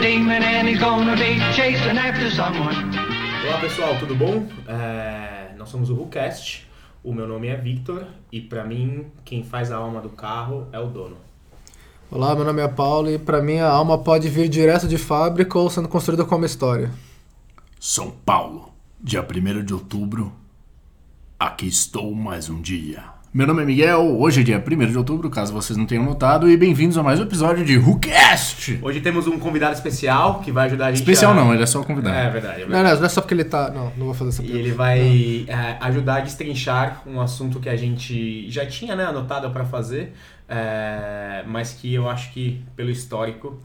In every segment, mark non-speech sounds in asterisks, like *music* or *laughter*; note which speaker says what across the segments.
Speaker 1: demon and he's gonna be chasing after someone.
Speaker 2: Olá pessoal, tudo bom? É, nós somos o WhoCast, o meu nome é Victor e pra mim quem faz a alma do carro é o dono.
Speaker 3: Olá, meu nome é Paulo e pra mim a alma pode vir direto de fábrica ou sendo construída como história.
Speaker 4: São Paulo, dia 1 de outubro. Aqui estou mais um dia. Meu nome é Miguel, hoje é dia 1 de outubro, caso vocês não tenham notado, e bem-vindos a mais um episódio de WhoCast!
Speaker 2: Hoje temos um convidado especial que vai ajudar a gente
Speaker 4: Especial
Speaker 2: a...
Speaker 4: não, ele é só o convidado.
Speaker 2: É verdade. é verdade.
Speaker 3: Não, não, não é só porque ele tá. Não, não vou fazer essa
Speaker 2: E
Speaker 3: pergunta.
Speaker 2: ele vai é, ajudar a destrinchar um assunto que a gente já tinha né, anotado pra fazer, é, mas que eu acho que pelo histórico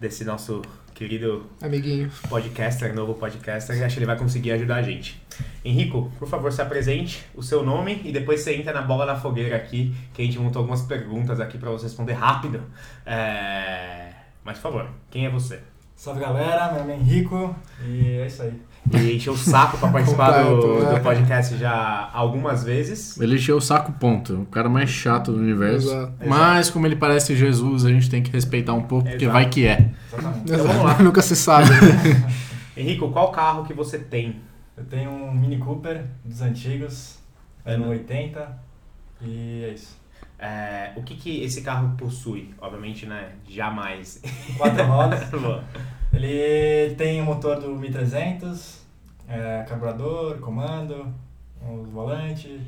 Speaker 2: desse nosso querido
Speaker 3: Amiguinho.
Speaker 2: podcaster, novo podcaster, acho que ele vai conseguir ajudar a gente. Henrico, por favor, se apresente, o seu nome e depois você entra na bola na fogueira aqui, que a gente montou algumas perguntas aqui pra você responder rápido. É, Mas, por favor, quem é você?
Speaker 5: Salve galera, meu nome é Henrico e é isso aí.
Speaker 2: E encheu o saco pra
Speaker 3: *laughs*
Speaker 2: participar do,
Speaker 3: Completo,
Speaker 2: do
Speaker 3: é.
Speaker 2: podcast já algumas vezes.
Speaker 4: Ele encheu o saco ponto, o cara mais chato do universo.
Speaker 3: Exato.
Speaker 4: Mas como ele parece Jesus, a gente tem que respeitar um pouco, porque
Speaker 2: Exato.
Speaker 4: vai que é.
Speaker 5: Exatamente.
Speaker 2: Então
Speaker 3: *laughs*
Speaker 2: vamos lá.
Speaker 3: Nunca se sabe.
Speaker 2: Henrico, qual carro que você tem?
Speaker 5: Eu tenho um Mini Cooper dos antigos, ano 80, e é isso.
Speaker 2: É, o que, que esse carro possui? Obviamente, né? Jamais. *laughs*
Speaker 3: *laughs*
Speaker 5: Quatro rodas.
Speaker 2: Boa.
Speaker 5: Ele tem o motor do 1300, é, carburador, comando, os volantes,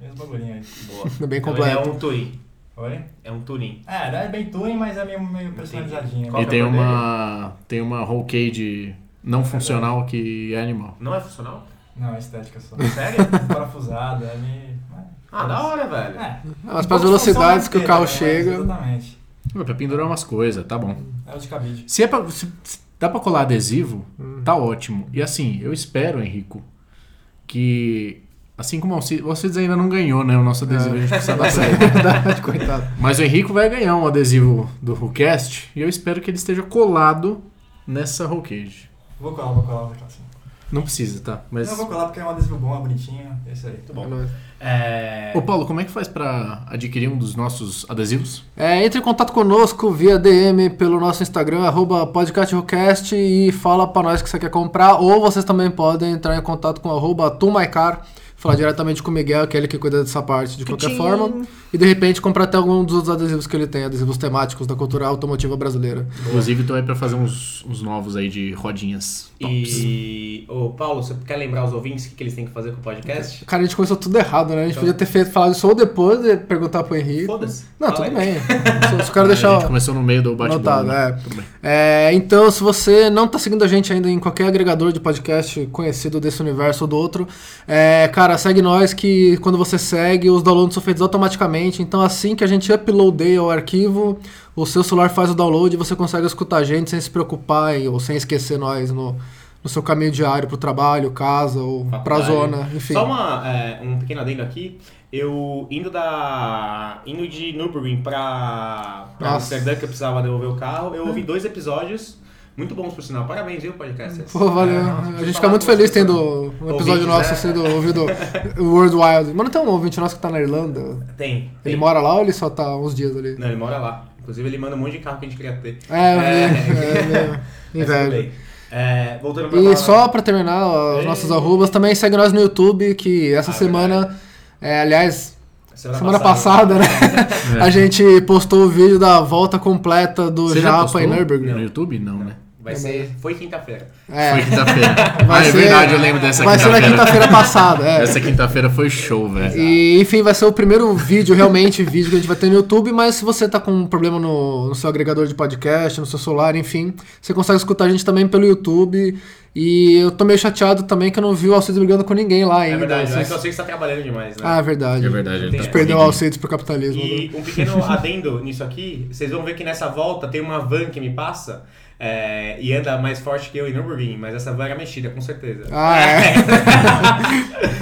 Speaker 5: e uns bagulhinhos
Speaker 2: Boa.
Speaker 3: Bem
Speaker 2: Então, ele é
Speaker 3: completo.
Speaker 2: um Touring.
Speaker 5: aí. Oi?
Speaker 2: É um Touring.
Speaker 5: É, é bem tuning, mas é meio, meio personalizadinho.
Speaker 2: Qual
Speaker 4: e
Speaker 2: que é
Speaker 4: tem
Speaker 2: o modelo?
Speaker 4: uma. tem uma roll cage não funcional que é animal.
Speaker 2: Não é funcional?
Speaker 5: Não, é
Speaker 3: *laughs*
Speaker 5: estética só.
Speaker 2: Sério?
Speaker 5: Parafusada, é meio...
Speaker 2: Ah, da hora, velho.
Speaker 5: É.
Speaker 3: Mas para as velocidades que o carro
Speaker 5: Mas,
Speaker 3: chega.
Speaker 5: Exatamente.
Speaker 4: Ué, Pra pendurar umas coisas, tá bom.
Speaker 5: É o de cabide.
Speaker 4: Se, é pra, se- se dá pra colar adesivo, tá ótimo. E assim, eu espero, Henrico, que. Assim como o Alcides, o Alcides ainda não ganhou, né? O nosso adesivo, a gente precisa
Speaker 3: *laughs*
Speaker 4: dar pra ele.
Speaker 3: Verdade, coitado.
Speaker 4: Mas o Henrico vai ganhar um adesivo do Hulkcast e eu espero que ele esteja colado nessa roll cage.
Speaker 5: Vou colar, vou colar, vou colar sim.
Speaker 4: Não precisa, tá? Mas.
Speaker 5: Não, vou colar porque é um adesivo bom, é bonitinho, é isso aí.
Speaker 2: Muito bom. É...
Speaker 4: Ô Paulo, como é que faz pra adquirir um dos nossos adesivos?
Speaker 3: É, entre em contato conosco via DM pelo nosso Instagram, arroba podcastroocast, e fala pra nós que você quer comprar, ou vocês também podem entrar em contato com arroba tumaicar, falar diretamente com o Miguel, que é ele que cuida dessa parte de qualquer forma, e de repente comprar até algum dos outros adesivos que ele tem, adesivos temáticos da cultura automotiva brasileira.
Speaker 4: Inclusive, tô aí pra fazer uns, uns novos aí de rodinhas. tops.
Speaker 2: E, ô Paulo, você quer lembrar os ouvintes o que, que eles têm que fazer com o podcast?
Speaker 3: Cara, a gente começou tudo errado, né? A gente
Speaker 4: Tá.
Speaker 2: Então.
Speaker 3: podia ter feito, falado isso ou depois de perguntar pro Henrique.
Speaker 2: Foda-se.
Speaker 3: Não,
Speaker 2: Fala
Speaker 3: tudo
Speaker 2: aí.
Speaker 3: bem. Só, só
Speaker 4: *laughs*
Speaker 3: quero
Speaker 4: É, A gente
Speaker 3: deixar...
Speaker 4: começou no meio do bate-bola.
Speaker 3: Notado,
Speaker 4: né?
Speaker 3: é.
Speaker 4: Tudo bem.
Speaker 3: É, então, se você não tá seguindo a gente ainda em qualquer agregador de podcast conhecido desse universo ou do outro, é, cara, segue nós que quando você segue, os downloads são feitos automaticamente. Então, assim que a gente uploadeia o arquivo, o seu celular faz o download e você consegue escutar a gente sem se preocupar e- ou sem esquecer nós no, no seu caminho diário pro trabalho, casa ou pra
Speaker 2: Faculdade.
Speaker 3: zona, enfim.
Speaker 2: Só uma, é, um pequeno adendo aqui. Eu indo da. indo de Nürburgring pra, pra
Speaker 3: Nossa.
Speaker 2: Amsterdã, que eu precisava devolver o carro, eu ouvi dois episódios. Muito bons, por sinal. Parabéns, viu, podcasters?
Speaker 3: Pô, valeu.
Speaker 2: É, nossa,
Speaker 3: a
Speaker 2: preciso
Speaker 3: gente fica
Speaker 2: falar
Speaker 3: muito
Speaker 2: com vocês,
Speaker 3: feliz tendo um episódio
Speaker 2: Ouvintes,
Speaker 3: nosso
Speaker 2: né?
Speaker 3: sendo
Speaker 2: *laughs*
Speaker 3: ouvido worldwide. Mas não tem um ouvinte nosso que tá na Irlanda?
Speaker 2: Tem. tem.
Speaker 3: Ele mora lá ou ele só tá uns dias ali?
Speaker 2: Não, ele mora lá. Inclusive, ele manda um monte de carro que a gente queria ter.
Speaker 3: É,
Speaker 2: É.
Speaker 3: é, é,
Speaker 2: *laughs*
Speaker 3: é,
Speaker 4: *laughs*
Speaker 2: Mas tudo
Speaker 3: inveja.
Speaker 2: bem. É, voltando pra
Speaker 3: E
Speaker 2: palavra-
Speaker 3: só pra terminar, ó, os
Speaker 2: Ei.
Speaker 3: nossos arrobas, também segue nós no YouTube, que essa
Speaker 2: Ah,
Speaker 3: semana, é, aliás,
Speaker 2: Semana,
Speaker 3: semana passada,
Speaker 4: *laughs*
Speaker 3: né? A gente postou o vídeo da volta completa do
Speaker 4: Você já
Speaker 3: Japa
Speaker 4: postou
Speaker 3: em Nürburgring.
Speaker 4: No YouTube? Não, né?
Speaker 2: Vai ser. Foi quinta-feira.
Speaker 4: Foi
Speaker 3: É,
Speaker 4: quinta-feira.
Speaker 3: *laughs* Vai
Speaker 4: ah, é
Speaker 3: ser-
Speaker 4: verdade, eu lembro dessa
Speaker 3: vai ser na
Speaker 4: quinta-feira. *laughs*
Speaker 3: quinta-feira passada, é.
Speaker 4: Essa quinta-feira foi show, velho.
Speaker 3: E, enfim, vai ser o primeiro vídeo, realmente, *laughs* vídeo que a gente vai ter no YouTube, mas se você tá com um problema no, no seu agregador de podcast, no seu celular, enfim, você consegue escutar a gente também pelo YouTube. E eu tô meio chateado também que eu não vi o Alcides brigando com ninguém lá ainda.
Speaker 2: É verdade,
Speaker 3: então, Vocês-
Speaker 2: é que eu sei que você tá trabalhando demais, né?
Speaker 3: Ah, verdade.
Speaker 4: É verdade, ele
Speaker 2: A
Speaker 4: tá
Speaker 2: gente
Speaker 3: Perdeu o
Speaker 4: corrido.
Speaker 3: Alcides pro capitalismo.
Speaker 2: E
Speaker 3: né?
Speaker 2: um pequeno
Speaker 3: *laughs*
Speaker 2: adendo nisso aqui, vocês vão ver que nessa volta tem uma van que me passa é, e anda mais forte que eu em Nürburgring, mas essa van era mexida, com certeza.
Speaker 3: Ah, é.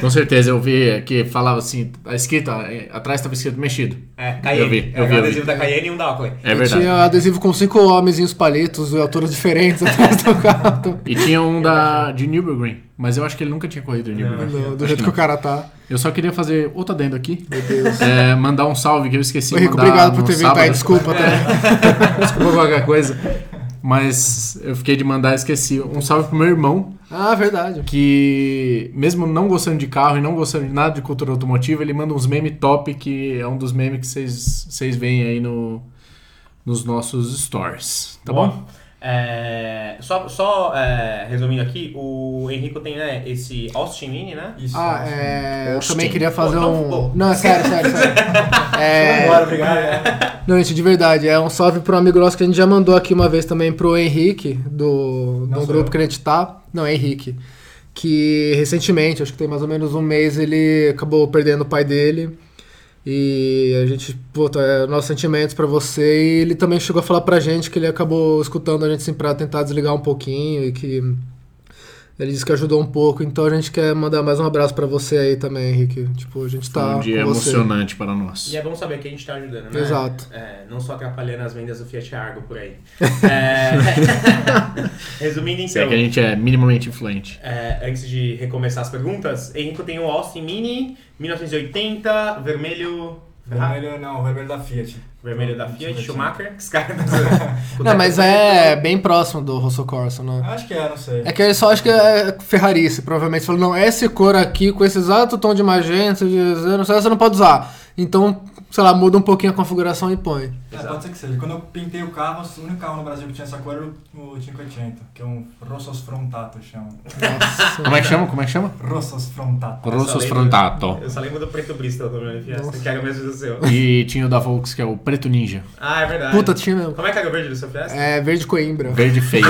Speaker 4: Com certeza, eu vi que falava assim, a escrita, é, atrás estava escrito mexido.
Speaker 2: É, Cayenne.
Speaker 4: Eu vi, eu
Speaker 2: é
Speaker 4: vi,
Speaker 2: um
Speaker 4: eu
Speaker 2: adesivo
Speaker 4: vi.
Speaker 2: da Cayenne e um da Oakley.
Speaker 4: *laughs* É
Speaker 3: E
Speaker 4: verdade.
Speaker 3: *laughs* Tinha adesivo com cinco homens e os palitos, de alturas diferentes atrás do carro.
Speaker 4: E tinha um da, de Nürburgring, mas eu acho que ele nunca tinha corrido em Nürburgring.
Speaker 3: Do, do jeito que o cara tá.
Speaker 4: Eu só queria fazer outro adendo aqui. Meu Deus. É, mandar um salve que eu esqueci.
Speaker 3: Ô, Rico,
Speaker 4: mandar
Speaker 3: obrigado por
Speaker 4: *laughs* no É.
Speaker 3: ter vindo
Speaker 4: sábado.
Speaker 3: aí, desculpa. Tá?
Speaker 4: Desculpa qualquer coisa. Mas eu fiquei de mandar, esqueci. Um salve pro meu irmão,
Speaker 3: Ah, verdade.
Speaker 4: que mesmo não gostando de carro e não gostando de nada de cultura automotiva, ele manda uns memes top, que é um dos memes que vocês vocês veem aí no, nos nossos stories. Tá bom?
Speaker 2: É, só só é, resumindo aqui, o Henrico tem né, esse Austin Mini, né?
Speaker 5: Isso.
Speaker 3: Ah, é, eu
Speaker 4: Austin.
Speaker 3: também queria fazer
Speaker 2: Pô,
Speaker 3: um.
Speaker 2: então, pô.
Speaker 3: Não, é sério, sério, sério. É,
Speaker 5: Bora, obrigado. é.
Speaker 3: não, gente, de verdade. É um salve pro amigo nosso que a gente já mandou aqui uma vez também pro Henrique, do,
Speaker 5: Não
Speaker 3: do
Speaker 5: sou
Speaker 3: grupo
Speaker 5: eu.
Speaker 3: que a gente tá. Não, é Henrique. Que recentemente, acho que tem mais ou menos um mês, ele acabou perdendo o pai dele. E a gente, puta, é, nossos sentimentos pra você. E ele também chegou a falar pra gente que ele acabou escutando a gente assim pra tentar desligar um pouquinho e que ele disse que ajudou um pouco. Então a gente quer mandar mais um abraço pra você aí também, Henrique. Tipo, a gente
Speaker 4: Foi
Speaker 3: tá.
Speaker 4: um dia
Speaker 3: com você.
Speaker 4: emocionante para nós.
Speaker 2: E é bom saber que a gente tá ajudando, né?
Speaker 3: Exato.
Speaker 2: É, não só atrapalhando as vendas do Fiat Argo por
Speaker 3: *laughs*
Speaker 2: aí. É, *laughs* Resumindo
Speaker 4: Se é
Speaker 2: então,
Speaker 4: que a gente é minimamente influente.
Speaker 2: é, antes de recomeçar as perguntas, Henrico tem o Austin Mini 1980, vermelho. Ferrari,
Speaker 5: Vermelho não, vermelho da Fiat.
Speaker 2: Vermelho da
Speaker 5: Não,
Speaker 2: Fiat,
Speaker 5: não sei.
Speaker 2: Schumacher, esse cara tá
Speaker 3: Não, mas é bem próximo do Rosso Corsa, né?
Speaker 5: Acho que é, não sei.
Speaker 3: É que eu só acho que é ferrarice, provavelmente. Falou, não, essa cor aqui, com esse exato tom de magenta, de não sei, você não pode usar. Então, sei lá, muda um pouquinho a configuração e põe.
Speaker 5: É, pode ser que seja. Quando eu pintei o carro, o único carro no Brasil que tinha essa cor era o o 580, que é um Rossos Frontato, chama.
Speaker 3: Nossa.
Speaker 4: Como é que chama? Como é que chama?
Speaker 5: Rossos Frontato.
Speaker 4: Rossos
Speaker 2: lembro.
Speaker 4: Frontato.
Speaker 2: Eu só lembro do preto Bristol do meu Fiat, que era o mesmo do seu.
Speaker 4: E tinha o da Volks, que é o Preto Ninja.
Speaker 2: Ah, é verdade.
Speaker 3: Puta, tinha mesmo.
Speaker 2: Como é que era o verde do seu Fiat?
Speaker 3: É verde coimbra.
Speaker 2: *laughs*
Speaker 4: Verde feio.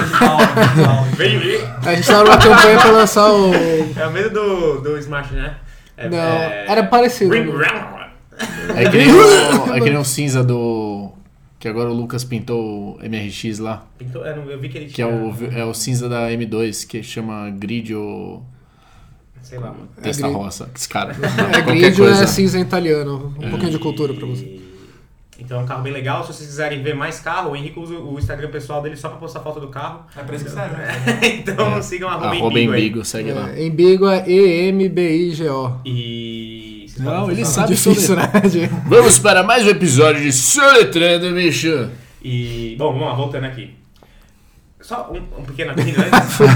Speaker 5: Frontato.
Speaker 2: Verde
Speaker 3: A gente tava numa campanha pra lançar o.
Speaker 2: é o mesmo do, do Smash, né? É-
Speaker 3: Não,
Speaker 2: é-
Speaker 3: era parecido.
Speaker 2: Ring round.
Speaker 4: É que nem o, é que nem o cinza do. Que agora o Lucas pintou o MRX lá.
Speaker 2: Pintou- é, não, eu vi que ele
Speaker 4: Que é
Speaker 2: tinha.
Speaker 4: o, é o cinza da M2, que chama grid ou
Speaker 2: Sei lá.
Speaker 3: Um
Speaker 2: mano.
Speaker 4: testa
Speaker 3: grid.
Speaker 4: roça.
Speaker 3: *laughs*
Speaker 4: Esse cara.
Speaker 3: É
Speaker 4: qualquer
Speaker 3: grid ou é
Speaker 4: coisa.
Speaker 3: cinza em italiano. Um pouquinho de cultura pra você.
Speaker 2: E- Então é um carro bem legal. Se vocês quiserem ver mais carro, o Henrique usa o Instagram pessoal dele só pra postar foto do carro. *laughs*
Speaker 5: É pra isso que serve, né?
Speaker 2: então sigam a
Speaker 4: É. Arroba
Speaker 2: Robin
Speaker 4: Embigo,
Speaker 2: Bigo.
Speaker 4: segue lá.
Speaker 3: É, Embigo é E-M-B-I-G-O.
Speaker 2: E. vocês
Speaker 4: Não,
Speaker 2: podem
Speaker 4: ele
Speaker 2: postar-
Speaker 4: sabe
Speaker 3: Difícil, né? de-
Speaker 4: Vamos para mais um episódio de Soletrando, bicho.
Speaker 2: E. Bom, vamos lá, voltando aqui. Só um, um pequeno
Speaker 4: *laughs*
Speaker 2: adendo antes. Você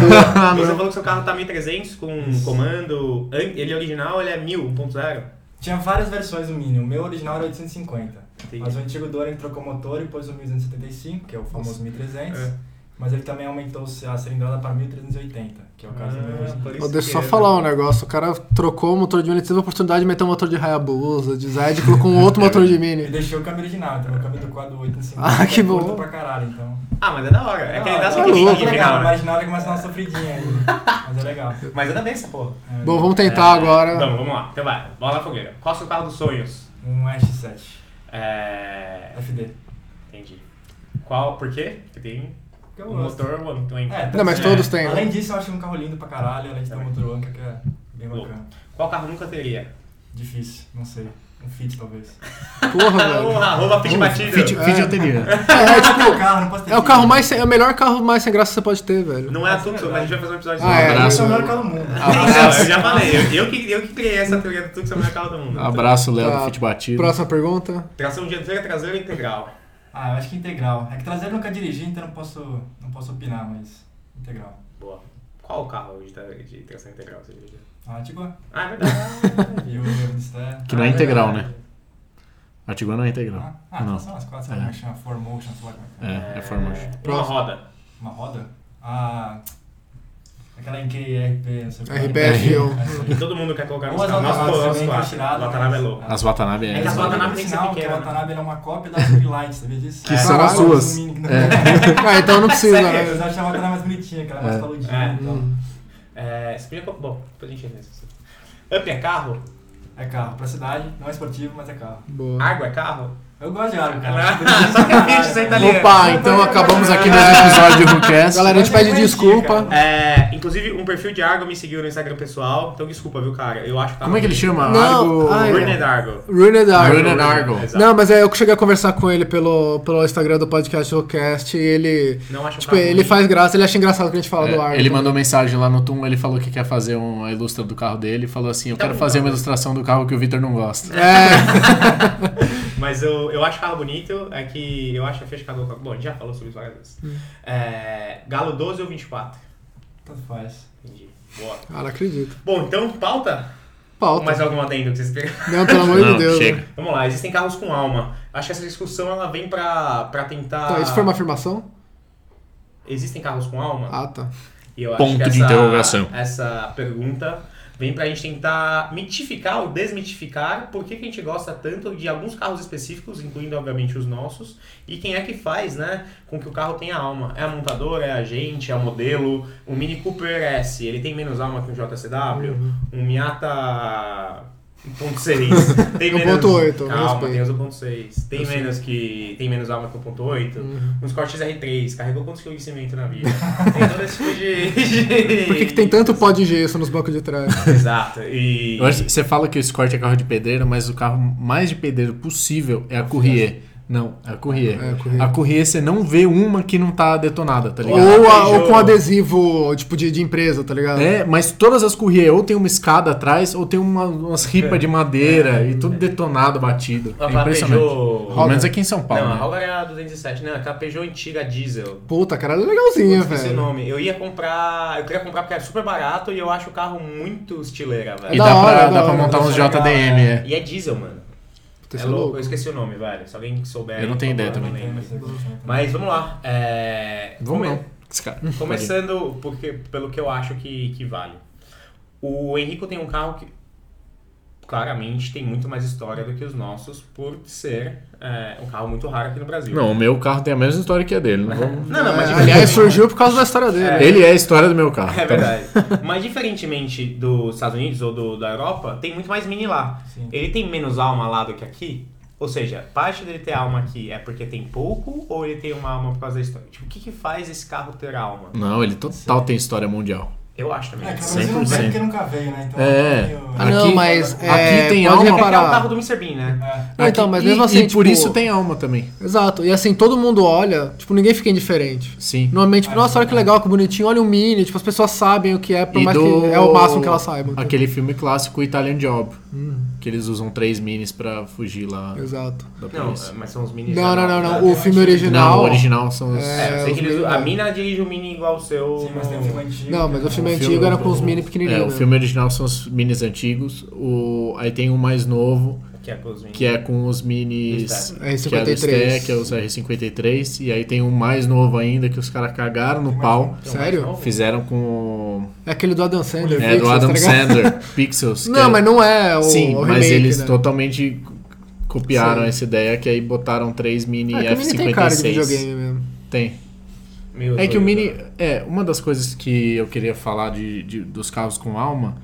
Speaker 2: falou que seu carro tá 1300 com comando. an- Ele é original, ele é 1000, 1.0.
Speaker 5: Tinha várias versões do Mini. O meu original era 850.
Speaker 2: Entendi.
Speaker 5: Mas o antigo Dora ele trocou o motor e pôs o 1275, que é o famoso 1300.
Speaker 2: É.
Speaker 5: Mas ele também aumentou a cilindrada para 1380, que é o caso do meu
Speaker 2: Ah, por
Speaker 5: original.
Speaker 2: isso
Speaker 3: Ó, deixa eu só
Speaker 2: que-
Speaker 3: falar um negócio. O cara trocou o motor de mini, teve a oportunidade de meter um motor de Hayabusa, de Zed, colocou um outro motor de
Speaker 5: Ele
Speaker 3: mini.
Speaker 5: deixou o câmbio original, então o câmbio do quadro 850.
Speaker 3: Ah, que
Speaker 5: é curto
Speaker 3: bom.
Speaker 5: pra caralho, então.
Speaker 2: Ah, mas é da hora. É que ele dá só
Speaker 3: é
Speaker 2: um
Speaker 3: louco,
Speaker 2: louco,
Speaker 5: é
Speaker 2: final,
Speaker 5: legal.
Speaker 2: né?
Speaker 5: Imaginar que começa uma sofridinha aí. Mas é legal.
Speaker 2: Mas anda bem essa porra.
Speaker 5: É,
Speaker 3: Bom, vamos tentar
Speaker 2: É,
Speaker 3: agora.
Speaker 2: Então, vamos lá. Então vai, bola na fogueira. Qual é o seu carro dos sonhos?
Speaker 5: Um Ash 7
Speaker 2: É...
Speaker 5: FD.
Speaker 2: Entendi. Qual, por quê? Porque tem
Speaker 5: Que eu
Speaker 2: um
Speaker 5: gosto.
Speaker 2: motor One Twin.
Speaker 5: É,
Speaker 3: Não, mas
Speaker 5: é,
Speaker 3: todos têm, né?
Speaker 5: Além disso, eu acho um carro lindo pra caralho, além de ter um motor Anca que é bem
Speaker 2: Louco.
Speaker 5: bacana.
Speaker 2: Qual carro nunca teria?
Speaker 5: Difícil, não sei. Um Fit talvez.
Speaker 3: Porra,
Speaker 5: Ah,
Speaker 3: velho.
Speaker 2: Porra, arroba
Speaker 3: Uh,
Speaker 2: Fit Batido.
Speaker 4: Fit, fit eu teria.
Speaker 3: É,
Speaker 5: É o
Speaker 3: tipo,
Speaker 5: carro, não posso ter
Speaker 3: é o
Speaker 5: Fit.
Speaker 3: carro mais sem, é o melhor carro mais sem graça que você pode ter, velho.
Speaker 2: Não é assunto, mas a gente vai fazer um episódio
Speaker 3: Ah, é.
Speaker 2: sobre.
Speaker 5: Esse
Speaker 4: Abraço.
Speaker 5: é o melhor carro do mundo.
Speaker 2: Não, eu já falei, eu, eu que, eu que criei essa teoria do Tuxo, é o melhor carro do mundo.
Speaker 4: Abraço, Léo
Speaker 3: Tá.
Speaker 4: do Fit Batido.
Speaker 3: Próxima pergunta.
Speaker 2: Tração dianteira, traseira e integral.
Speaker 5: Ah, eu acho que integral. É que traseiro eu nunca dirigi, então eu não posso, não posso opinar, mas integral.
Speaker 2: Boa. Qual o carro hoje de, de tração integral? Você diria?
Speaker 5: A Antigua
Speaker 2: ah, é verdade.
Speaker 5: e o Ministério.
Speaker 4: Que não é
Speaker 2: Ah,
Speaker 4: integral,
Speaker 2: verdade.
Speaker 4: né? Artiguan não é integral.
Speaker 5: Ah, ah
Speaker 4: não.
Speaker 5: são as quatro, sabe como é que chama? Four motion, sei lá como é que é.
Speaker 4: É, é formoso.
Speaker 2: Uma
Speaker 3: Próximo.
Speaker 2: roda.
Speaker 5: Uma roda? Ah, aquela em que RP, não sei o que.
Speaker 4: um.
Speaker 3: RPFU.
Speaker 5: *laughs* Essa
Speaker 2: É. E
Speaker 5: aí.
Speaker 2: todo mundo quer colocar no
Speaker 5: Ou as
Speaker 2: carro. Nossa,
Speaker 5: Watanabe
Speaker 2: nossa,
Speaker 5: também, que é
Speaker 2: nossa.
Speaker 5: tirada,
Speaker 2: Watanabe é
Speaker 5: mas-
Speaker 2: louco.
Speaker 4: As Watanabe é.
Speaker 2: É que as
Speaker 5: Mas
Speaker 2: Watanabe
Speaker 5: o
Speaker 2: tem que ser
Speaker 5: sinal que a
Speaker 2: pequena.
Speaker 5: Watanabe era uma cópia da Free Light, sabia disso?
Speaker 4: Que são as suas. É.
Speaker 5: É.
Speaker 3: Ah, então não precisa,
Speaker 5: *laughs* Eu
Speaker 3: né?
Speaker 5: já achava que ela era mais bonitinha, que ela era mais taludinha.
Speaker 2: É.
Speaker 5: Então.
Speaker 4: Hum.
Speaker 2: É, você podia co- Bom, depois a gente vê isso. Up é carro?
Speaker 5: É carro, pra cidade, não é esportivo, mas é carro.
Speaker 3: Boa.
Speaker 2: Água é carro?
Speaker 5: Eu gosto de água, cara.
Speaker 2: Ah, *laughs* Só que a gente sem italiano.
Speaker 3: Opa, então acabamos aqui mais um
Speaker 4: Episódio
Speaker 3: episódio.
Speaker 4: de WhoCast.
Speaker 3: Galera, a gente pede
Speaker 5: Mas é
Speaker 3: desculpa.
Speaker 5: dica.
Speaker 2: É, inclusive, um perfil de Argo me seguiu no Instagram pessoal. Então, desculpa, viu, cara? Eu acho que
Speaker 4: Como é que ele chama?
Speaker 3: Não,
Speaker 4: Argo.
Speaker 3: ai,
Speaker 2: Bruno é Argo.
Speaker 3: Ruined Argo.
Speaker 4: Ruined Argo.
Speaker 2: Exato.
Speaker 3: Não, mas é, eu que cheguei a conversar com ele pelo, pelo Instagram do podcast Showcast e ele.
Speaker 2: Não acho um
Speaker 3: Tipo,
Speaker 2: carro
Speaker 3: ele
Speaker 2: ruim.
Speaker 3: faz graça, ele acha engraçado que a gente fala do né? Argo.
Speaker 4: É, ele
Speaker 3: também.
Speaker 4: mandou mensagem lá no Tum, ele falou que quer fazer uma ilustra do carro dele, falou assim, eu quero fazer uma ilustração do carro que o Victor não gosta.
Speaker 3: É,
Speaker 2: Mas Mas eu, eu acho carro bonito, é que eu acho a Fiat Cargo. Bom, a gente já falou sobre isso várias
Speaker 4: Hum.
Speaker 2: vezes. É, Galo 12 ou 24?
Speaker 5: Tanto faz.
Speaker 2: Entendi. Boa.
Speaker 3: Cara, acredito.
Speaker 2: Bom, então, pauta? Ou
Speaker 3: Pauta.
Speaker 2: mais algum adendo que vocês querem?
Speaker 3: Não, pelo amor de
Speaker 4: Não,
Speaker 3: Deus.
Speaker 4: chega.
Speaker 3: né?
Speaker 2: *laughs* Vamos lá, existem carros com alma. Acho que essa discussão ela vem pra, pra tentar.
Speaker 4: Então,
Speaker 3: Tá, isso foi uma afirmação?
Speaker 2: Existem carros com alma?
Speaker 3: Ah, tá.
Speaker 2: E eu
Speaker 4: Ponto de interrogação.
Speaker 2: Essa pergunta vem pra gente tentar mitificar ou desmitificar por que, que a gente gosta tanto de alguns carros específicos, incluindo obviamente os nossos, e quem é que faz, né, com que o carro tenha alma. É a montadora, é a gente, é o modelo. O Mini Cooper S, ele tem menos alma que um JCW?
Speaker 3: Uhum.
Speaker 2: Um Miata
Speaker 3: *laughs*
Speaker 2: 1.6 tem
Speaker 3: O
Speaker 2: menos...
Speaker 3: Um ponto oito,
Speaker 2: Calma,
Speaker 3: respeito.
Speaker 2: tem os 1.6. Tem menos que... Tem menos alma que o 1.8.
Speaker 4: Uhum.
Speaker 2: Um Scott R3, carregou quantos quilos de cimento na
Speaker 4: *laughs*
Speaker 2: vida? tem todo esse tipo de...
Speaker 3: Por que, que tem tanto pó de gesso nos bancos de trás?
Speaker 2: Exato, e...
Speaker 4: Eu acho que Você fala que o Escort é carro de pedreiro, mas o carro mais de pedreiro possível é a Courrier. Não, é a Courrier.
Speaker 3: É, a Courrier.
Speaker 4: A Courrier você não vê uma que não tá detonada, tá ligado?
Speaker 3: ou, a- ou
Speaker 2: Beijo.
Speaker 3: com adesivo, tipo, de, de empresa, tá ligado?
Speaker 4: É, mas todas as Courrier ou tem uma escada atrás ou tem uma- umas ripas de madeira e tudo detonado, batido.
Speaker 2: Ela
Speaker 4: É
Speaker 2: fala
Speaker 4: impressionante.
Speaker 2: Peugeot-
Speaker 4: Pelo menos aqui em São
Speaker 2: Não,
Speaker 4: Paulo.
Speaker 2: a
Speaker 4: né?
Speaker 2: Roller é a 207. Não, é aquela Peugeot antiga diesel.
Speaker 3: Puta, cara, é legalzinha,
Speaker 2: Esse
Speaker 3: velho.
Speaker 2: nome. Eu ia comprar... Eu queria comprar porque era super barato e eu acho o carro muito estileira, velho.
Speaker 4: E
Speaker 3: É da
Speaker 4: dá,
Speaker 3: hora,
Speaker 4: pra,
Speaker 3: da
Speaker 4: dá pra
Speaker 3: hora.
Speaker 4: montar uns
Speaker 2: Isso é legal,
Speaker 4: JDM, é.
Speaker 2: E é diesel, mano.
Speaker 3: Puta,
Speaker 2: é
Speaker 3: isso
Speaker 2: louco. eu esqueci o nome, velho. Se alguém souber.
Speaker 4: Eu não tenho
Speaker 2: por
Speaker 4: ideia
Speaker 2: favor,
Speaker 4: também.
Speaker 2: não
Speaker 5: Tem é
Speaker 2: lembro.
Speaker 5: essa discussão.
Speaker 2: Mas vamos lá. É...
Speaker 4: Vamos
Speaker 2: come-
Speaker 4: não. Esse cara-
Speaker 2: é Começando porque, pelo que eu acho que, que vale. O Henrico tem um carro que claramente tem muito mais história do que os nossos por ser é, um carro muito raro aqui no Brasil.
Speaker 4: Não, o meu carro tem a mesma história que a dele. não vamos-
Speaker 2: não, não mas
Speaker 3: É,
Speaker 2: diferentemente-
Speaker 4: *laughs*
Speaker 3: aliás, surgiu por causa da história dele.
Speaker 2: É.
Speaker 4: Ele é a história do meu carro.
Speaker 2: É
Speaker 4: tá bom.
Speaker 2: verdade. mas diferentemente dos Estados Unidos ou do- da Europa, tem muito mais mini lá.
Speaker 5: Sim.
Speaker 2: Ele tem menos alma lá do que aqui? Ou seja, parte dele ter alma aqui é porque tem pouco ou ele tem uma alma por causa da história? Tipo, o que, que faz esse carro ter alma?
Speaker 4: Não, ele total tem história mundial.
Speaker 2: Eu acho também.
Speaker 5: É, que o
Speaker 2: Sim.
Speaker 5: Brasil não vem
Speaker 4: 100%.
Speaker 5: porque nunca veio, né? Então
Speaker 4: É.
Speaker 5: meio-
Speaker 3: Ah, não,
Speaker 4: Aqui-
Speaker 3: mas.
Speaker 4: aqui
Speaker 3: é,
Speaker 4: tem
Speaker 3: pode
Speaker 4: alma.
Speaker 2: É que é o
Speaker 3: reparar.
Speaker 2: carro do Mr. Bean, né?
Speaker 5: É.
Speaker 3: Não, então, mas
Speaker 4: E-
Speaker 3: mesmo assim,
Speaker 4: E por
Speaker 3: tipo-
Speaker 4: isso tem alma também.
Speaker 3: Exato. E assim, todo mundo olha, tipo, ninguém fica indiferente.
Speaker 4: Sim.
Speaker 3: Normalmente, tipo, nossa, olha que legal, que bonitinho, olha o mini, tipo, as pessoas sabem o que é, por
Speaker 4: E
Speaker 3: mais
Speaker 4: do-
Speaker 3: que é o máximo que elas saibam. tá?
Speaker 4: Aquele filme clássico Italian Job.
Speaker 3: Hum.
Speaker 4: Que eles usam três minis pra fugir lá
Speaker 3: Exato.
Speaker 4: da
Speaker 2: Não, é
Speaker 4: polícia.
Speaker 2: mas são os minis.
Speaker 3: Não, não, não, não.
Speaker 5: eu
Speaker 3: O filme
Speaker 5: acho-
Speaker 3: original.
Speaker 4: Não, o original são os.
Speaker 2: É, eu sei
Speaker 3: os
Speaker 2: que eles- a
Speaker 3: minis-
Speaker 2: mina dirige o mini igual o seu.
Speaker 5: Sim, mas tem um filme antigo. um
Speaker 3: Não, mas o filme
Speaker 4: filme-
Speaker 3: antigo era com os mini
Speaker 4: É,
Speaker 3: pequenininhos.
Speaker 4: o
Speaker 3: né?
Speaker 4: filme original são os minis antigos. O... Aí tem um mais novo,
Speaker 2: Que é com os mini.
Speaker 4: que é com os minis.
Speaker 2: Stack.
Speaker 3: R53.
Speaker 4: Que é, do Stack, que é os R53. E aí tem um mais novo ainda que os caras cagaram no pau.
Speaker 2: Tem um mais
Speaker 3: Sério?
Speaker 2: novo?
Speaker 4: Fizeram com.
Speaker 3: É aquele do Adam Sandler.
Speaker 4: É, do
Speaker 3: Pixels,
Speaker 4: Adam
Speaker 3: tá ligado?
Speaker 4: Sandler,
Speaker 3: *laughs*
Speaker 4: Pixels. que
Speaker 3: Não,
Speaker 4: é-
Speaker 3: mas não é o.
Speaker 4: Sim,
Speaker 3: o
Speaker 4: mas
Speaker 3: remake,
Speaker 4: eles
Speaker 3: né?
Speaker 4: totalmente copiaram
Speaker 3: Sim.
Speaker 4: essa ideia que aí botaram três mini
Speaker 3: É que o mini
Speaker 4: F56.
Speaker 3: tem cara de videogame mesmo.
Speaker 4: Tem.
Speaker 2: Meu
Speaker 4: É que o
Speaker 2: Deus,
Speaker 4: mini
Speaker 2: cara.
Speaker 4: é uma das coisas que eu queria falar de, de- dos carros com alma,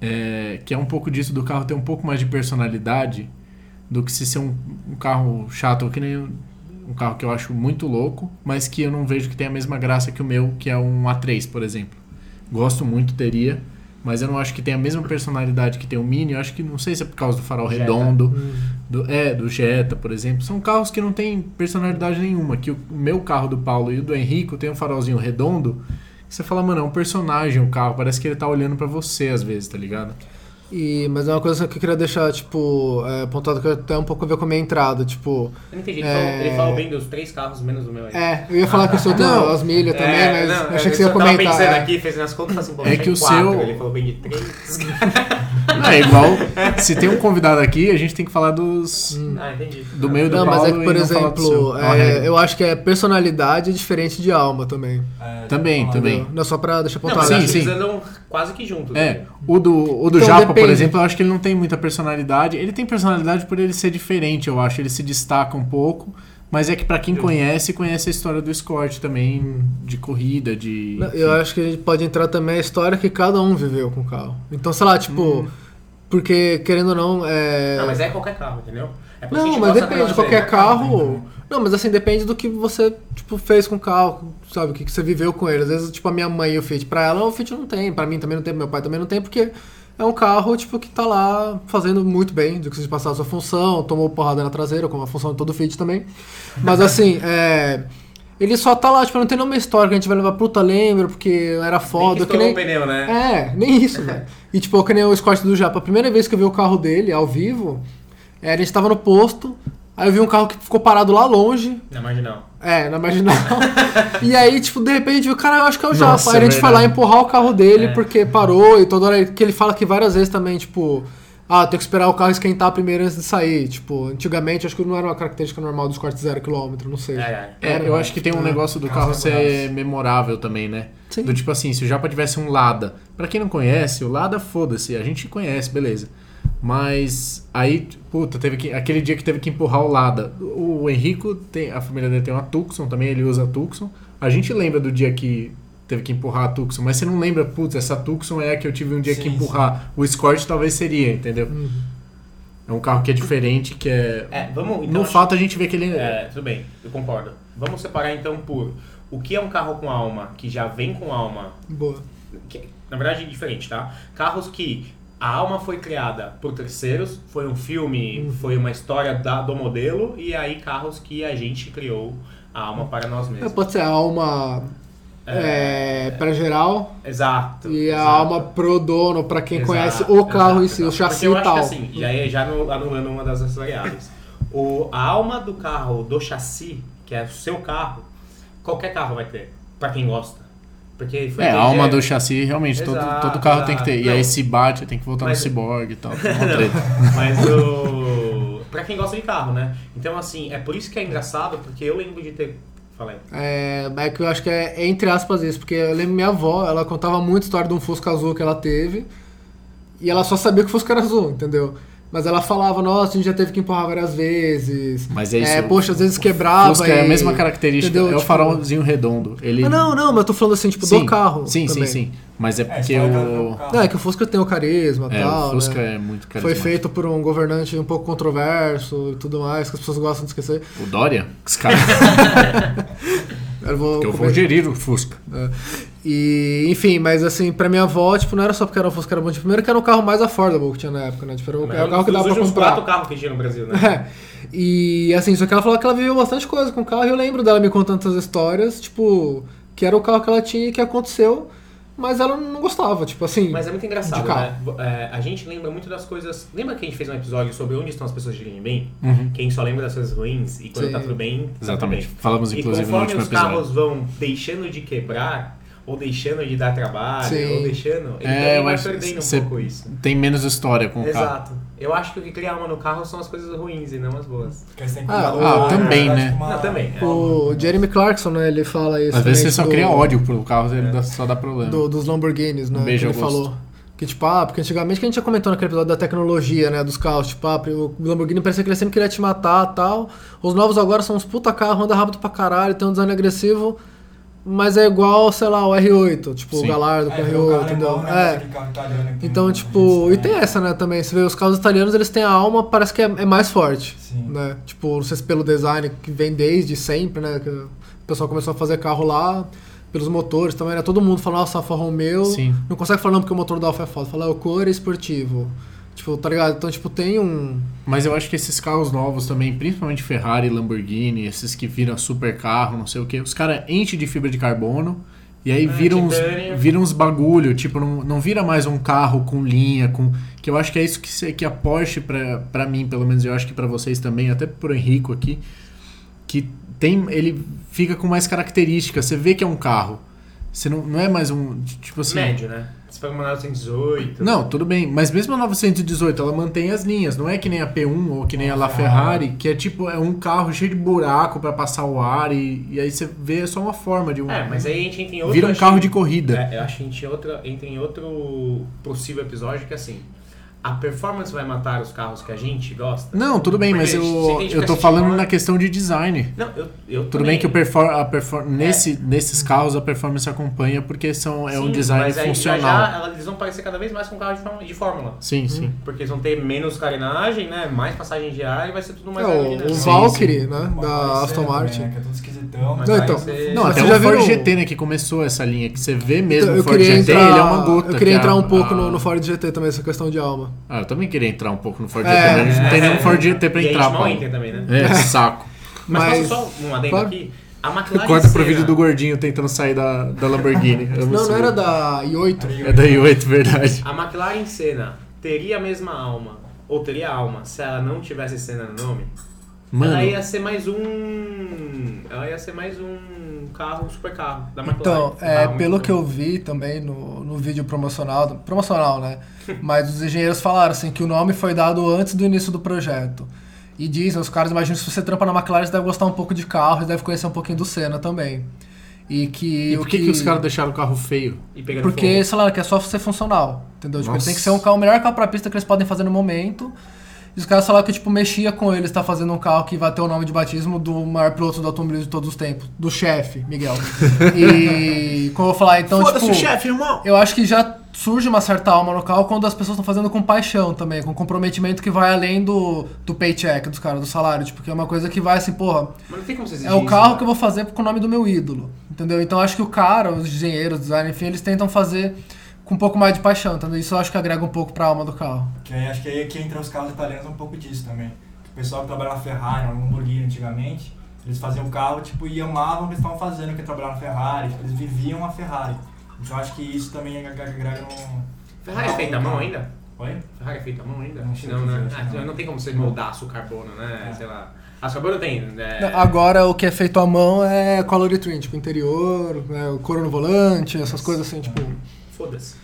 Speaker 4: é, que é um pouco disso do carro ter um pouco mais de personalidade do que se ser um, um carro chato que nem um um carro que eu acho muito louco, mas que eu não vejo que tem a mesma graça que o meu, que é um A3, por exemplo. Gosto muito, teria, mas eu não acho que tem a mesma personalidade que tem o Mini. Eu acho que não sei se é por causa do farol
Speaker 2: Jetta.
Speaker 4: redondo, do, é, do Jetta, por exemplo. São carros que não têm personalidade nenhuma. Que o, o meu carro do Paulo e o do Henrico tem um farolzinho redondo. que Você fala, mano, é um personagem o carro, parece que ele tá olhando pra você às vezes, tá ligado?
Speaker 3: E, mas é uma coisa que eu queria deixar, tipo, é, pontuado que até um pouco a ver com a minha entrada. Tipo,
Speaker 2: Eu não entendi. Ele,
Speaker 3: É.
Speaker 2: falou, ele falou bem dos três carros menos o meu aí.
Speaker 3: é, eu ia falar que o seu tem
Speaker 4: Ah, Não.
Speaker 3: as milhas também, mas
Speaker 2: É, não,
Speaker 3: eu achei que você
Speaker 2: eu
Speaker 3: ia
Speaker 2: Tava
Speaker 3: comentar.
Speaker 2: pensando
Speaker 3: é.
Speaker 2: aqui, fez nas contas, assim, pô,
Speaker 4: É
Speaker 2: achei
Speaker 4: que o
Speaker 2: quatro,
Speaker 4: seu-
Speaker 2: Ele falou bem de três.
Speaker 4: Não, é igual. se tem um convidado aqui, a gente tem que falar dos.
Speaker 2: ah, entendi.
Speaker 4: Do meio do
Speaker 3: Não,
Speaker 4: Paulo
Speaker 3: mas é que, por
Speaker 4: e não falar do seu.
Speaker 3: exemplo,
Speaker 4: É uma
Speaker 3: é,
Speaker 4: regra.
Speaker 3: eu acho que é personalidade diferente de alma também.
Speaker 5: É,
Speaker 4: Também,
Speaker 5: tá
Speaker 4: também.
Speaker 3: entendeu? Não, só pra deixar
Speaker 2: Não, mas
Speaker 3: pontuado.
Speaker 4: Sim,
Speaker 2: acho que
Speaker 4: sim.
Speaker 2: eles andam quase que juntos.
Speaker 4: É,
Speaker 2: né?
Speaker 4: o do, o do
Speaker 3: Então,
Speaker 4: Japa, por
Speaker 3: depende.
Speaker 4: exemplo, eu acho que ele não tem muita personalidade. Ele tem personalidade por ele ser diferente, eu acho. Ele se destaca um pouco. Mas é que pra quem conhece, conhece a história do Scott também, de corrida, de.
Speaker 3: Não, Eu acho que a gente pode entrar também a história que cada um viveu com o carro. Então, sei lá, tipo, porque querendo ou não, é.
Speaker 2: Não, Hum. mas é qualquer carro, entendeu? É por isso que a
Speaker 3: Não,
Speaker 2: gente
Speaker 3: mas
Speaker 2: gosta
Speaker 3: depende de
Speaker 2: tanto
Speaker 3: qualquer
Speaker 2: dele.
Speaker 3: carro. Não, mas assim, depende do que você, tipo, fez com o carro, sabe? O que, que você viveu com ele. Às vezes, tipo, a minha mãe e o Fiat, pra ela o Fiat não tem, pra mim também não tem, pro meu pai também não tem, porque é um carro, tipo, que tá lá fazendo muito bem, do que se passar a sua função, tomou porrada na traseira, como a função de todo Fiat também.
Speaker 2: *laughs*
Speaker 3: Mas assim, é. Ele só tá lá, tipo, não tem nenhuma história que a gente vai levar, puta, lembra, porque era
Speaker 2: Nem
Speaker 3: foda.
Speaker 2: que
Speaker 3: que
Speaker 2: estourou
Speaker 3: nem-
Speaker 2: o pneu, né?
Speaker 3: é, nem isso, velho. E é, tipo, que nem o Scott do Japa. A primeira vez que eu vi o carro dele ao vivo, é, a gente tava no posto, Aí eu vi um carro que ficou parado lá longe,
Speaker 2: Na marginal.
Speaker 3: é, na marginal. e aí, tipo, de repente, a gente viu, cara, eu acho que é o Japa.
Speaker 4: Nossa,
Speaker 3: aí a gente
Speaker 4: é
Speaker 3: foi lá
Speaker 4: verdade.
Speaker 3: empurrar o carro dele
Speaker 2: É.
Speaker 3: porque parou e toda hora. Que ele fala que várias vezes também, tipo, ah, tem que esperar o carro esquentar primeiro antes de sair. Tipo, antigamente, acho que não era uma característica normal dos cortes zero quilômetro, não sei.
Speaker 2: É, é.
Speaker 4: É, eu acho que tem um negócio do carro ser memorável também, né?
Speaker 3: Sim.
Speaker 4: Do tipo assim, se o Japa tivesse um Lada. Pra quem não conhece, o Lada, foda-se, a gente conhece, beleza. Mas aí, puta, teve que, aquele dia que teve que empurrar o Lada. O Henrico, tem, a família dele tem uma Tucson também, ele usa a Tucson. A gente lembra do dia que teve que empurrar a Tucson, mas você não lembra, putz, essa Tucson é a que eu tive um dia que
Speaker 5: Sim,
Speaker 4: empurrar. O Escort talvez seria, entendeu? É um carro que é diferente, que é...
Speaker 2: É, vamos então.
Speaker 4: no
Speaker 2: acho-
Speaker 4: fato a gente vê que ele...
Speaker 2: É, tudo bem, eu concordo. Vamos separar então por o que é um carro com alma, que já vem com alma,
Speaker 3: Boa.
Speaker 2: que, na verdade é diferente, tá? Carros que a alma foi criada por terceiros, foi um filme,
Speaker 3: Uhum.
Speaker 2: foi uma história da- do modelo, e aí carros que a gente criou a alma para nós
Speaker 3: É,
Speaker 2: mesmos.
Speaker 3: pode ser a alma é, pra geral
Speaker 2: Exato.
Speaker 3: e a
Speaker 2: exato.
Speaker 3: alma pro dono, pra quem
Speaker 2: Exato,
Speaker 3: conhece o carro em si,
Speaker 2: exato, exato.
Speaker 3: o
Speaker 2: Porque
Speaker 3: chassi
Speaker 2: eu
Speaker 3: e tal.
Speaker 2: Acho que assim, já, é- já no- anulando uma das variáveis. O, a alma do carro, do chassi, que é o seu carro, qualquer carro vai ter, pra quem gosta. Porque foi
Speaker 4: É, a
Speaker 2: TG,
Speaker 4: alma do chassi, realmente, todo,
Speaker 2: Exato,
Speaker 4: todo carro tem que
Speaker 2: exato.
Speaker 4: ter. E
Speaker 2: Não.
Speaker 4: aí se bate, tem que voltar
Speaker 2: Mas-
Speaker 4: no ciborgue
Speaker 2: *laughs*
Speaker 4: e tal. tem uma treta.
Speaker 2: Mas o. pra quem gosta de carro, né? Então, assim, é por isso que é engraçado, porque eu lembro de ter. Falei.
Speaker 3: É, é que eu acho que é entre aspas isso, porque eu lembro minha avó, ela contava muita história de um Fusca azul que ela teve, e ela só sabia que o Fusca era azul, entendeu? Mas ela falava, nossa, a gente já teve que empurrar várias vezes.
Speaker 4: Mas é isso, o-
Speaker 3: poxa, às vezes quebrava.
Speaker 4: Fusca é a
Speaker 3: e-
Speaker 4: mesma característica,
Speaker 3: Ah, entendeu?
Speaker 4: é o
Speaker 3: Tipo,
Speaker 4: farolzinho redondo. Ele...
Speaker 3: Ah, não, não, mas eu tô falando assim, tipo,
Speaker 4: sim,
Speaker 3: do carro.
Speaker 4: Sim,
Speaker 3: também.
Speaker 4: sim, sim. Mas é
Speaker 5: É,
Speaker 4: porque
Speaker 5: história
Speaker 4: o...
Speaker 2: um
Speaker 5: do carro.
Speaker 3: Não, é que o Fusca tem o carisma e
Speaker 4: É,
Speaker 3: tal.
Speaker 4: o Fusca
Speaker 3: né?
Speaker 4: é muito
Speaker 3: Foi
Speaker 4: carismático.
Speaker 3: feito por um governante um pouco controverso e tudo mais, que as pessoas gostam de esquecer.
Speaker 4: O Dória?
Speaker 3: *laughs*
Speaker 4: Os caras...
Speaker 3: Eu vou,
Speaker 4: Então eu vou
Speaker 3: comer-
Speaker 4: gerir o Fusca.
Speaker 3: É. E, enfim, mas assim, pra minha avó, tipo, não era só porque era um Fusca era bom. Tipo, primeiro que era o carro mais affordable que tinha na época, né? Tipo, era o, era o carro que dava
Speaker 2: Os
Speaker 3: pra
Speaker 2: últimos quatro
Speaker 3: comprar.
Speaker 2: carros que tinha no Brasil, né?
Speaker 3: *laughs* É. E assim, só que ela falou que ela viveu bastante coisa com o carro e eu lembro dela me contando essas histórias, tipo, que era o carro que ela tinha e que aconteceu, mas ela não gostava, tipo assim.
Speaker 2: Mas é muito engraçado,
Speaker 3: De carro.
Speaker 2: né? É, a gente lembra muito das coisas. Lembra que a gente fez um episódio sobre onde estão as pessoas dirigem bem? Quem só lembra das coisas ruins e quando
Speaker 3: Uhum. Sim.
Speaker 2: tá tudo bem. tá
Speaker 4: Exatamente.
Speaker 2: tudo bem.
Speaker 4: Falamos,
Speaker 2: E
Speaker 4: inclusive, no
Speaker 2: conforme
Speaker 4: último
Speaker 2: os
Speaker 4: episódio.
Speaker 2: carros vão deixando de quebrar, ou deixando de dar trabalho,
Speaker 3: Sim.
Speaker 2: ou deixando. Ele
Speaker 4: É,
Speaker 2: também
Speaker 4: eu
Speaker 2: vai
Speaker 4: acho que
Speaker 2: perdendo um
Speaker 4: cê-
Speaker 2: pouco isso.
Speaker 4: Tem menos história com o carro.
Speaker 2: Exato. Eu acho que o que cria alma no carro são as coisas ruins e não as boas.
Speaker 5: Porque eles têm que é
Speaker 3: Ah,
Speaker 5: cuidar do
Speaker 3: ah,
Speaker 5: carro,
Speaker 4: também,
Speaker 5: na
Speaker 4: né?
Speaker 5: verdade, uma-
Speaker 2: Não, também, é.
Speaker 3: O Jeremy Clarkson, né? Ele fala isso.
Speaker 4: Às vezes
Speaker 3: também, tipo,
Speaker 4: você só
Speaker 3: do-
Speaker 4: cria ódio pro carro, ele dá- só dá problema.
Speaker 3: do- dos Lamborghinis, né?
Speaker 4: Um beijo,
Speaker 3: que ele
Speaker 4: Augusto.
Speaker 3: falou. Que tipo, ah, porque antigamente que a gente já comentou naquele episódio da tecnologia, né? Dos carros, tipo, ah, o Lamborghini parecia que ele sempre queria te matar tal. Os novos agora são uns puta carro, anda rápido pra caralho, tem um design agressivo, mas é igual, sei lá, o R8, tipo, o
Speaker 4: Sim.
Speaker 3: Galardo com
Speaker 5: É,
Speaker 3: o
Speaker 5: virou
Speaker 3: R8,
Speaker 5: carro
Speaker 3: entendeu?
Speaker 5: alemão, né?
Speaker 3: É.
Speaker 5: Aquele carro italiano que
Speaker 3: Então,
Speaker 5: não-
Speaker 3: tipo, e
Speaker 5: né?
Speaker 3: tem essa, né, também. Você vê, os carros italianos, eles têm a alma, parece que é, é mais forte,
Speaker 5: Sim.
Speaker 3: né? Tipo, não sei se pelo design que vem desde sempre, né? Que o pessoal começou a fazer carro lá, pelos motores também, né? Todo mundo fala, nossa, Alfa Romeo...
Speaker 4: Sim.
Speaker 3: Não consegue falar não porque o motor da Alfa é foda. Fala, é o cor é esportivo. Tipo, tá ligado? Então, tipo, tem um...
Speaker 4: Mas eu acho que esses carros novos também, principalmente Ferrari, Lamborghini, esses que viram super carro, não sei o que, os caras enchem de fibra de carbono e aí viram, uns,
Speaker 2: Ah, titânio.
Speaker 4: viram uns bagulho, tipo, não, não vira mais um carro com linha, com que eu acho que é isso que, se- que a Porsche, pra, pra mim, pelo menos, eu acho que pra vocês também, até pro Henrico aqui, que tem ele fica com mais características, você vê que é um carro. Você não, não é mais um, tipo assim...
Speaker 2: Médio, né? Você pega uma 918.
Speaker 4: Não, tudo bem, mas mesmo a 918 ela mantém as linhas, não é que nem a P1 ou que nem
Speaker 3: Ah.
Speaker 4: a La Ferrari, que é tipo é um carro cheio de buraco pra passar o ar e, e aí você vê é só uma forma de um
Speaker 2: É, mas aí a gente entra em outro.
Speaker 4: vira um
Speaker 2: acho
Speaker 4: carro
Speaker 2: que-
Speaker 4: de corrida.
Speaker 2: É, eu acho que a gente outra, entra em outro possível episódio que é assim. A performance vai matar os carros que a gente gosta?
Speaker 4: Não, tudo bem, mas
Speaker 2: Porque se
Speaker 4: eu
Speaker 2: tem gente
Speaker 4: eu
Speaker 2: que
Speaker 4: tô
Speaker 2: assiste
Speaker 4: falando
Speaker 2: Fórmula-
Speaker 4: na questão de design.
Speaker 2: Não, eu, eu
Speaker 4: Tudo bem que o
Speaker 2: performance
Speaker 4: perfor, a
Speaker 3: É.
Speaker 4: perfor, nesse, nesses carros a performance acompanha porque são é um design
Speaker 2: mas aí já
Speaker 4: funcional.
Speaker 2: já ela- eles vão parecer cada vez mais com carro de fórmula, de fórmula.
Speaker 3: Hum.
Speaker 4: Sim, sim.
Speaker 2: Porque eles vão ter menos carenagem, né? Mais passagem de ar e vai ser tudo mais
Speaker 3: É, o-
Speaker 2: aerodinâmico.
Speaker 3: o
Speaker 2: Sim,
Speaker 3: Valkyrie,
Speaker 2: sim.
Speaker 3: né?
Speaker 5: Uma
Speaker 3: Da
Speaker 5: Mercedes
Speaker 3: Aston
Speaker 5: também,
Speaker 3: Martin.
Speaker 5: né, Que é todo esquisitão. mas
Speaker 3: Não,
Speaker 5: aí
Speaker 3: então,
Speaker 5: você-
Speaker 4: Não,
Speaker 3: Mas
Speaker 4: até
Speaker 3: você
Speaker 4: o
Speaker 3: já
Speaker 4: Ford
Speaker 3: viu-
Speaker 4: GT, né, que começou essa linha, que você vê mesmo
Speaker 3: Então,
Speaker 4: o Ford GT, ele é uma gota. Ah.
Speaker 3: eu queria
Speaker 4: que
Speaker 3: entrar
Speaker 4: a-
Speaker 3: um pouco
Speaker 4: a-
Speaker 3: no, no Ford GT também, essa questão de alma.
Speaker 4: Ah, eu também queria entrar um pouco no Ford
Speaker 3: É.
Speaker 4: GT, mas a gente não tem nenhum Ford GT pra
Speaker 2: E aí,
Speaker 4: entrar,
Speaker 2: Timão
Speaker 4: Paulo.
Speaker 2: Inter também, né?
Speaker 4: É, saco.
Speaker 2: Mas, posso
Speaker 3: Mas-
Speaker 2: só um adendo
Speaker 3: claro.
Speaker 2: aqui? A McLaren
Speaker 4: Corta pro
Speaker 2: Senna-
Speaker 4: vídeo do gordinho tentando sair da, da Lamborghini. Eu
Speaker 3: Não, não
Speaker 4: sei.
Speaker 3: era da i8?
Speaker 4: É da i8, verdade.
Speaker 2: A McLaren Senna teria a mesma alma, ou teria alma, se ela não tivesse Senna no nome?
Speaker 4: Mano.
Speaker 2: Ela ia ser mais um. Ela ia ser mais um carro, um super carro da McLaren.
Speaker 3: Então,
Speaker 2: Um
Speaker 3: é,
Speaker 4: Ah,
Speaker 2: carro
Speaker 3: pelo
Speaker 2: muito
Speaker 3: que eu vi também no, no vídeo promocional, promocional, né? Mas os engenheiros falaram assim que o nome foi dado antes do início do projeto. E dizem, os caras, imagina se você trampa na McLaren, você deve gostar um pouco de carro, você deve conhecer um pouquinho do Senna também. E que
Speaker 4: E
Speaker 3: o
Speaker 4: por que, que os caras deixaram o carro feio?
Speaker 2: E pegando
Speaker 3: Porque, sei lá, que é só ser funcional, entendeu? Tipo,
Speaker 4: Nossa.
Speaker 3: tem que ser um carro, o melhor carro pra pista que eles podem fazer no momento. E os caras falaram que, tipo, mexia com eles, tá fazendo um carro que vai ter o nome de batismo do maior piloto do automobilismo de todos os tempos, do chefe,
Speaker 4: *laughs*
Speaker 3: Miguel. E, como eu vou falar, então,
Speaker 4: Foda-se
Speaker 3: tipo...
Speaker 4: o chefe, irmão!
Speaker 3: Eu acho que já surge uma certa alma no carro quando as pessoas estão fazendo com paixão também, com comprometimento que vai além do, do paycheck dos caras, do salário, tipo, que é uma coisa que vai assim, porra,
Speaker 2: fogo. Mas não tem como você né?
Speaker 3: é o carro que eu vou fazer com o nome do meu ídolo, entendeu? Então acho que o cara, os engenheiros, design, enfim, eles tentam fazer com um pouco mais de paixão, entendeu? Isso eu acho que agrega um pouco pra alma do carro.
Speaker 5: Que aí, acho que aí que entra os carros italianos um pouco disso também. O pessoal que trabalhava na Ferrari, na Lamborghini antigamente, eles faziam carro tipo, e amavam o que eles estavam fazendo, que trabalhavam na Ferrari, tipo, eles viviam a Ferrari. Então acho que isso também é agrega no.
Speaker 2: Ferrari é feita à mão ainda?
Speaker 5: Oi?
Speaker 2: Ferrari é feita à mão ainda?
Speaker 5: Não sei
Speaker 2: não,
Speaker 5: dizer,
Speaker 2: né?
Speaker 5: acho
Speaker 2: Ah,
Speaker 5: que
Speaker 2: não.
Speaker 5: não.
Speaker 2: tem como você moldar aço carbono, né?
Speaker 5: É.
Speaker 2: Sei lá. Aço carbono tem. né?
Speaker 3: Agora o que é feito à mão é color trim, tipo interior, é, o couro no volante, essas coisas assim, tipo.
Speaker 2: Foda-se.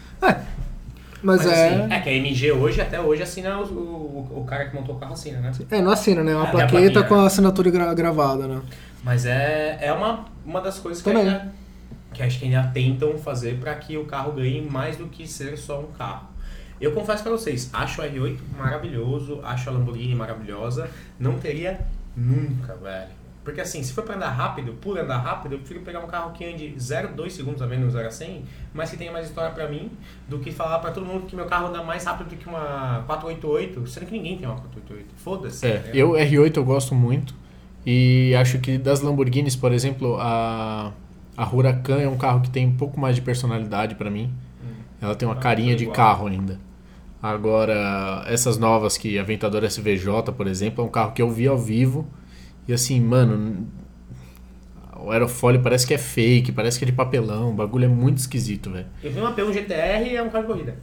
Speaker 3: Mas, é.
Speaker 2: assim, é que a MG hoje, até hoje, assina os- o, o, o cara que montou o carro assina, né?
Speaker 3: É, não assina, né? É Uma
Speaker 2: É,
Speaker 3: plaqueta
Speaker 2: é a
Speaker 3: com a assinatura gra- gravada, né?
Speaker 2: Mas é, é uma, uma das coisas que,
Speaker 3: Também.
Speaker 2: ainda, que acho que ainda tentam fazer para que o carro ganhe mais do que ser só um carro. Eu confesso para vocês, acho o R8 maravilhoso, acho a Lamborghini maravilhosa, não teria nunca, velho. Porque assim, se for pra andar rápido, por andar rápido, eu prefiro pegar um carro que ande 0,2 segundos a menos 0 a 100, mas que tenha mais história pra mim, do que falar pra todo mundo que meu carro anda mais rápido do que uma 488, sendo que ninguém tem uma 488. Foda-se. tá
Speaker 4: É,
Speaker 2: ligado?
Speaker 4: eu R8 eu gosto muito. E acho que das Lamborghinis, por exemplo, a, a Huracan é um carro que tem um pouco mais de personalidade pra mim. Ela tem uma
Speaker 2: Ah,
Speaker 4: carinha
Speaker 2: tá
Speaker 4: de
Speaker 2: igual.
Speaker 4: carro ainda. Agora, essas novas que Aventador SVJ, por exemplo, é um carro que eu vi ao vivo. E assim, mano, n- o aerofólio parece que é fake, parece que é de papelão. O bagulho é muito esquisito, velho.
Speaker 2: Eu vi uma P1 GTR e é um carro de corrida.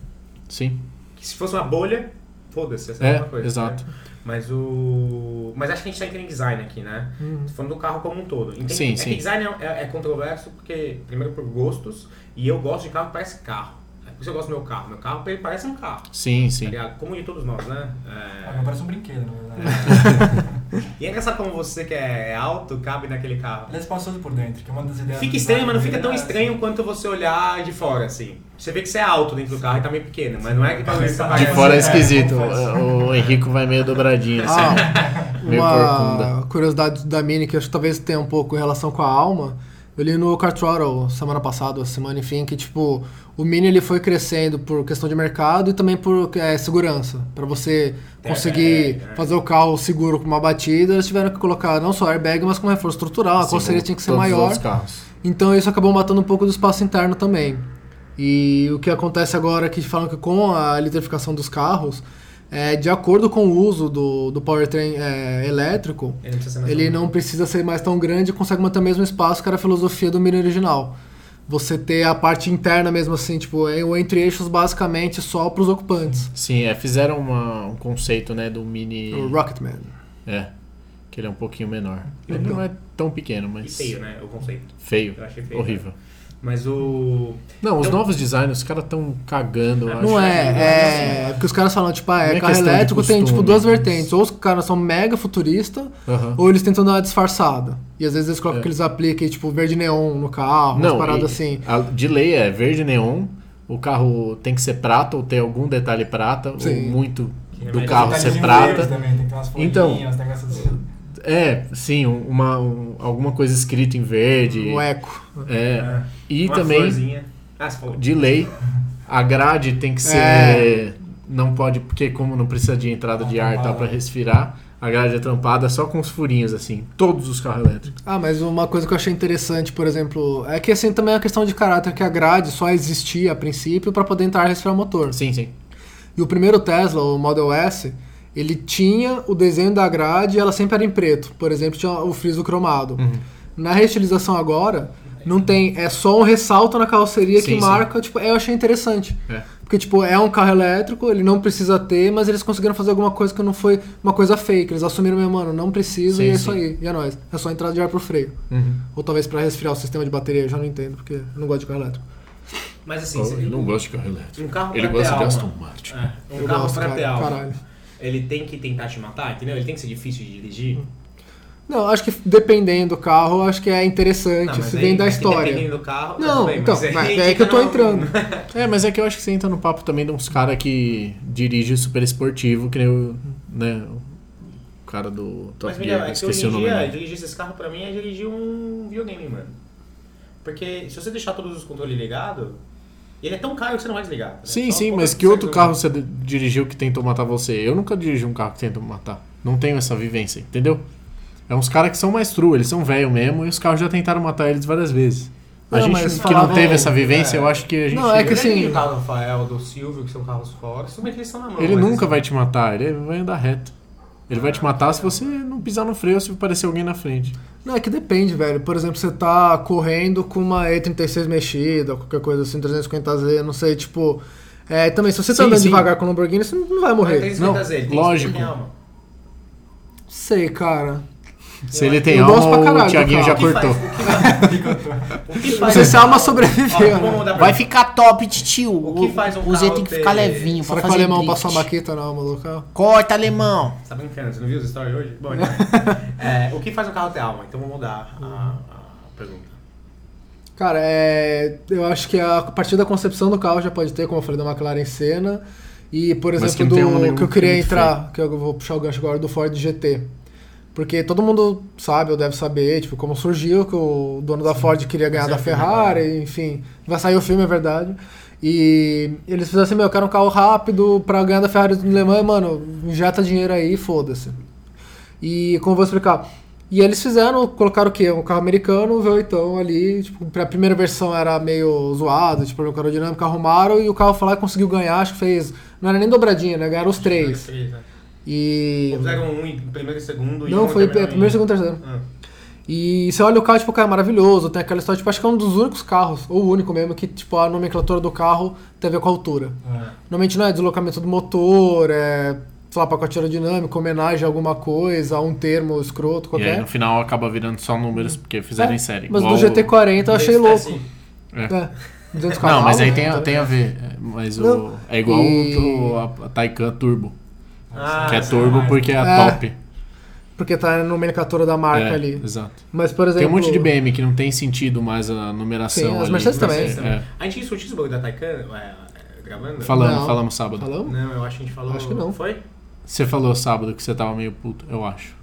Speaker 4: Sim.
Speaker 2: Que se fosse uma bolha, foda-se, essa é,
Speaker 4: É,
Speaker 2: a mesma coisa.
Speaker 4: exato.
Speaker 2: né? Mas o. Mas acho que a gente tá entrando em design aqui, né? Tô falando do carro como um todo. Entende?
Speaker 4: Sim,
Speaker 2: é
Speaker 4: sim.
Speaker 2: que design é, é- é controverso porque, primeiro, por gostos, e eu gosto de carro que parece carro. É por isso que eu gosto do meu carro. Meu carro ele parece um carro.
Speaker 4: Sim,
Speaker 2: Tá
Speaker 4: sim.
Speaker 2: ligado? Como de todos nós, né?
Speaker 5: Ah,
Speaker 2: É...
Speaker 5: não parece um brinquedo, na verdade.
Speaker 3: *laughs*
Speaker 2: E é engraçado como você que é alto cabe naquele carro.
Speaker 5: Ele é espaçoso por dentro, que é uma das ideias.
Speaker 2: Fica
Speaker 5: do
Speaker 2: estranho, mas não
Speaker 5: design
Speaker 2: fica tão
Speaker 5: dele, né?
Speaker 2: estranho quanto você olhar de fora, assim. Você vê que você é alto dentro do carro e tá meio pequeno, mas não é que tá
Speaker 4: De fora é
Speaker 5: É,
Speaker 4: esquisito.
Speaker 5: confesso.
Speaker 4: O o Henrico vai meio dobradinho, assim.
Speaker 3: Ah,
Speaker 4: *laughs* Meio
Speaker 3: uma
Speaker 4: corcunda.
Speaker 3: curiosidade da Mini que acho que talvez tenha um pouco em relação com a alma. Eu li no Car Throttle semana passada, ou semana, enfim, que tipo, o Mini ele foi crescendo por questão de mercado e também por eh, segurança. Pra você conseguir
Speaker 2: airbag, né?
Speaker 3: fazer o carro seguro com uma batida, eles tiveram que colocar não só airbag, mas com reforço estrutural, a
Speaker 4: Assim,
Speaker 3: coceira
Speaker 4: como
Speaker 3: tinha que ser
Speaker 4: todos os
Speaker 3: maior.
Speaker 4: outros carros.
Speaker 3: Então isso acabou matando um pouco do espaço interno também. E o que acontece agora é que falam que com a eletrificação dos carros, é, de acordo com o uso do, do powertrain é, elétrico,
Speaker 2: Ele não precisa ser mais
Speaker 3: ele
Speaker 2: alto.
Speaker 3: não precisa ser mais tão grande e consegue manter o mesmo espaço que era a filosofia do Mini original. Você ter a parte interna mesmo assim, tipo, é o entre-eixos basicamente só para os ocupantes.
Speaker 4: Sim, é, fizeram uma- um conceito, né, do mini...
Speaker 3: O Rocketman.
Speaker 4: É, que ele é um pouquinho menor. Ele não é tão pequeno,
Speaker 2: E
Speaker 4: mas...
Speaker 2: feio, né? O conceito.
Speaker 4: Feio,
Speaker 2: Eu achei feio, né?
Speaker 4: horrível.
Speaker 2: Mas o.
Speaker 4: Não, os
Speaker 2: Então-
Speaker 4: novos designs, os caras estão cagando, eu
Speaker 3: Ah, Não
Speaker 4: acho.
Speaker 3: é, é. Porque os caras falam, tipo, ah,
Speaker 4: Não
Speaker 3: é
Speaker 4: é
Speaker 3: carro
Speaker 4: questão de
Speaker 3: elétrico, tem tipo
Speaker 4: costume,
Speaker 3: duas
Speaker 4: mas-
Speaker 3: vertentes. Ou os caras são mega futurista,
Speaker 4: Aham.
Speaker 3: ou eles tentam dar uma disfarçada. E às vezes eles colocam
Speaker 4: É.
Speaker 3: aqueles apliques, tipo, verde neon no carro, umas
Speaker 4: Não,
Speaker 3: paradas
Speaker 4: e-
Speaker 3: assim.
Speaker 4: a- de lei é verde neon, o carro tem que ser prata ou ter algum detalhe prata, ou
Speaker 3: Sim.
Speaker 4: muito
Speaker 2: Que
Speaker 4: do
Speaker 2: é
Speaker 4: carro
Speaker 5: Tem
Speaker 4: ser
Speaker 5: detalhezinho verde
Speaker 2: né?
Speaker 4: prata.
Speaker 5: Também, tem que ter umas
Speaker 4: Então.
Speaker 5: folhinhas, um assim. tem essas-
Speaker 4: É, sim, um- uma, um- alguma coisa escrita em verde.
Speaker 3: Um eco.
Speaker 4: É. E
Speaker 2: uma
Speaker 4: também,
Speaker 2: florzinha. Ah, você falou.
Speaker 4: de lei, a grade tem que ser.
Speaker 3: É.
Speaker 4: Não pode, porque como não precisa de entrada de ar e tal
Speaker 5: Tampada.
Speaker 4: pra respirar, a grade é trampada só com os furinhos, assim. Todos os carros elétricos.
Speaker 3: Ah, mas uma coisa que eu achei interessante, por exemplo, é que assim também é uma questão de caráter que a grade só existia a princípio para poder entrar e respirar o motor.
Speaker 4: Sim, sim.
Speaker 3: E o primeiro Tesla, o Model S, ele tinha o desenho da
Speaker 4: Uhum.
Speaker 3: grade e ela sempre era em preto. Por exemplo, tinha o friso cromado. Na reestilização agora, Não tem, é só um ressalto na carroceria
Speaker 4: Sim,
Speaker 3: que
Speaker 4: sim.
Speaker 3: marca, tipo, é, eu achei interessante.
Speaker 4: É.
Speaker 3: Porque, tipo, é um carro elétrico, ele não precisa ter, mas eles conseguiram fazer alguma coisa que não foi uma coisa fake. Eles assumiram mesmo, mano, não precisa
Speaker 4: Sim, Uhum.
Speaker 3: e é
Speaker 4: sim.
Speaker 3: isso aí. E é nóis. É só entrada de ar pro freio. Ou talvez pra resfriar o sistema de bateria, eu já não entendo, porque eu não gosto de carro elétrico.
Speaker 2: Mas assim,
Speaker 4: Eu
Speaker 2: se-
Speaker 4: não gosto de carro elétrico.
Speaker 2: um carro
Speaker 4: Ele
Speaker 2: pra ter
Speaker 4: gosta de
Speaker 2: alma.
Speaker 4: Aston Martin.
Speaker 2: É, um
Speaker 3: Eu
Speaker 2: carro
Speaker 3: gosto,
Speaker 2: pra
Speaker 3: cara,
Speaker 2: ter alma.
Speaker 3: caralho.
Speaker 2: Ele tem que tentar te matar, entendeu? Ele tem que ser difícil de dirigir.
Speaker 3: Não, acho que dependendo do carro, acho que é interessante,
Speaker 2: mas
Speaker 3: se
Speaker 2: aí,
Speaker 3: vem da
Speaker 2: mas que
Speaker 3: história.
Speaker 2: Dependendo do carro,
Speaker 3: Não,
Speaker 2: tudo bem,
Speaker 3: então,
Speaker 2: mas
Speaker 3: mas
Speaker 2: *laughs* aí
Speaker 3: é que eu tô
Speaker 2: fica na-
Speaker 3: entrando.
Speaker 4: É, mas é que eu acho que você entra no papo também de uns caras que dirige super esportivo, que nem o, né, o cara do Top
Speaker 2: Mas, Miguel,
Speaker 4: Gear,
Speaker 2: é que hoje
Speaker 4: esqueci o
Speaker 2: em
Speaker 4: nome
Speaker 2: dia,
Speaker 4: dele.
Speaker 2: dirigir esses carros pra mim é dirigir um videogame, mano. Porque se você deixar todos os controles ligados, ele é tão caro que você não vai desligar. né?
Speaker 4: Sim,
Speaker 2: Só
Speaker 4: sim,
Speaker 3: um
Speaker 2: poucas
Speaker 4: mas que outro
Speaker 2: pessoas-
Speaker 4: carro você de- dirigiu que tentou matar você? Eu nunca dirigi um carro que tentou matar. Não tenho essa vivência, entendeu? É uns caras que são mais true, eles são velho mesmo e os carros já tentaram matar eles várias vezes. A
Speaker 3: Não, mas
Speaker 4: gente que não
Speaker 3: falavam-
Speaker 4: teve essa vivência,
Speaker 2: é.
Speaker 4: eu acho que a gente.
Speaker 3: Não, é que
Speaker 2: Eu já
Speaker 3: assim-
Speaker 2: dirigi o carro do Rafael, do Silvio, que são carros fortes, como é que eles estão na mão?
Speaker 4: Ele
Speaker 2: mas
Speaker 4: nunca
Speaker 2: assim,
Speaker 4: vai te matar, ele vai andar reto. Ele vai te matar se você não pisar no freio ou se aparecer alguém na frente.
Speaker 3: Não, é que depende, velho. Por exemplo, você tá correndo com uma E36 mexida, qualquer coisa assim, 350Z, não sei, tipo. É, também, se você tá
Speaker 4: Sim,
Speaker 3: andando
Speaker 4: sim.
Speaker 3: devagar com o Lamborghini, você não vai
Speaker 2: mas
Speaker 3: morrer.
Speaker 2: tem
Speaker 4: Não,
Speaker 2: 50Z, ele tem
Speaker 4: lógico.
Speaker 2: 50 alma.
Speaker 3: Sei, cara.
Speaker 4: Se ele tem
Speaker 3: Eu gosto pra
Speaker 4: alma,
Speaker 3: caralho
Speaker 4: o
Speaker 3: do
Speaker 4: Thiaguinho já
Speaker 3: carro.
Speaker 2: O que
Speaker 4: cortou.
Speaker 2: faz? O
Speaker 4: *laughs*
Speaker 2: que faz- O que faz?
Speaker 3: Você se a alma
Speaker 2: Ó,
Speaker 3: sobreviveu.
Speaker 2: vamos
Speaker 3: Né?
Speaker 2: mudar pra-
Speaker 6: ficar top, titio.
Speaker 2: O que faz um
Speaker 6: Z
Speaker 2: carro
Speaker 6: tem que ficar
Speaker 2: ter-
Speaker 6: levinho pra
Speaker 3: Será que o
Speaker 6: fazer
Speaker 3: alemão
Speaker 6: drift.
Speaker 3: passou a maqueta não, maluco?
Speaker 6: Corta, alemão.
Speaker 2: Você tá brincando, você não viu os stories hoje? Bom,
Speaker 3: *laughs*
Speaker 2: então, é, o que faz um carro ter alma? Então vamos mudar a, a pergunta.
Speaker 3: Cara, é, eu acho que a partir da concepção do carro já pode ter, como eu falei, da McLaren Senna. E, por
Speaker 4: Mas
Speaker 3: exemplo,
Speaker 4: que não
Speaker 3: do,
Speaker 4: tem um nenhum
Speaker 3: que eu queria
Speaker 4: muito
Speaker 3: entrar, que eu vou puxar o gancho agora, do Ford GT. Porque todo mundo sabe, ou deve saber, tipo, como surgiu, que o dono da Ford queria ganhar
Speaker 2: Mas é
Speaker 3: da
Speaker 2: o filme
Speaker 3: Ferrari, enfim. Vai sair o filme, é verdade. E eles fizeram assim, meu, eu quero um carro rápido pra ganhar da Ferrari do Le Mans, e, mano, injeta dinheiro aí, foda-se. E como eu vou explicar? E eles fizeram, colocaram o quê? Um carro americano, um V8 ali, tipo, a primeira versão era meio zoado, tipo, problema com aerodinâmica, arrumaram e o carro foi lá e conseguiu ganhar, acho que fez, não era nem dobradinha, né? Ganharam os três.
Speaker 2: Né?
Speaker 3: E...
Speaker 2: Fizeram um em primeiro e segundo. e
Speaker 3: Não,
Speaker 2: um
Speaker 3: foi é,
Speaker 2: terminou em-
Speaker 3: primeiro, segundo, terceiro.
Speaker 2: Ah.
Speaker 3: E você olha o carro, tipo, cara, é maravilhoso, tem aquela história, tipo, acho que é um dos únicos carros, ou o único mesmo, que, tipo, a nomenclatura do carro tem a ver com a altura. Normalmente não é deslocamento do motor, é, sei lá, pacote aerodinâmico, homenagem a alguma coisa, a um termo escroto,
Speaker 4: E
Speaker 3: qualquer.
Speaker 4: aí no final acaba virando só números porque fizeram
Speaker 3: É,
Speaker 4: em série.
Speaker 3: Mas
Speaker 4: Igual
Speaker 3: do GT40 eu achei
Speaker 2: Esse tá
Speaker 3: louco.
Speaker 2: assim.
Speaker 3: É. 200
Speaker 4: Não,
Speaker 3: cavalos,
Speaker 4: mas aí tem,
Speaker 3: né?
Speaker 4: a- tem a ver. é, Mas o,
Speaker 3: Não.
Speaker 4: é igual
Speaker 3: E-
Speaker 4: o, a, a Taycan Turbo.
Speaker 2: Ah,
Speaker 4: que é
Speaker 2: sei
Speaker 4: turbo
Speaker 2: mais.
Speaker 4: porque é a
Speaker 3: É,
Speaker 4: top.
Speaker 3: Porque tá na nomenclatura da marca
Speaker 4: É,
Speaker 3: ali.
Speaker 4: Exato.
Speaker 3: Mas, por exemplo.
Speaker 4: Tem um monte de BM que não tem sentido mais a numeração.
Speaker 3: Sim, as
Speaker 4: ali.
Speaker 3: Mercedes também.
Speaker 4: É.
Speaker 2: A gente discutiu esse bagulho da Taycan é, é, gravando?
Speaker 4: Falamos,
Speaker 3: Não.
Speaker 4: falamos sábado.
Speaker 3: Falamos?
Speaker 2: Não, eu acho que a gente falou.
Speaker 3: Acho que não.
Speaker 2: Foi?
Speaker 4: Você falou sábado que você tava meio puto, eu acho.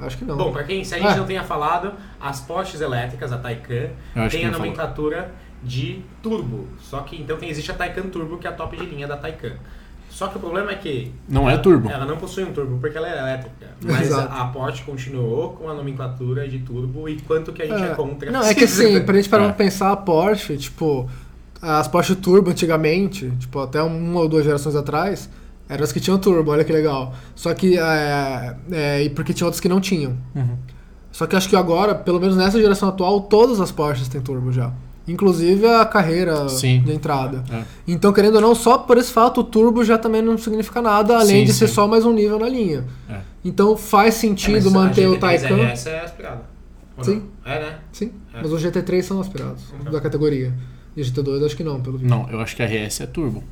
Speaker 3: Acho que não.
Speaker 2: Bom, pra quem, se a gente
Speaker 3: É.
Speaker 2: não tenha falado, as postes elétricas, a Taycan,
Speaker 4: Eu acho que
Speaker 2: tem a
Speaker 4: não falou.
Speaker 2: nomenclatura de turbo. Só que então tem, existe a Taycan Turbo, que é a top de linha da Taycan. Só que o problema é que
Speaker 4: Não é turbo.
Speaker 2: ela não possui um turbo porque ela é elétrica. Mas
Speaker 3: Exato.
Speaker 2: a Porsche continuou com a nomenclatura de turbo e quanto que a gente é,
Speaker 3: É.
Speaker 2: contra.
Speaker 3: Não,
Speaker 2: *laughs*
Speaker 3: é que assim, pra gente parar
Speaker 4: É.
Speaker 3: pra pensar, a Porsche, tipo, as Porsche Turbo antigamente, tipo, até uma ou duas gerações atrás, eram as que tinham turbo, olha que legal. Só que, é, é, e porque tinha outras que não tinham.
Speaker 4: Uhum.
Speaker 3: Só que acho que agora, pelo menos nessa geração atual, todas as Porsches têm turbo já. Inclusive a carreira
Speaker 4: Sim.
Speaker 3: de entrada.
Speaker 4: É.
Speaker 3: Então, querendo ou não, só por esse fato, o turbo já também não significa nada, além
Speaker 4: Sim,
Speaker 3: de ser
Speaker 4: sim.
Speaker 3: só mais um nível na linha.
Speaker 4: É.
Speaker 3: Então faz
Speaker 2: É,
Speaker 3: sentido manter o Taycan.
Speaker 2: Essa é aspirada. Ou não?
Speaker 3: Sim.
Speaker 2: É, né?
Speaker 3: Sim,
Speaker 2: É.
Speaker 3: mas os GT3 são aspirados, da categoria. E GT2 acho que não, pelo visto.
Speaker 4: Não, eu acho que a RS é turbo.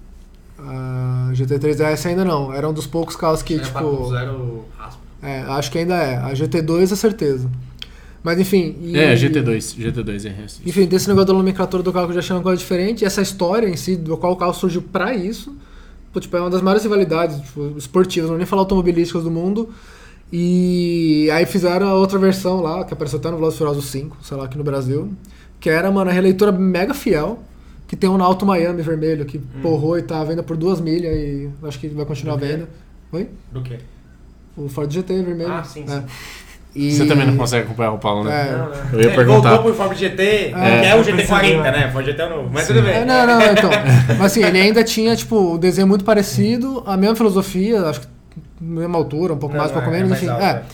Speaker 3: A GT3S ainda não, era um dos poucos carros que,
Speaker 2: Era
Speaker 3: tipo...
Speaker 2: 4.0 raspa.
Speaker 3: É, acho que ainda é. A GT2 é certeza. Mas enfim... e-
Speaker 4: É, GT2, GT2 RS.
Speaker 3: Enfim, desse negócio da nomenclatura do carro que eu já achei uma coisa diferente, e essa história em si, do qual o carro surgiu pra isso, pô, tipo, é uma das maiores rivalidades tipo, esportivas, não vou nem falar automobilísticas do mundo. E aí fizeram a outra versão lá, que apareceu até no Velozes e Furiosos 5, sei lá, aqui no Brasil, que era, mano, a releitura mega fiel, que tem um na Alto Miami vermelho, que
Speaker 2: Hum.
Speaker 3: porrou e tá à venda por duas milhas e acho que vai continuar à
Speaker 2: Do quê?
Speaker 3: venda. Oi?
Speaker 2: Do quê?
Speaker 3: O Ford GT vermelho.
Speaker 2: Ah, sim,
Speaker 3: é.
Speaker 2: sim.
Speaker 3: E-
Speaker 4: Você também não consegue acompanhar o Paulo, né?
Speaker 3: É.
Speaker 4: Eu ia perguntar.
Speaker 2: Voltou pro Ford GT,
Speaker 4: É.
Speaker 2: que é o GT40, né? Ford GT é o novo, mas tudo bem.
Speaker 3: É, não, não, então. Mas assim, ele ainda tinha, tipo, o desenho muito parecido, a mesma filosofia, acho que na mesma altura, um pouco
Speaker 2: Não,
Speaker 3: mais, um
Speaker 2: não,
Speaker 3: pouco
Speaker 2: é
Speaker 3: menos,
Speaker 2: mais
Speaker 3: enfim.
Speaker 2: alto,
Speaker 3: é.
Speaker 2: é.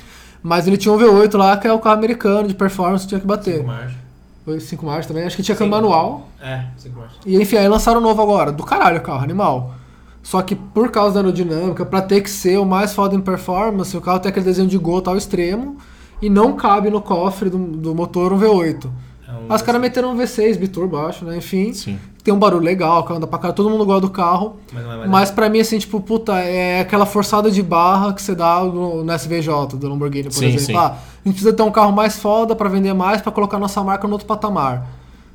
Speaker 3: Mas ele tinha um V8 lá, que é o carro americano de performance, tinha que bater.
Speaker 2: Marcha.
Speaker 3: Foi 5 marchas também. Acho que tinha câmbio manual.
Speaker 2: É, 5 marchas.
Speaker 3: E enfim, aí lançaram um novo agora. Do caralho, carro, animal. Só que por causa da aerodinâmica, pra ter que ser o mais foda em performance, o carro tem aquele desenho de gota ao extremo e não cabe no cofre do, do motor um V8.
Speaker 2: É
Speaker 3: Aí os caras meteram um V6, biturbo, acho, né? Enfim,
Speaker 4: Sim.
Speaker 3: tem um barulho legal, o carro anda pra caralho, todo mundo gosta do carro.
Speaker 2: Mas não é mais.
Speaker 3: Mas pra mim, assim, tipo, puta, é aquela forçada de barra que você dá no, no SVJ do Lamborghini, por
Speaker 4: Sim,
Speaker 3: exemplo.
Speaker 4: sim.
Speaker 3: Ah, a gente precisa ter um carro mais foda pra vender mais, pra colocar nossa marca no outro patamar.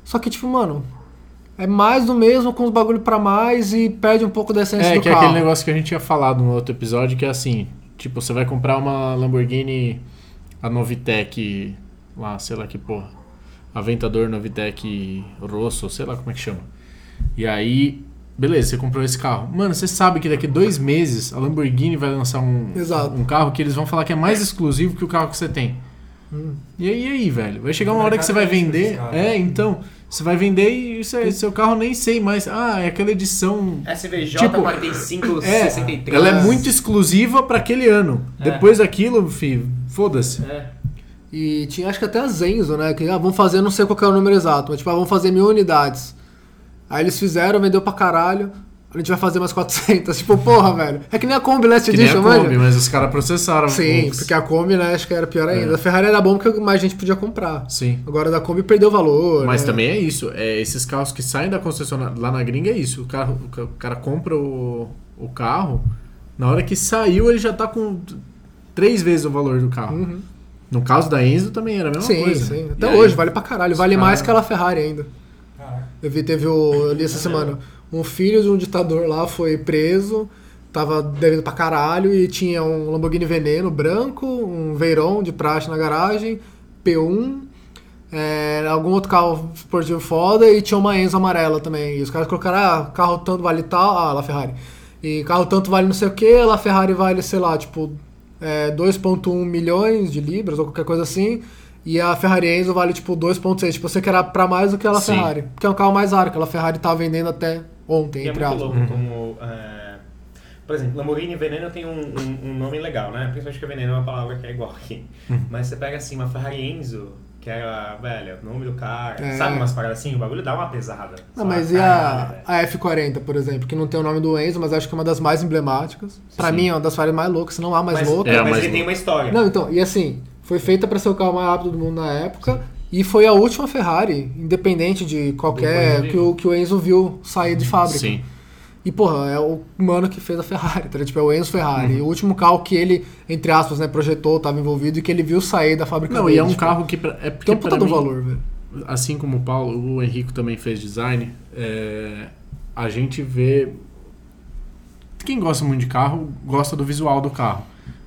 Speaker 3: Só que, tipo, mano, é mais do mesmo com os bagulho pra mais e perde um pouco da essência
Speaker 4: É,
Speaker 3: do
Speaker 4: que é
Speaker 3: carro.
Speaker 4: aquele negócio que a gente tinha falado no outro episódio, que é assim, tipo, você vai comprar uma Lamborghini, a Novitec, lá, sei lá que porra, Aventador Novitec Rosso, sei lá como é que chama. E aí, beleza, você comprou esse carro. Mano, você sabe que daqui dois meses a Lamborghini vai lançar um,
Speaker 3: Exato.
Speaker 4: um carro que eles vão falar que é mais exclusivo que o carro que você tem.
Speaker 3: Hum.
Speaker 4: E aí, e aí, velho? Vai chegar uma hora que você vai vender. É, então. Você vai vender e você- seu carro nem sei mais. Ah, é aquela edição
Speaker 2: SVJ
Speaker 4: Tipo,
Speaker 2: 45,
Speaker 4: é,
Speaker 2: 63.
Speaker 4: ela é muito exclusiva pra aquele ano.
Speaker 2: É.
Speaker 4: Depois daquilo, fi, foda-se.
Speaker 2: É.
Speaker 3: E tinha, acho que até a Zenzo, né? Que, ah, vamos fazer, não sei qual que é o número exato, mas, tipo, ah, vamos fazer mil unidades. Aí eles fizeram, vendeu pra caralho, a gente vai fazer mais 400. *laughs* tipo, porra, velho. É que nem a Kombi Last
Speaker 4: Que nem a
Speaker 3: Edition, manja.
Speaker 4: Kombi, mas É. os caras processaram.
Speaker 3: Sim,
Speaker 4: os-
Speaker 3: porque a Kombi, né, acho que era pior ainda. A Ferrari era bom porque mais gente podia comprar.
Speaker 4: Sim.
Speaker 3: Agora a da Kombi perdeu valor.
Speaker 4: Mas
Speaker 3: né?
Speaker 4: também é isso. É, esses carros que saem da concessionária. Lá na gringa é isso. O, carro, o ca- o cara compra o, o carro, na hora que saiu, ele já tá com t- três vezes o valor do carro. No caso da Enzo também era a mesma
Speaker 3: Uhum. Sim,
Speaker 4: é coisa. né?
Speaker 3: sim.
Speaker 4: E
Speaker 3: Até
Speaker 4: aí-
Speaker 3: hoje, vale pra caralho. Vale
Speaker 4: caras-
Speaker 3: mais que a Ferrari ainda.
Speaker 5: Caraca.
Speaker 3: Eu vi, teve o. Eu li essa semana. Um filho de um ditador lá foi preso, tava devendo pra caralho e tinha um Lamborghini Veneno branco, um Veyron de praxe na garagem, P1, é, algum outro carro esportivo foda e tinha uma Enzo amarela também. E os caras colocaram, ah, carro tanto vale tal, ah, La Ferrari. E carro tanto vale não sei o que, La Ferrari vale, sei lá, tipo, é, 2.1 milhões de libras ou qualquer coisa assim. E a Ferrari Enzo vale tipo 2.6. Tipo, você que era pra mais do que a La
Speaker 4: Sim.
Speaker 3: Ferrari. Porque é um carro mais raro, que a La Ferrari tava vendendo até ontem,
Speaker 2: E é
Speaker 3: entre
Speaker 2: muito
Speaker 3: aspas.
Speaker 4: Uhum.
Speaker 2: louco como. é, Por exemplo, Lamborghini Veneno tem um, um- um nome legal, né? Principalmente que Veneno é uma palavra que é igual aqui.
Speaker 4: Uhum.
Speaker 2: Mas você pega assim, uma Ferrari Enzo, que era, velho, o nome do cara.
Speaker 3: É.
Speaker 2: Sabe umas paradas assim? O bagulho dá uma pesada. Ah, é.
Speaker 3: Não,
Speaker 2: Fala,
Speaker 3: mas e
Speaker 2: "Caralho,
Speaker 3: a,
Speaker 4: Ah,
Speaker 2: velho."
Speaker 4: é,
Speaker 3: a F40, por exemplo, que não tem o nome do Enzo, mas acho que é uma das mais emblemáticas. Pra mim, é uma das Ferrari mais loucas, se não há mais
Speaker 2: Mas,
Speaker 3: louca.
Speaker 4: É,
Speaker 2: mas,
Speaker 4: mas
Speaker 2: ele tem uma história.
Speaker 3: Não, então, e assim, foi feita pra ser o carro mais rápido do mundo na época. E foi a última Ferrari, independente de qualquer. que o, que o Enzo viu sair de fábrica.
Speaker 4: Sim.
Speaker 3: E, porra, é o mano que fez a Ferrari, tá? ligado? Tipo, é o Enzo Ferrari.
Speaker 4: Uhum.
Speaker 3: O último carro que ele, entre aspas, né, projetou, tava envolvido e que ele viu sair da fábrica
Speaker 4: Não,
Speaker 3: dele.
Speaker 4: e é um
Speaker 3: tipo,
Speaker 4: carro que. pra- é porque
Speaker 3: Tem um puta
Speaker 4: pra
Speaker 3: do
Speaker 4: mim-
Speaker 3: valor, velho.
Speaker 4: assim como o Paulo, o Henrico também fez design, é, a gente vê. Quem gosta muito de carro gosta do visual do carro.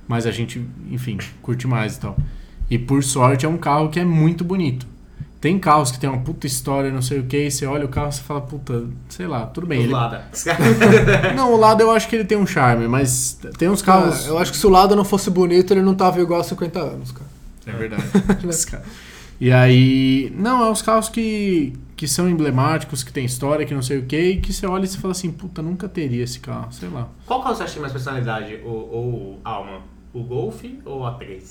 Speaker 4: Mas a gente, enfim, curte mais e tal. E por sorte é um carro que é muito bonito. Tem carros que tem uma puta história, não sei o que, e você olha o carro e você fala, puta, sei lá, tudo bem. Ele...
Speaker 2: Lada.
Speaker 4: Não, o lado eu acho que ele tem um charme, mas tem uns carros.
Speaker 3: Cara, eu acho que se o lado não fosse bonito, ele não tava igual há 50 anos, cara.
Speaker 4: É verdade. *laughs* Os ca- e aí. Não, é os carros que, que são emblemáticos, que tem história, que não sei o que, e que você olha e você fala assim, puta, nunca teria esse carro, sei lá.
Speaker 2: *laughs* Qual carro você acha que é tem mais personalidade, ou, ou alma? O Golf ou o A3?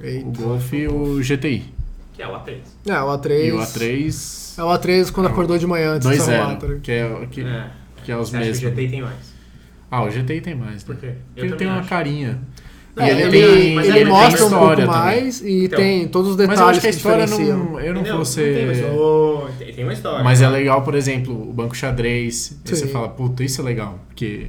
Speaker 3: Eita.
Speaker 4: O Golf e o GTI.
Speaker 2: Que é o A3.
Speaker 3: É, o A3.
Speaker 4: E o A3.
Speaker 3: É o A3 quando acordou de manhã antes de se arrumar, tá
Speaker 4: 2.0,
Speaker 3: ligado?
Speaker 4: que é, que,
Speaker 2: É.
Speaker 4: que é os
Speaker 2: Você acha que o
Speaker 4: mesmos.
Speaker 2: GT tem mais?
Speaker 4: Ah, o GTI tem mais, né?
Speaker 2: Por quê?
Speaker 4: Porque
Speaker 2: Eu
Speaker 4: ele
Speaker 2: também
Speaker 4: tem uma
Speaker 2: acho.
Speaker 4: carinha.
Speaker 3: É,
Speaker 4: E
Speaker 3: ele,
Speaker 4: ele tem-
Speaker 3: ele
Speaker 4: ele tem
Speaker 3: mostra um pouco
Speaker 4: história também.
Speaker 3: mais e
Speaker 2: Então,
Speaker 3: tem todos os
Speaker 4: Mas eu acho
Speaker 3: detalhes
Speaker 4: que a
Speaker 3: que
Speaker 4: história
Speaker 3: diferenciam.
Speaker 4: não. Eu não
Speaker 2: Entendeu?
Speaker 4: vou
Speaker 2: tem,
Speaker 4: ser.
Speaker 2: mas, ô, tem- tem uma história.
Speaker 4: Mas é legal, por exemplo, o banco xadrez. Aí você
Speaker 3: Sim.
Speaker 4: fala, puta, isso é legal. Porque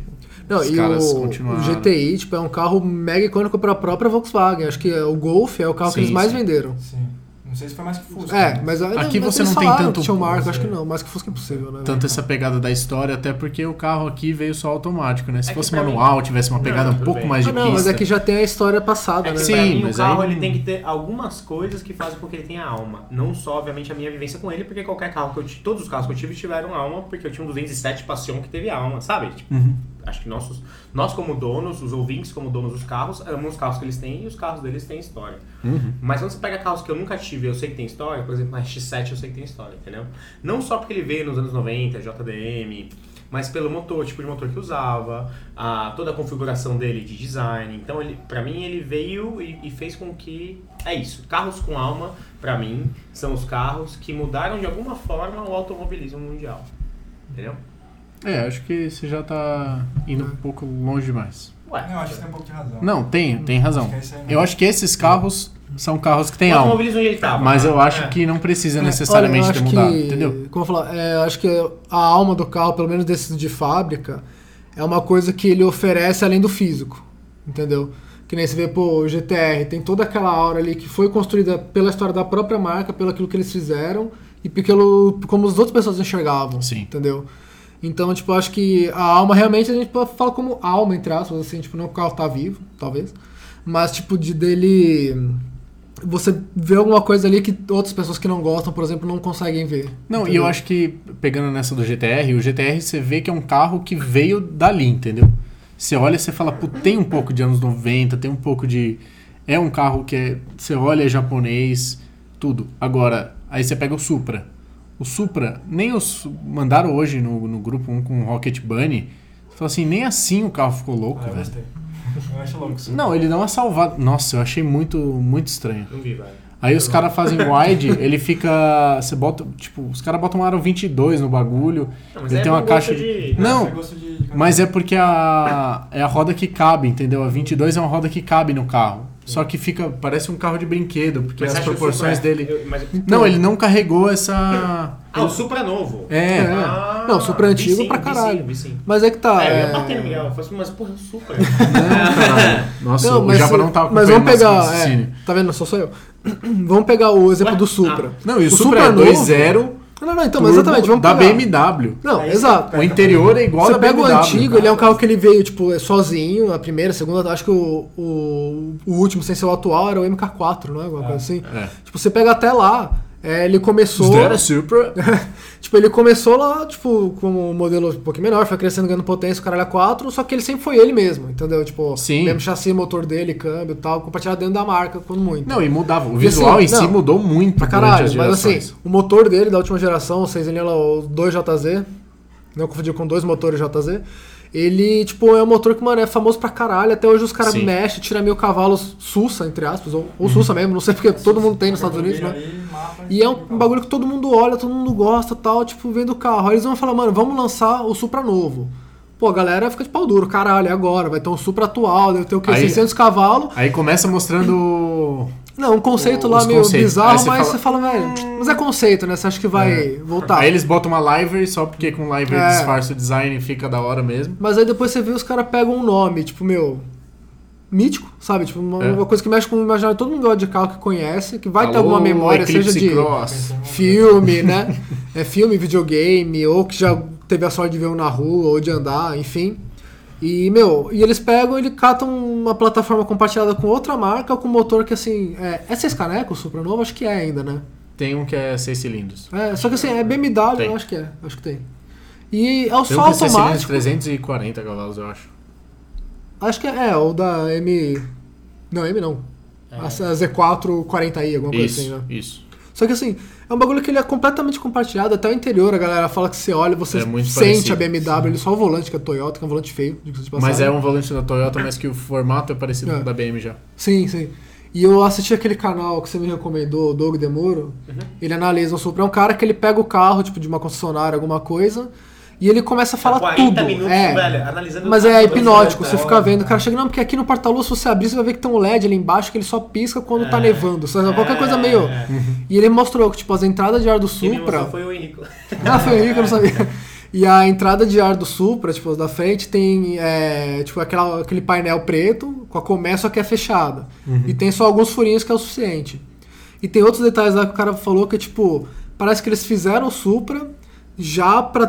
Speaker 3: Não,
Speaker 4: os
Speaker 3: e
Speaker 4: caras
Speaker 3: o,
Speaker 4: continuaram.
Speaker 3: o GTI, tipo, é um carro mega icônico para a própria Volkswagen. Acho que é, o Golf é o carro
Speaker 4: Sim,
Speaker 3: que eles mais
Speaker 4: sim.
Speaker 3: venderam.
Speaker 5: Sim. Não sei se foi mais que Fusca.
Speaker 3: É,
Speaker 5: né?
Speaker 3: mas ainda-
Speaker 4: Aqui
Speaker 3: mas
Speaker 4: você
Speaker 3: eles
Speaker 4: não tem
Speaker 3: falaram
Speaker 4: tanto
Speaker 3: que tinha um marco,
Speaker 4: pulso,
Speaker 3: acho que não, mas que Fusca é impossível, né?
Speaker 4: tanto essa pegada da história, até porque o carro aqui veio só automático, né? Se
Speaker 2: É que
Speaker 4: fosse
Speaker 2: pra mim-
Speaker 4: manual, tivesse uma pegada
Speaker 2: Não,
Speaker 4: um
Speaker 2: tudo
Speaker 4: pouco
Speaker 2: bem.
Speaker 4: mais de
Speaker 3: ah, não, mas
Speaker 4: pista.
Speaker 3: é que já tem a história passada,
Speaker 2: É
Speaker 3: né?
Speaker 2: que
Speaker 4: Sim,
Speaker 2: pra mim,
Speaker 4: mas
Speaker 2: o carro
Speaker 4: aí-
Speaker 2: ele tem que ter algumas coisas que fazem com que ele tenha alma. Não só, obviamente, a minha vivência com ele, porque qualquer carro que eu tive, todos os carros que eu tive tiveram alma, porque eu tinha um 207 Passion que teve alma, sabe? Tipo,
Speaker 4: Uhum.
Speaker 2: Acho que nossos, nós, como donos, os ouvintes, como donos dos carros, amamos os carros que eles têm e os carros deles têm história.
Speaker 4: Uhum.
Speaker 2: Mas quando você pega carros que eu nunca tive eu sei que tem história, por exemplo, a X7 eu sei que tem história, entendeu? Não só porque ele veio nos anos 90, JDM, mas pelo motor, tipo de motor que usava, a, toda a configuração dele de design. Então, ele, pra mim, ele veio e, e fez com que. É isso. Carros com alma, pra mim, são os carros que mudaram de alguma forma o automobilismo mundial. Entendeu?
Speaker 4: É, acho que você já tá indo
Speaker 2: Hum.
Speaker 4: um pouco longe demais.
Speaker 2: Ué.
Speaker 5: Não, acho que tem um pouco de
Speaker 2: Hum.
Speaker 5: razão.
Speaker 4: Não, tem, tem razão.
Speaker 5: Acho que é isso aí mesmo.
Speaker 4: Eu acho que esses carros são carros que têm
Speaker 2: o
Speaker 4: alma.
Speaker 2: automobilismo onde ele tava.
Speaker 4: Mas
Speaker 2: né?
Speaker 4: eu acho
Speaker 2: É.
Speaker 4: que não precisa
Speaker 3: É,
Speaker 4: necessariamente
Speaker 3: olha, eu
Speaker 4: ter
Speaker 3: acho
Speaker 4: mudado,
Speaker 3: que-
Speaker 4: entendeu?
Speaker 3: Como eu falar, é, eu acho que a alma do carro, pelo menos desse de fábrica, é uma coisa que ele oferece além do físico, entendeu? Que nem você vê, pô, o GTR tem toda aquela aura ali que foi construída pela história da própria marca, pelo aquilo que eles fizeram e pelo como as outras pessoas enxergavam,
Speaker 4: Sim.
Speaker 3: entendeu? Então, tipo, eu acho que a alma realmente a gente pode falar como alma, entre aspas, assim, tipo, não que o carro tá vivo, talvez, mas tipo, de dele você vê alguma coisa ali que outras pessoas que não gostam, por exemplo, não conseguem ver.
Speaker 4: Não, e
Speaker 3: entendeu?
Speaker 4: eu acho que, pegando nessa do GTR, o GTR você vê que é um carro que veio dali, entendeu? Você olha e você fala, pô, tem um pouco de anos 90, tem um pouco de. É um carro que é. Você olha, é japonês, tudo. Agora, aí você pega o Supra. O Supra, nem os. Mandaram hoje no, no grupo um com o Rocket Bunny. Você fala assim, nem assim o carro ficou louco,
Speaker 5: Ah, eu
Speaker 4: velho.
Speaker 5: gostei. Eu acho louco isso.
Speaker 4: Não, ele dá uma salvada. Nossa, eu achei muito, muito estranho.
Speaker 2: Não vi, velho.
Speaker 4: Aí os caras fazem
Speaker 3: *laughs*
Speaker 4: wide, ele fica. Você bota. Tipo, os caras botam um aro 22 no bagulho.
Speaker 2: Não, mas
Speaker 4: ele
Speaker 2: é
Speaker 4: tem uma
Speaker 2: bom
Speaker 4: caixa.
Speaker 2: gosto
Speaker 4: De...
Speaker 2: de-
Speaker 5: Eu
Speaker 4: Não,
Speaker 5: gosto de-
Speaker 4: mas é porque a. É a roda que cabe, entendeu? A 22 é uma roda que cabe no carro. Só que fica. Parece um carro de brinquedo, porque
Speaker 2: Mas
Speaker 4: as
Speaker 2: acho que o
Speaker 4: proporções
Speaker 2: Supra é-
Speaker 4: dele.
Speaker 2: eu- mas-
Speaker 4: Não, ele não carregou essa.
Speaker 2: Ah, o Supra é novo.
Speaker 4: É.
Speaker 2: Ah,
Speaker 3: Não, o Supra é antigo
Speaker 2: vi sim,
Speaker 3: pra
Speaker 2: vi
Speaker 3: caralho.
Speaker 2: sim, vi sim.
Speaker 3: Mas é que
Speaker 4: Ah,
Speaker 3: tá.
Speaker 2: É, eu
Speaker 3: é-
Speaker 2: ia bater no Miguel. Eu falei assim, mas porra, é um Supra.
Speaker 4: Não, caralho. Nossa,
Speaker 3: Não,
Speaker 4: o Java não tava
Speaker 3: Mas vamos
Speaker 4: acompanhando nosso
Speaker 3: pegar. é,
Speaker 4: raciocínio.
Speaker 3: tá vendo? Só sou eu. *clears throat* vamos pegar o exemplo
Speaker 2: Ué?
Speaker 3: do Supra.
Speaker 4: Não, e o,
Speaker 3: O
Speaker 4: Supra,
Speaker 3: Supra
Speaker 4: é
Speaker 3: novo,
Speaker 4: 2.0.
Speaker 3: Não, não, então, mas exatamente. Vamos
Speaker 4: da
Speaker 3: pegar.
Speaker 4: BMW.
Speaker 3: Não,
Speaker 5: Aí
Speaker 3: exato.
Speaker 4: O interior é igual
Speaker 3: Você
Speaker 4: da
Speaker 3: pega
Speaker 4: BMW.
Speaker 3: o antigo,
Speaker 4: cara.
Speaker 3: ele é um carro que ele veio, tipo, é sozinho, a primeira, a segunda, acho que o, o, o último, sem ser o atual, era o MK4, não é? Alguma coisa assim.
Speaker 4: é.
Speaker 3: Tipo, você pega até lá, é, ele começou.
Speaker 4: Zero
Speaker 3: *laughs*
Speaker 4: Supra.
Speaker 3: Tipo, ele começou lá, tipo, como um modelo um pouquinho menor, foi crescendo, ganhando potência, o caralho a 4, só que ele sempre foi ele mesmo, entendeu? Tipo,
Speaker 4: Sim.
Speaker 3: mesmo chassi, motor dele, câmbio e tal, compartilhado dentro da marca, quando muito.
Speaker 4: Não, e mudava. O
Speaker 3: E
Speaker 4: visual
Speaker 3: assim,
Speaker 4: em si
Speaker 3: não.
Speaker 4: mudou muito
Speaker 3: pra
Speaker 4: durante
Speaker 3: caralho,
Speaker 4: as
Speaker 3: mas
Speaker 4: gerações.
Speaker 3: assim, o motor dele da última geração, o 6 lá, o 2JZ, não confundir né, com dois motores JZ, ele, tipo, é um motor que, mano, é famoso pra caralho, até hoje os caras
Speaker 4: Sim. Uhum.
Speaker 3: mexem, tira mil cavalos Sussa, entre aspas, ou, ou Sussa mesmo, não sei porque todo mundo
Speaker 5: é
Speaker 3: tem nos Estados Unidos, né?
Speaker 5: Ali, mapa, tipo,
Speaker 3: E é um bagulho que todo mundo olha, todo mundo gosta tal, tipo, vem do carro. Aí eles vão falar, mano, vamos lançar o Supra novo. Pô, a galera fica de pau duro, caralho, é agora, vai ter um Supra atual, deve ter o quê?
Speaker 4: Aí-
Speaker 3: 600 cavalos.
Speaker 4: Aí começa
Speaker 3: *clears throat*
Speaker 4: mostrando.
Speaker 3: Não, um conceito
Speaker 4: Os
Speaker 3: lá meio
Speaker 4: conceitos. Aí
Speaker 3: bizarro, mas
Speaker 4: você fala- É.
Speaker 3: você fala, velho, mas é conceito, né? Você acha que vai voltar.
Speaker 4: Aí eles botam uma livery só porque com livery
Speaker 3: Tá. É.
Speaker 4: disfarça o design e fica da hora mesmo.
Speaker 3: Mas aí depois você vê os caras pegam um nome, tipo, meu. Mítico, sabe? Tipo, uma,
Speaker 4: É.
Speaker 3: uma coisa que mexe com o imaginário. Todo mundo gosta de carro que conhece, que vai ter
Speaker 4: Alô,
Speaker 3: alguma memória,
Speaker 4: Eclipse
Speaker 3: seja de.
Speaker 4: Cross.
Speaker 3: filme, né? *laughs* É filme, videogame, ou que já teve a sorte de ver um na rua, ou de andar, enfim. E, meu, e eles pegam, ele catam uma plataforma compartilhada com outra marca, com um motor que, assim, é, é seis canecos, o Supra Novo? Acho que é ainda, né?
Speaker 4: Tem um que é seis cilindros.
Speaker 3: É, só que, assim, é BMW,
Speaker 4: Tem.
Speaker 3: eu acho que é, acho que tem. E é o
Speaker 4: Tem
Speaker 3: só
Speaker 4: um que é seis cilindros,
Speaker 3: automático,
Speaker 4: 340 cavalos, eu acho.
Speaker 3: acho que é, é, o da M... Não, M não. A Z4 40i, alguma coisa
Speaker 4: É. Isso,
Speaker 3: assim, né?
Speaker 4: isso.
Speaker 3: Só que assim, é um bagulho que ele é completamente compartilhado, até o interior, a galera fala que você olha, você
Speaker 4: É muito
Speaker 3: sente
Speaker 4: parecido.
Speaker 3: a BMW, ele só o volante, que é a Toyota, que é um volante feio, diga-se de
Speaker 4: Mas
Speaker 3: passagem.
Speaker 4: é um volante da Toyota, mas que o formato é parecido
Speaker 3: É.
Speaker 4: com o da BM já.
Speaker 3: Sim, sim. E eu assisti aquele canal que você me recomendou, o Doug Demuro,
Speaker 2: Uhum.
Speaker 3: ele analisa o Supra, é um cara que ele pega o carro, tipo, de uma concessionária, alguma coisa, e ele começa a falar
Speaker 2: 40
Speaker 3: tudo.
Speaker 2: Tá minutos,
Speaker 3: é.
Speaker 2: velho, Tá analisando
Speaker 3: Mas
Speaker 2: tudo,
Speaker 3: é hipnótico,
Speaker 2: tudo,
Speaker 3: você
Speaker 2: tudo.
Speaker 3: fica vendo, o cara chega, não, porque aqui no porta-luz, se você abrir, você vai ver que tem um LED ali embaixo que ele só pisca quando
Speaker 2: É.
Speaker 3: tá nevando, sabe? qualquer coisa meio... E ele mostrou que, tipo, as entradas de ar do
Speaker 2: Quem É. me
Speaker 3: Supra...
Speaker 2: mostrou foi o Henrico.
Speaker 3: *laughs* Ah, foi aí que eu não sabia. E a entrada de ar do Supra, tipo, da frente, tem é, tipo, aquela, aquele painel preto com a colmeia, só que é fechada.
Speaker 4: Uhum.
Speaker 3: E tem só alguns furinhos que é o suficiente. E tem outros detalhes lá que o cara falou que, tipo, parece que eles fizeram o Supra já pra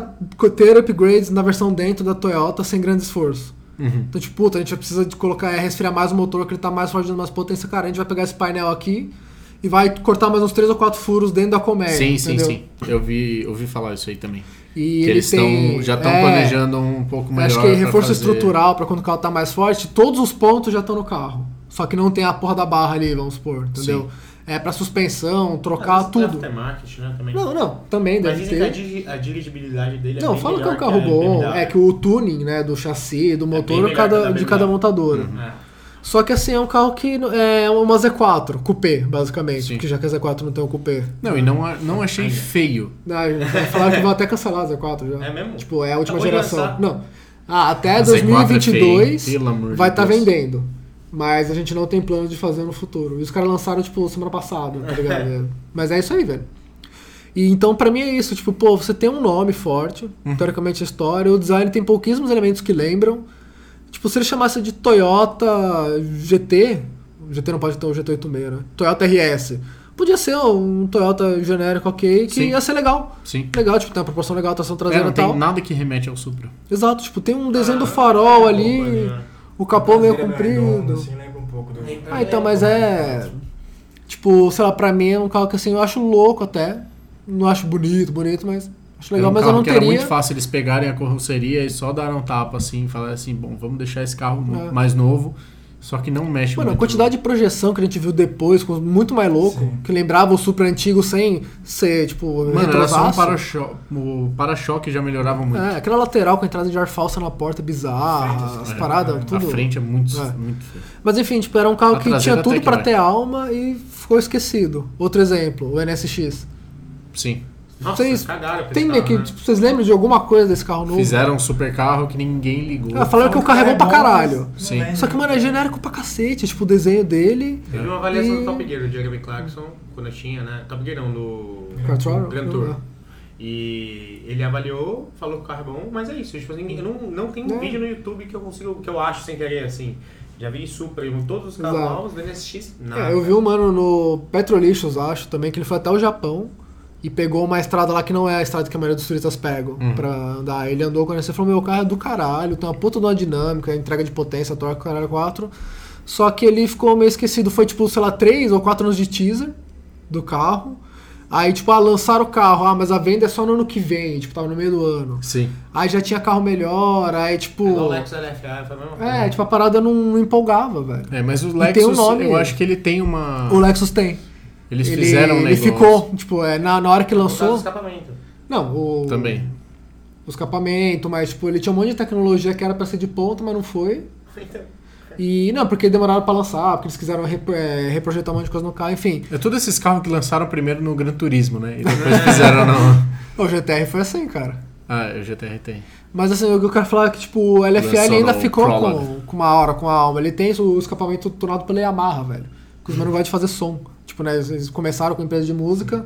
Speaker 3: ter upgrades na versão dentro da Toyota sem grande esforço.
Speaker 4: Uhum.
Speaker 3: Então, tipo, puta, a gente precisa de colocar, é, resfriar mais o motor, que ele tá mais forte, dando mais potência, cara, a gente vai pegar esse painel aqui e vai cortar mais uns três ou quatro furos dentro da colmeia.
Speaker 4: sim, sim,
Speaker 3: É, entendeu?
Speaker 4: sim. Eu vi, ouvi falar isso aí também.
Speaker 3: E
Speaker 4: que
Speaker 3: ele
Speaker 4: eles
Speaker 3: tem-
Speaker 4: tão- já estão
Speaker 3: é,
Speaker 4: planejando um pouco melhor.
Speaker 3: Acho que é reforço
Speaker 4: pra fazer.
Speaker 3: estrutural pra quando o carro tá mais forte, todos os pontos já estão no carro. Só que não tem a porra da barra ali, vamos supor, entendeu? é, para suspensão,
Speaker 2: *laughs*
Speaker 3: trocar tudo.
Speaker 2: Aftermarket, né, também.
Speaker 3: Não, não, também
Speaker 2: Mas
Speaker 3: deve
Speaker 2: dizem que a,
Speaker 3: ter.
Speaker 2: diri- a dirigibilidade dele é
Speaker 3: Não,
Speaker 2: bem
Speaker 3: fala que é
Speaker 2: melhor
Speaker 3: um carro
Speaker 2: a
Speaker 3: bom,
Speaker 2: BMW.
Speaker 3: é que o tuning, né, do chassi, do motor,
Speaker 2: melhor que a
Speaker 3: cada,
Speaker 2: da
Speaker 3: de cada
Speaker 2: BMW.
Speaker 3: montadora.
Speaker 2: É.
Speaker 3: Só que assim, é um carro que não- é uma Z4, coupé, basicamente, porque já que a Z4 não tem um coupé.
Speaker 4: Não, e não, a- não achei feio.
Speaker 3: Ah, já Falaram que vão até cancelar a Z4 já.
Speaker 2: É mesmo?
Speaker 3: Tipo, é a última
Speaker 2: Acabou de
Speaker 3: geração.
Speaker 2: lançar.
Speaker 3: Não. Ah, até
Speaker 4: A Z4 é feia,
Speaker 3: 2022
Speaker 4: hein? Pelo amor de
Speaker 3: vai estar
Speaker 4: Deus.
Speaker 3: vendendo. Mas a gente não tem plano de fazer no futuro. E os caras lançaram, tipo, semana passada, tá
Speaker 2: *laughs*
Speaker 3: ligado? É. Mas é isso aí, velho. E então, pra mim é isso. Tipo, pô, você tem um nome forte,
Speaker 4: Uhum.
Speaker 3: teoricamente a história. O design tem pouquíssimos elementos que lembram. Tipo, se ele chamasse de Toyota GT, GT não pode ter um GT86, né? Toyota RS. Podia ser um Toyota genérico, ok, que
Speaker 4: Sim.
Speaker 3: ia ser legal.
Speaker 4: Sim.
Speaker 3: Legal, tipo, tem uma proporção legal, tração
Speaker 4: É,
Speaker 3: traseira
Speaker 4: não
Speaker 3: e tal.
Speaker 4: tem nada que remete ao Supra.
Speaker 3: Exato, tipo, tem um
Speaker 2: Ah.
Speaker 4: Ah,
Speaker 3: desenho do
Speaker 4: é,
Speaker 3: farol ali, o capô meio
Speaker 5: Traseira redonda,
Speaker 3: comprido.
Speaker 5: assim, lembra um pouco do...
Speaker 3: Ah, então, mas é. Tipo, sei lá, pra mim é um carro que assim, eu acho louco até. Não acho bonito, bonito, mas. Acho legal,
Speaker 4: Era um
Speaker 3: mas eu
Speaker 4: carro
Speaker 3: não
Speaker 4: que
Speaker 3: teria.
Speaker 4: Era muito fácil eles pegarem a carroceria e só dar um tapa assim, e falar assim, bom, vamos deixar esse carro no-
Speaker 3: É.
Speaker 4: mais novo, só que não mexe
Speaker 3: Mano, a
Speaker 4: muito.
Speaker 3: quantidade de projeção que a gente viu depois, com- muito mais louco,
Speaker 5: Sim.
Speaker 3: que lembrava o Supra antigo sem ser, tipo,
Speaker 4: Mano, era só um
Speaker 3: retrovaço.
Speaker 4: para-cho- o para-choque já melhorava muito.
Speaker 3: É, aquela lateral com a entrada de ar falsa na porta bizarra,
Speaker 5: Frente, assim,
Speaker 3: as
Speaker 5: né?
Speaker 3: paradas,
Speaker 4: A
Speaker 3: tudo.
Speaker 4: frente é muito,
Speaker 3: É.
Speaker 4: muito feio.
Speaker 3: Mas enfim, tipo, era um carro
Speaker 4: A
Speaker 3: que
Speaker 4: traseira
Speaker 3: tinha
Speaker 4: até
Speaker 3: tudo
Speaker 4: que
Speaker 3: pra
Speaker 4: vai.
Speaker 3: ter alma e ficou esquecido. Outro exemplo, o NSX.
Speaker 4: Sim.
Speaker 2: Nossa,
Speaker 3: Vocês-
Speaker 2: cagaram pra
Speaker 3: Tem
Speaker 2: esse
Speaker 3: meio que,
Speaker 2: carro, né?
Speaker 3: tipo, vocês lembram de alguma coisa desse carro novo?
Speaker 4: Fizeram um super carro que ninguém ligou.
Speaker 3: Ah, falaram que o carro é bom pra caralho.
Speaker 4: Sim.
Speaker 3: Só que, mano, é genérico pra cacete, tipo, o desenho dele.
Speaker 2: Teve uma avaliação
Speaker 3: E-
Speaker 2: do Top Gear, do Jeremy Clarkson, quando eu tinha, né? Top Gear não, do...
Speaker 3: Gran Tour? Uhum.
Speaker 2: Gran Tour. E ele avaliou, falou que o carro é bom, mas é isso. Tipo, assim, eu não, não tem um
Speaker 3: É.
Speaker 2: vídeo no YouTube que eu consigo, que eu acho sem querer, assim. Já vi Supra, em todos os carros
Speaker 3: Exato.
Speaker 2: novos, do NSX, nada.
Speaker 3: É, eu vi um mano no Petrolicious, acho, também, que ele foi até o Japão e pegou uma estrada lá que não é a estrada que a maioria dos turistas pegam pra andar. Ele andou com a NSC e falou, meu, o carro é do caralho, tem uma puta de uma dinâmica, entrega de potência, torque, caralho, 4. Só que ele ficou meio esquecido, foi tipo, sei lá, 3 ou 4 anos de teaser do carro. Aí, tipo, ah, lançaram o carro, ah, mas a venda é só no ano que vem, tipo, tava no meio do ano.
Speaker 4: Sim.
Speaker 3: Aí já tinha carro melhor, aí tipo...
Speaker 2: O Alex LFA foi a mesma coisa.
Speaker 3: É, tipo, a parada não, não empolgava, velho.
Speaker 4: É, mas o
Speaker 3: tem
Speaker 4: Lexus,
Speaker 3: um nome-
Speaker 4: eu acho que ele tem uma...
Speaker 3: O Lexus tem.
Speaker 4: Eles fizeram um
Speaker 3: ele
Speaker 4: negócio.
Speaker 3: ficou, tipo, é, na, na hora que
Speaker 2: Por causa do
Speaker 3: lançou.
Speaker 2: escapamento.
Speaker 3: Não, o.
Speaker 4: Também.
Speaker 3: O escapamento, mas, tipo, ele tinha um monte de tecnologia que era pra ser de ponta, mas não foi.
Speaker 2: Então,
Speaker 3: E não, porque demoraram pra lançar, porque eles quiseram repro- é, reprojetar um monte de coisa no carro, enfim.
Speaker 4: É todos esses carros que lançaram primeiro no Gran Turismo, né? E depois
Speaker 3: *laughs*
Speaker 4: fizeram no...
Speaker 3: O GTR foi assim, cara.
Speaker 4: Ah, o GTR tem.
Speaker 3: Mas assim, o que eu quero falar é que, tipo, o LFA ele
Speaker 4: Lançou
Speaker 3: ainda
Speaker 4: no
Speaker 3: ficou com,
Speaker 4: Prologue.
Speaker 3: com uma hora, com a alma. Ele tem o escapamento tunado pela Yamaha, velho. Porque os manos gostam de fazer som. Tipo, né? Eles começaram com a empresa de música.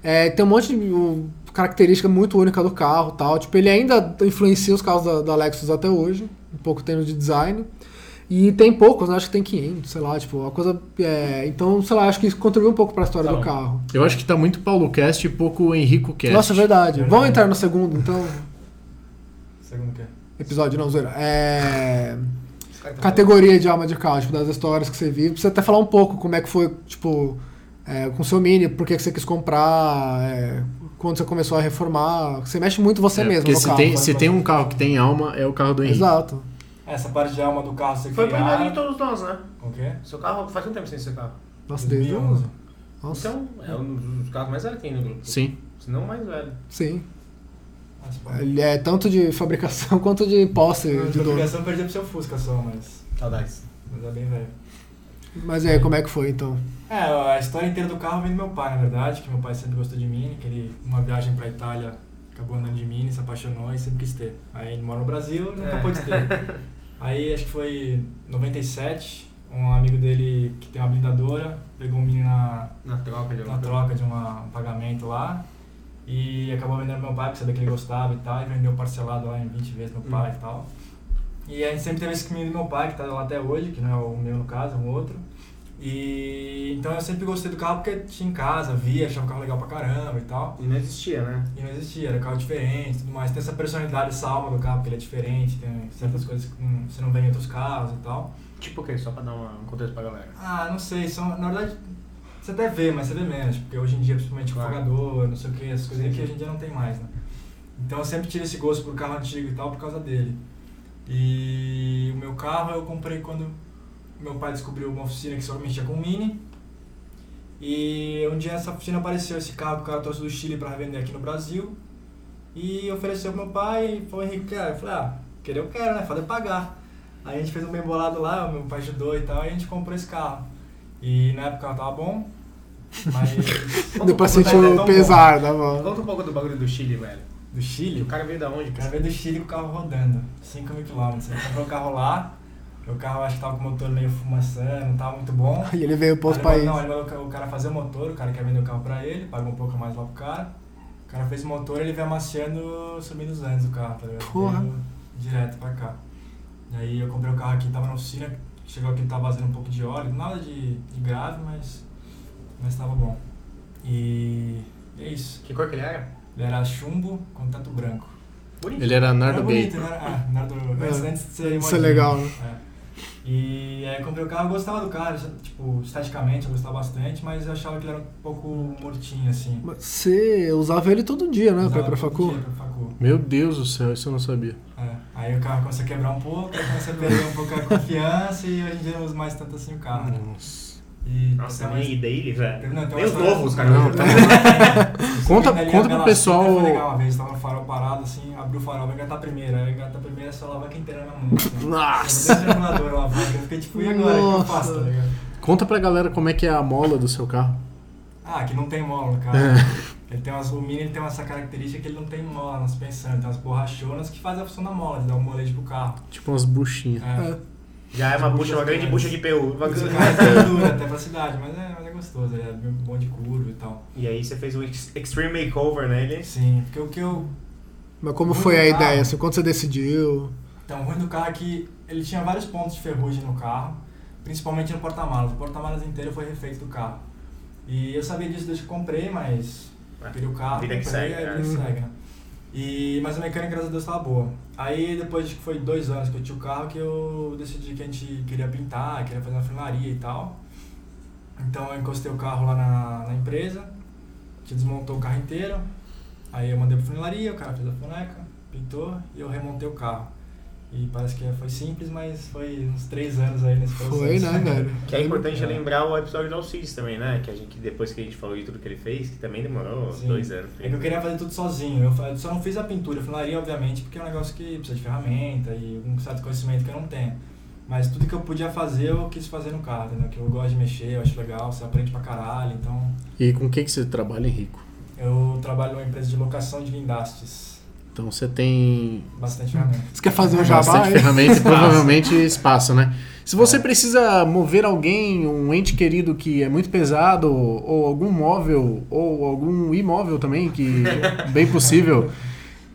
Speaker 3: É, tem um monte de um, característica muito única do carro e tal. Tipo, ele ainda influencia os carros da, da Lexus até hoje. Um pouco tendo de design. E tem poucos, né? Acho que tem 500, sei lá. Tipo, uma coisa... é, então, sei lá, acho que isso contribui um pouco pra história do carro.
Speaker 4: Eu acho que tá muito Paulo Cast e pouco Henrico Cast.
Speaker 3: Nossa, é verdade. Vamos entrar no segundo, então...
Speaker 5: Segundo o quê?
Speaker 3: Episódio, não, zoeira. É... Categoria de alma de carro, tipo, das histórias que você vive. Pra você até falar um pouco como é que foi, tipo, é, com o seu Mini, por que que você quis comprar, é, quando você começou a reformar. Você mexe muito você
Speaker 4: É,
Speaker 3: mesmo
Speaker 4: porque
Speaker 3: no
Speaker 4: se
Speaker 3: carro. né?
Speaker 4: tem, se tem um carro que tem alma, é o carro do Henrique.
Speaker 3: Exato.
Speaker 5: Essa parte de alma do carro você
Speaker 2: foi o primeiro de
Speaker 5: criar...
Speaker 2: todos nós, né?
Speaker 5: O quê?
Speaker 2: Seu carro faz um tempo sem seu carro.
Speaker 3: Nossa, desde...
Speaker 5: 2011.
Speaker 3: Nossa,
Speaker 2: Então, é um dos carros mais velhos que tem no grupo.
Speaker 4: Sim.
Speaker 2: Se não o mais velho.
Speaker 3: sim.
Speaker 5: Nossa, pô.
Speaker 3: Ele é tanto de fabricação *laughs* quanto de posse de
Speaker 5: A
Speaker 3: dono.
Speaker 5: obrigação perdi pro seu Fusca só, mas...
Speaker 2: Saudades.
Speaker 5: Mas é bem velho.
Speaker 3: Mas e aí, como é que foi, então?
Speaker 5: É, a história inteira do carro vem do meu pai, na verdade, que meu pai sempre gostou de Mini, que ele, uma viagem pra Itália, acabou andando de Mini, se apaixonou e sempre quis ter. Aí ele mora no Brasil, nunca pôde ter. Aí acho que foi em 97, um amigo dele que tem uma blindadora, pegou um Mini na,
Speaker 2: Na troca de
Speaker 5: na troca de uma- um pagamento lá e acabou vendendo pro meu pai, porque sabia que ele gostava e tal, e vendeu um parcelado lá em 20 vezes meu pai e tal. E a gente sempre teve esse caminho do meu pai, que tá lá até hoje, que não é o meu no caso, é um outro. E então eu sempre gostei do carro porque tinha em casa, via, achava o carro legal pra caramba e tal.
Speaker 2: E não existia, né?
Speaker 5: E não existia, era carro diferente e tudo mais. Tem essa personalidade, essa alma do carro, porque ele é diferente, tem certas coisas que hum, você não vê em outros carros e tal.
Speaker 2: Tipo o quê? Só pra dar uma- um contexto pra galera.
Speaker 5: Ah, não sei, são, na verdade, você até vê, mas você vê menos, porque hoje em dia, principalmente
Speaker 2: Claro.
Speaker 5: afogador, não sei o que, essas coisas que hoje em dia não tem mais, né? Então eu sempre tive esse gosto por carro antigo e tal por causa dele. E o meu carro eu comprei quando meu pai descobriu uma oficina que só mexia com Mini. E um dia essa oficina apareceu esse carro que o cara trouxe do Chile pra vender aqui no Brasil. E ofereceu pro meu pai e falou, Henrique, quer? Eu falei, ah, querer eu quero, né? Falei, pagar. Aí a gente fez um bem bolado lá, meu pai ajudou e tal, e a gente comprou esse carro. E na época o carro tava bom, mas...
Speaker 2: um
Speaker 3: Depois
Speaker 5: Puta,
Speaker 3: sentiu
Speaker 5: ele é
Speaker 3: o
Speaker 5: tão
Speaker 3: pesar, tá bom?
Speaker 2: Conta um pouco do bagulho do Chile, velho.
Speaker 5: bom. Do Chile?
Speaker 2: O cara veio da onde,
Speaker 5: O cara
Speaker 2: cara?
Speaker 5: veio do Chile com o carro rodando, 5 mil quilômetros. Ele comprou o carro lá, o carro acho que tava com o motor meio fumaçando, não tava muito bom.
Speaker 3: E ele veio pros
Speaker 5: Aí ele mandou-
Speaker 3: países.
Speaker 5: Não, ele mandou o ca- o cara fazer o motor, o cara quer vender o carro pra ele, pagou um pouco a mais lá pro cara. O cara fez o motor ele veio amaciando, subindo os anos o carro, tá ligado?
Speaker 3: Porra.
Speaker 5: Veio Direto pra cá. E aí eu comprei o carro aqui, tava na oficina, chegou aqui, tava vazando um pouco de óleo, nada de, de grave, mas, mas tava bom. E é isso.
Speaker 2: Que cor que ele era?
Speaker 5: Ele era chumbo com teto branco.
Speaker 2: Bonito.
Speaker 4: Ele era
Speaker 5: Era
Speaker 4: Nardo Gay.
Speaker 5: bonito, né? Ah, Nardo, antes, antes de ser
Speaker 3: Isso é
Speaker 5: modinha.
Speaker 3: legal, né?
Speaker 5: É. E aí eu comprei o carro, eu gostava do carro, tipo, esteticamente eu gostava bastante, mas eu achava que ele era um pouco mortinho, assim.
Speaker 3: Mas Você usava ele todo dia, né, pra ir
Speaker 5: Usava
Speaker 3: pra
Speaker 5: todo
Speaker 3: facu?
Speaker 5: dia pra facu.
Speaker 4: Meu Deus do céu, isso eu não sabia.
Speaker 5: É. Aí o carro começou a quebrar um pouco, aí começou a perder um pouco a confiança e hoje em dia eu não uso mais tanto assim o carro. né?
Speaker 4: Nossa.
Speaker 5: E
Speaker 2: Nossa,
Speaker 5: tem uma-
Speaker 2: nem dele, velho.
Speaker 5: Não, então tem uma
Speaker 2: Nem os
Speaker 5: história-
Speaker 2: novos, cara.
Speaker 5: *laughs*
Speaker 4: Não, tá- Conta,
Speaker 5: Tem ali a
Speaker 4: conta pro
Speaker 5: Bela
Speaker 4: pessoal.
Speaker 5: Cinta, Foi legal uma vez, tava o farol parado, assim, abriu o farol, vai engatar a primeira. Aí engata a primeira, só alavanca inteira na mão. Assim.
Speaker 4: Nossa.
Speaker 5: Eu dei um regulador, uma alavanca. Eu fiquei tipo, e agora? O que eu faço, tá ligado?
Speaker 4: Conta pra galera como é que é a mola do seu carro.
Speaker 5: Ah, que não tem mola, cara. Ele tem umas, o Mini ele tem essa característica que ele não tem mola na suspensão, tem umas borrachonas que fazem a função da mola, de dar um molejo pro carro.
Speaker 4: Tipo umas buchinhas.
Speaker 5: É.
Speaker 2: Já é uma bucha, uma grande bucha de PU. Uma
Speaker 5: Isso
Speaker 2: grande-
Speaker 5: é mais dura até pra cidade, mas é, mas é gostoso, ele é bem bom de curva e tal.
Speaker 2: E aí você fez o ex- Extreme Makeover nele.
Speaker 5: Sim, porque o que eu.
Speaker 3: Mas como foi a
Speaker 5: Ah.
Speaker 3: ideia? Assim, quando você decidiu?
Speaker 5: Então, o ruim do carro é que ele tinha vários pontos de ferrugem no carro, principalmente no porta-malas. O porta-malas inteiro foi refeito do carro. E eu sabia disso desde que eu comprei, mas Virei o carro,
Speaker 2: É. Vida que
Speaker 5: comprei,
Speaker 2: segue,
Speaker 5: aí
Speaker 2: né?
Speaker 5: vida que segue, né? E, mas a mecânica, graças a Deus, tava boa. Aí, depois de que foi dois anos que eu tinha o carro, que eu decidi que a gente queria pintar, queria fazer uma filmaria e tal. Então, eu encostei o carro lá na, na empresa, a gente desmontou o carro inteiro. Aí, eu mandei pra funilaria, o cara fez a funeca, pintou e eu remontei o carro. E parece que foi simples, mas foi uns três anos aí nesse processo.
Speaker 3: Foi, né, velho?
Speaker 2: Que é importante
Speaker 5: É.
Speaker 2: lembrar o episódio do Alcides também, né? Que a gente, que depois que a gente falou de tudo que ele fez, que também demorou
Speaker 5: Sim.
Speaker 2: dois anos.
Speaker 5: *laughs* É que eu queria fazer tudo sozinho. Eu fa- eu só não fiz a pintura, eu falaria, obviamente, porque é um negócio que precisa de ferramenta e um certo conhecimento que eu não tenho. Mas tudo que eu podia fazer, eu quis fazer no carro, entendeu? Que eu gosto de mexer, eu acho legal, você aprende pra caralho. Então,
Speaker 4: E com quem que você trabalha, Henrico?
Speaker 5: eu trabalho numa empresa de locação de guindastes.
Speaker 4: Então você tem
Speaker 5: Bastante ferramenta.
Speaker 3: Você quer fazer um jabá? É.
Speaker 4: bastante
Speaker 3: aí? *laughs*
Speaker 4: ferramenta e provavelmente espaço, né? Se você precisa mover alguém, um ente querido que é muito pesado, ou algum móvel, ou algum imóvel
Speaker 3: *laughs*
Speaker 4: também, que é bem possível,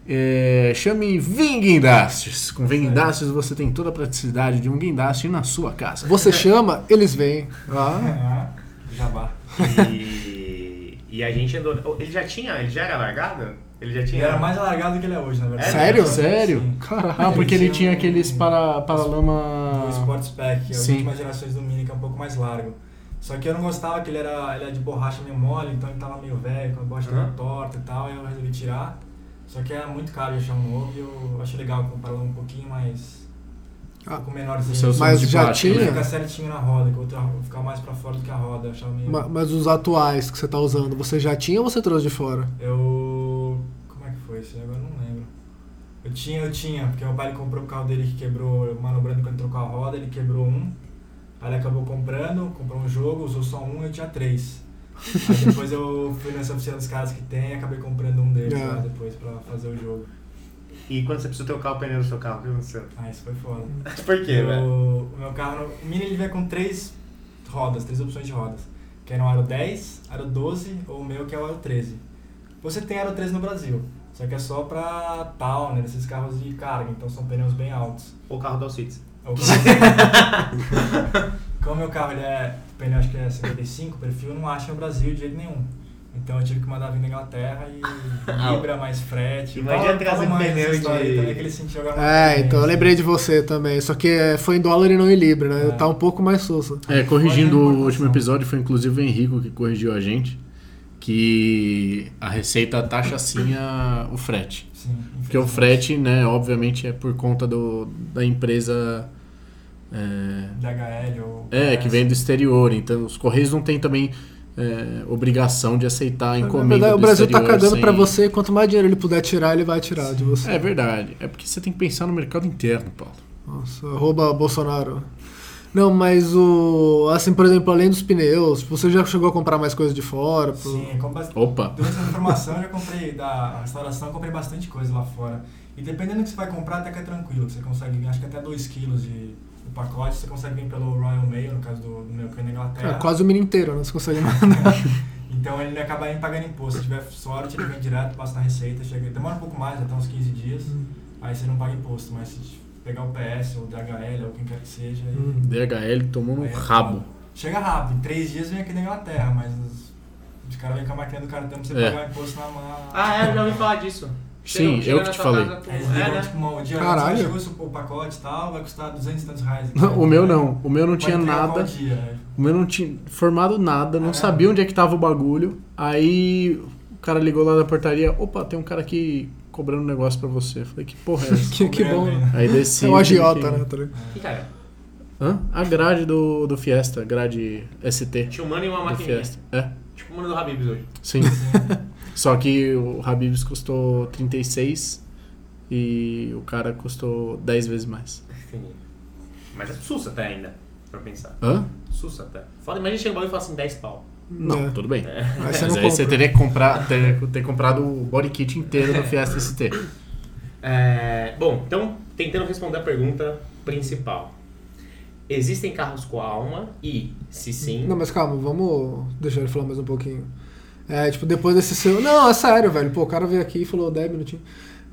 Speaker 4: é, chame Vim Guindastes. Com Vim Guindastes você tem toda a praticidade de um guindaste na sua casa.
Speaker 3: Você chama, eles vêm. É. Ah,
Speaker 5: Ah, Jabá.
Speaker 2: E, *laughs* e a gente andou. Ele já tinha, ele já era largado? Ele já
Speaker 5: Ele
Speaker 2: tinha.
Speaker 5: era mais alargado do que ele é hoje, na verdade.
Speaker 3: Sério?
Speaker 5: Sim.
Speaker 4: Sério? Ah, porque ele tinha aqueles para,
Speaker 5: O
Speaker 4: paralama...
Speaker 5: Sport Spec, que é as
Speaker 4: Sim.
Speaker 5: últimas gerações do Mini, que é um pouco mais largo. Só que eu não gostava que ele era, ele era de borracha meio mole, então ele tava meio velho, com a borracha
Speaker 2: Aham.
Speaker 5: tava torta e tal, aí eu resolvi tirar. Só que era muito caro de achar um novo e eu achei legal comparar um pouquinho mais. Um
Speaker 3: Ah,
Speaker 5: pouco menorzinho.
Speaker 4: os seus
Speaker 5: Ele
Speaker 3: mas
Speaker 4: de
Speaker 3: já
Speaker 4: plástico, né?
Speaker 3: tinha?
Speaker 5: fica certinho na roda, que o outro ficar mais pra fora do que a roda, eu achava meio.
Speaker 3: ma- mas os atuais que você tá usando, você já tinha ou você trouxe de fora?
Speaker 5: Eu. Como é que foi isso? Agora eu não lembro. Eu tinha, eu tinha, porque meu pai ele comprou o carro dele que quebrou, manobrando quando trocou a roda, ele quebrou um. Aí ele acabou comprando, comprou um jogo, usou só um eu tinha três. Aí depois eu fui nessa oficina dos caras que tem e acabei comprando um deles
Speaker 3: É.
Speaker 5: lá depois pra fazer o jogo.
Speaker 2: E quando você precisou trocar o pneu do seu carro, o que aconteceu?
Speaker 5: Ah, isso foi foda.
Speaker 2: *laughs* Por quê, velho?
Speaker 5: o, o meu carro, um, o Mini ele vem com três rodas, três opções de rodas. Que era o aro 10, aro 12 ou o meu que é o aro 13. Você tem aro 13 no Brasil, só que é só pra Towner, esses carros de carga, então são pneus bem altos.
Speaker 2: O carro do Alcides.
Speaker 5: É o
Speaker 2: *laughs*
Speaker 5: carro- Como meu carro ele é, o pneu acho que é 55, perfil, não acha no Brasil de jeito nenhum. Então eu tive que mandar vir na Inglaterra e libra mais frete.
Speaker 2: Ah, Imagina
Speaker 5: Fala-
Speaker 2: trazer
Speaker 5: fala mais
Speaker 2: pneu
Speaker 5: essa história aí
Speaker 2: de-
Speaker 5: também, que ele sentiu agora
Speaker 3: É,
Speaker 5: muito
Speaker 3: então eu
Speaker 5: bem.
Speaker 3: lembrei de você também. Só que é, foi em dólar e não em libra, né?
Speaker 5: É.
Speaker 3: Tá um pouco mais sussa.
Speaker 4: É, corrigindo
Speaker 5: Olha a
Speaker 3: né?
Speaker 4: o último
Speaker 5: importação.
Speaker 4: episódio, foi inclusive o Henrico que corrigiu a gente, que a receita taxa sim a- o frete.
Speaker 5: Sim,
Speaker 4: Porque o
Speaker 5: infelizmente.
Speaker 4: frete, né, obviamente é por conta do, da empresa é,
Speaker 5: DHL ou.
Speaker 3: É.
Speaker 4: é, que vem do exterior, então os Correios não tem também é, obrigação de aceitar
Speaker 3: Na
Speaker 4: encomenda.
Speaker 3: verdade, o
Speaker 4: do
Speaker 3: Brasil tá
Speaker 4: exterior
Speaker 3: cagando
Speaker 4: sem-
Speaker 3: pra você e quanto mais dinheiro ele puder tirar, ele vai tirar de você.
Speaker 4: É verdade. É porque você tem que pensar no mercado interno, Paulo.
Speaker 3: Nossa, arroba Bolsonaro. Não, mas o. Assim, por exemplo, além dos pneus, você já chegou a comprar mais coisas de fora? pô?
Speaker 5: Sim, assim, é como bastante.
Speaker 4: Opa!
Speaker 5: Durante a formação eu já comprei da restauração, eu comprei bastante coisa lá fora. E dependendo do que você vai comprar, até que é tranquilo. Você consegue, acho que até 2 kg de o pacote, você consegue vir pelo Royal Mail, no caso do, do meu que é na Inglaterra.
Speaker 3: Cara, quase o menino inteiro, né? Você consegue *laughs* mandar.
Speaker 5: Então ele acaba nem pagando imposto. Se tiver sorte, ele vem direto, passa na receita, chega. Demora um pouco mais, até uns 15 dias. Aí você não paga imposto, mas se pegar o PS ou o DHL ou quem quer que seja, aí-
Speaker 3: Hum.
Speaker 4: DHL tomou no
Speaker 5: aí é
Speaker 4: rabo.
Speaker 5: foda. Chega rápido, em três dias vem aqui na Inglaterra, mas os, os caras vêm com a máquina do cartão pra você
Speaker 4: É.
Speaker 5: pagar o imposto na mão.
Speaker 2: Ah, é, eu já ouvi falar disso. Chega-
Speaker 4: Sim,
Speaker 2: chega
Speaker 4: eu que
Speaker 2: na
Speaker 4: te
Speaker 2: sua
Speaker 4: falei.
Speaker 2: casa, tu-
Speaker 5: Aí eles
Speaker 2: é,
Speaker 5: ligam,
Speaker 2: né?
Speaker 5: tipo, o dia
Speaker 3: Caralho.
Speaker 5: antes, chegou o pacote e tal, vai custar 200 e tantos reais. né?
Speaker 4: O meu não. O meu não
Speaker 5: Pode
Speaker 4: tinha
Speaker 5: entregar qual
Speaker 4: nada.
Speaker 5: dia. né?
Speaker 4: O meu não tinha formado nada, não sabia onde é que tava o bagulho. Aí o cara ligou lá da portaria, opa, tem um cara aqui cobrando um negócio pra você. Eu falei, que porra
Speaker 3: *laughs*
Speaker 4: é essa?
Speaker 3: que, que bom. né?
Speaker 4: Aí desci.
Speaker 3: É um
Speaker 4: tive
Speaker 3: agiota,
Speaker 4: que-
Speaker 3: né? tá ligado?
Speaker 2: Que cara?
Speaker 4: Hã? A grade do, do Fiesta, grade ST
Speaker 2: Tinha um mano e uma
Speaker 4: do
Speaker 2: maquininha.
Speaker 4: Fiesta. É,
Speaker 2: Tipo o mano do Habibs hoje.
Speaker 3: *laughs*
Speaker 4: sim. Só que o Habibs custou 36 e o cara custou 10 vezes mais.
Speaker 2: Entendi. Mas é sussa até ainda, pra pensar.
Speaker 4: Hã?
Speaker 2: Sussa até. Foda, imagina chegar um bagulho e falar assim, 10 pau.
Speaker 4: Não,
Speaker 3: É.
Speaker 4: tudo bem.
Speaker 3: Aí você
Speaker 4: Mas
Speaker 3: não
Speaker 4: aí você
Speaker 3: compra.
Speaker 4: teria que comprar, ter, ter comprado o body kit inteiro do Fiesta ST.
Speaker 2: É, bom, então, tentando responder a pergunta principal. Existem carros com alma e, se sim...
Speaker 3: Não, mas calma, vamos deixar ele falar mais um pouquinho. É, tipo, depois desse seu. Não, é sério, velho. Pô, o cara veio aqui e falou 10 minutinhos.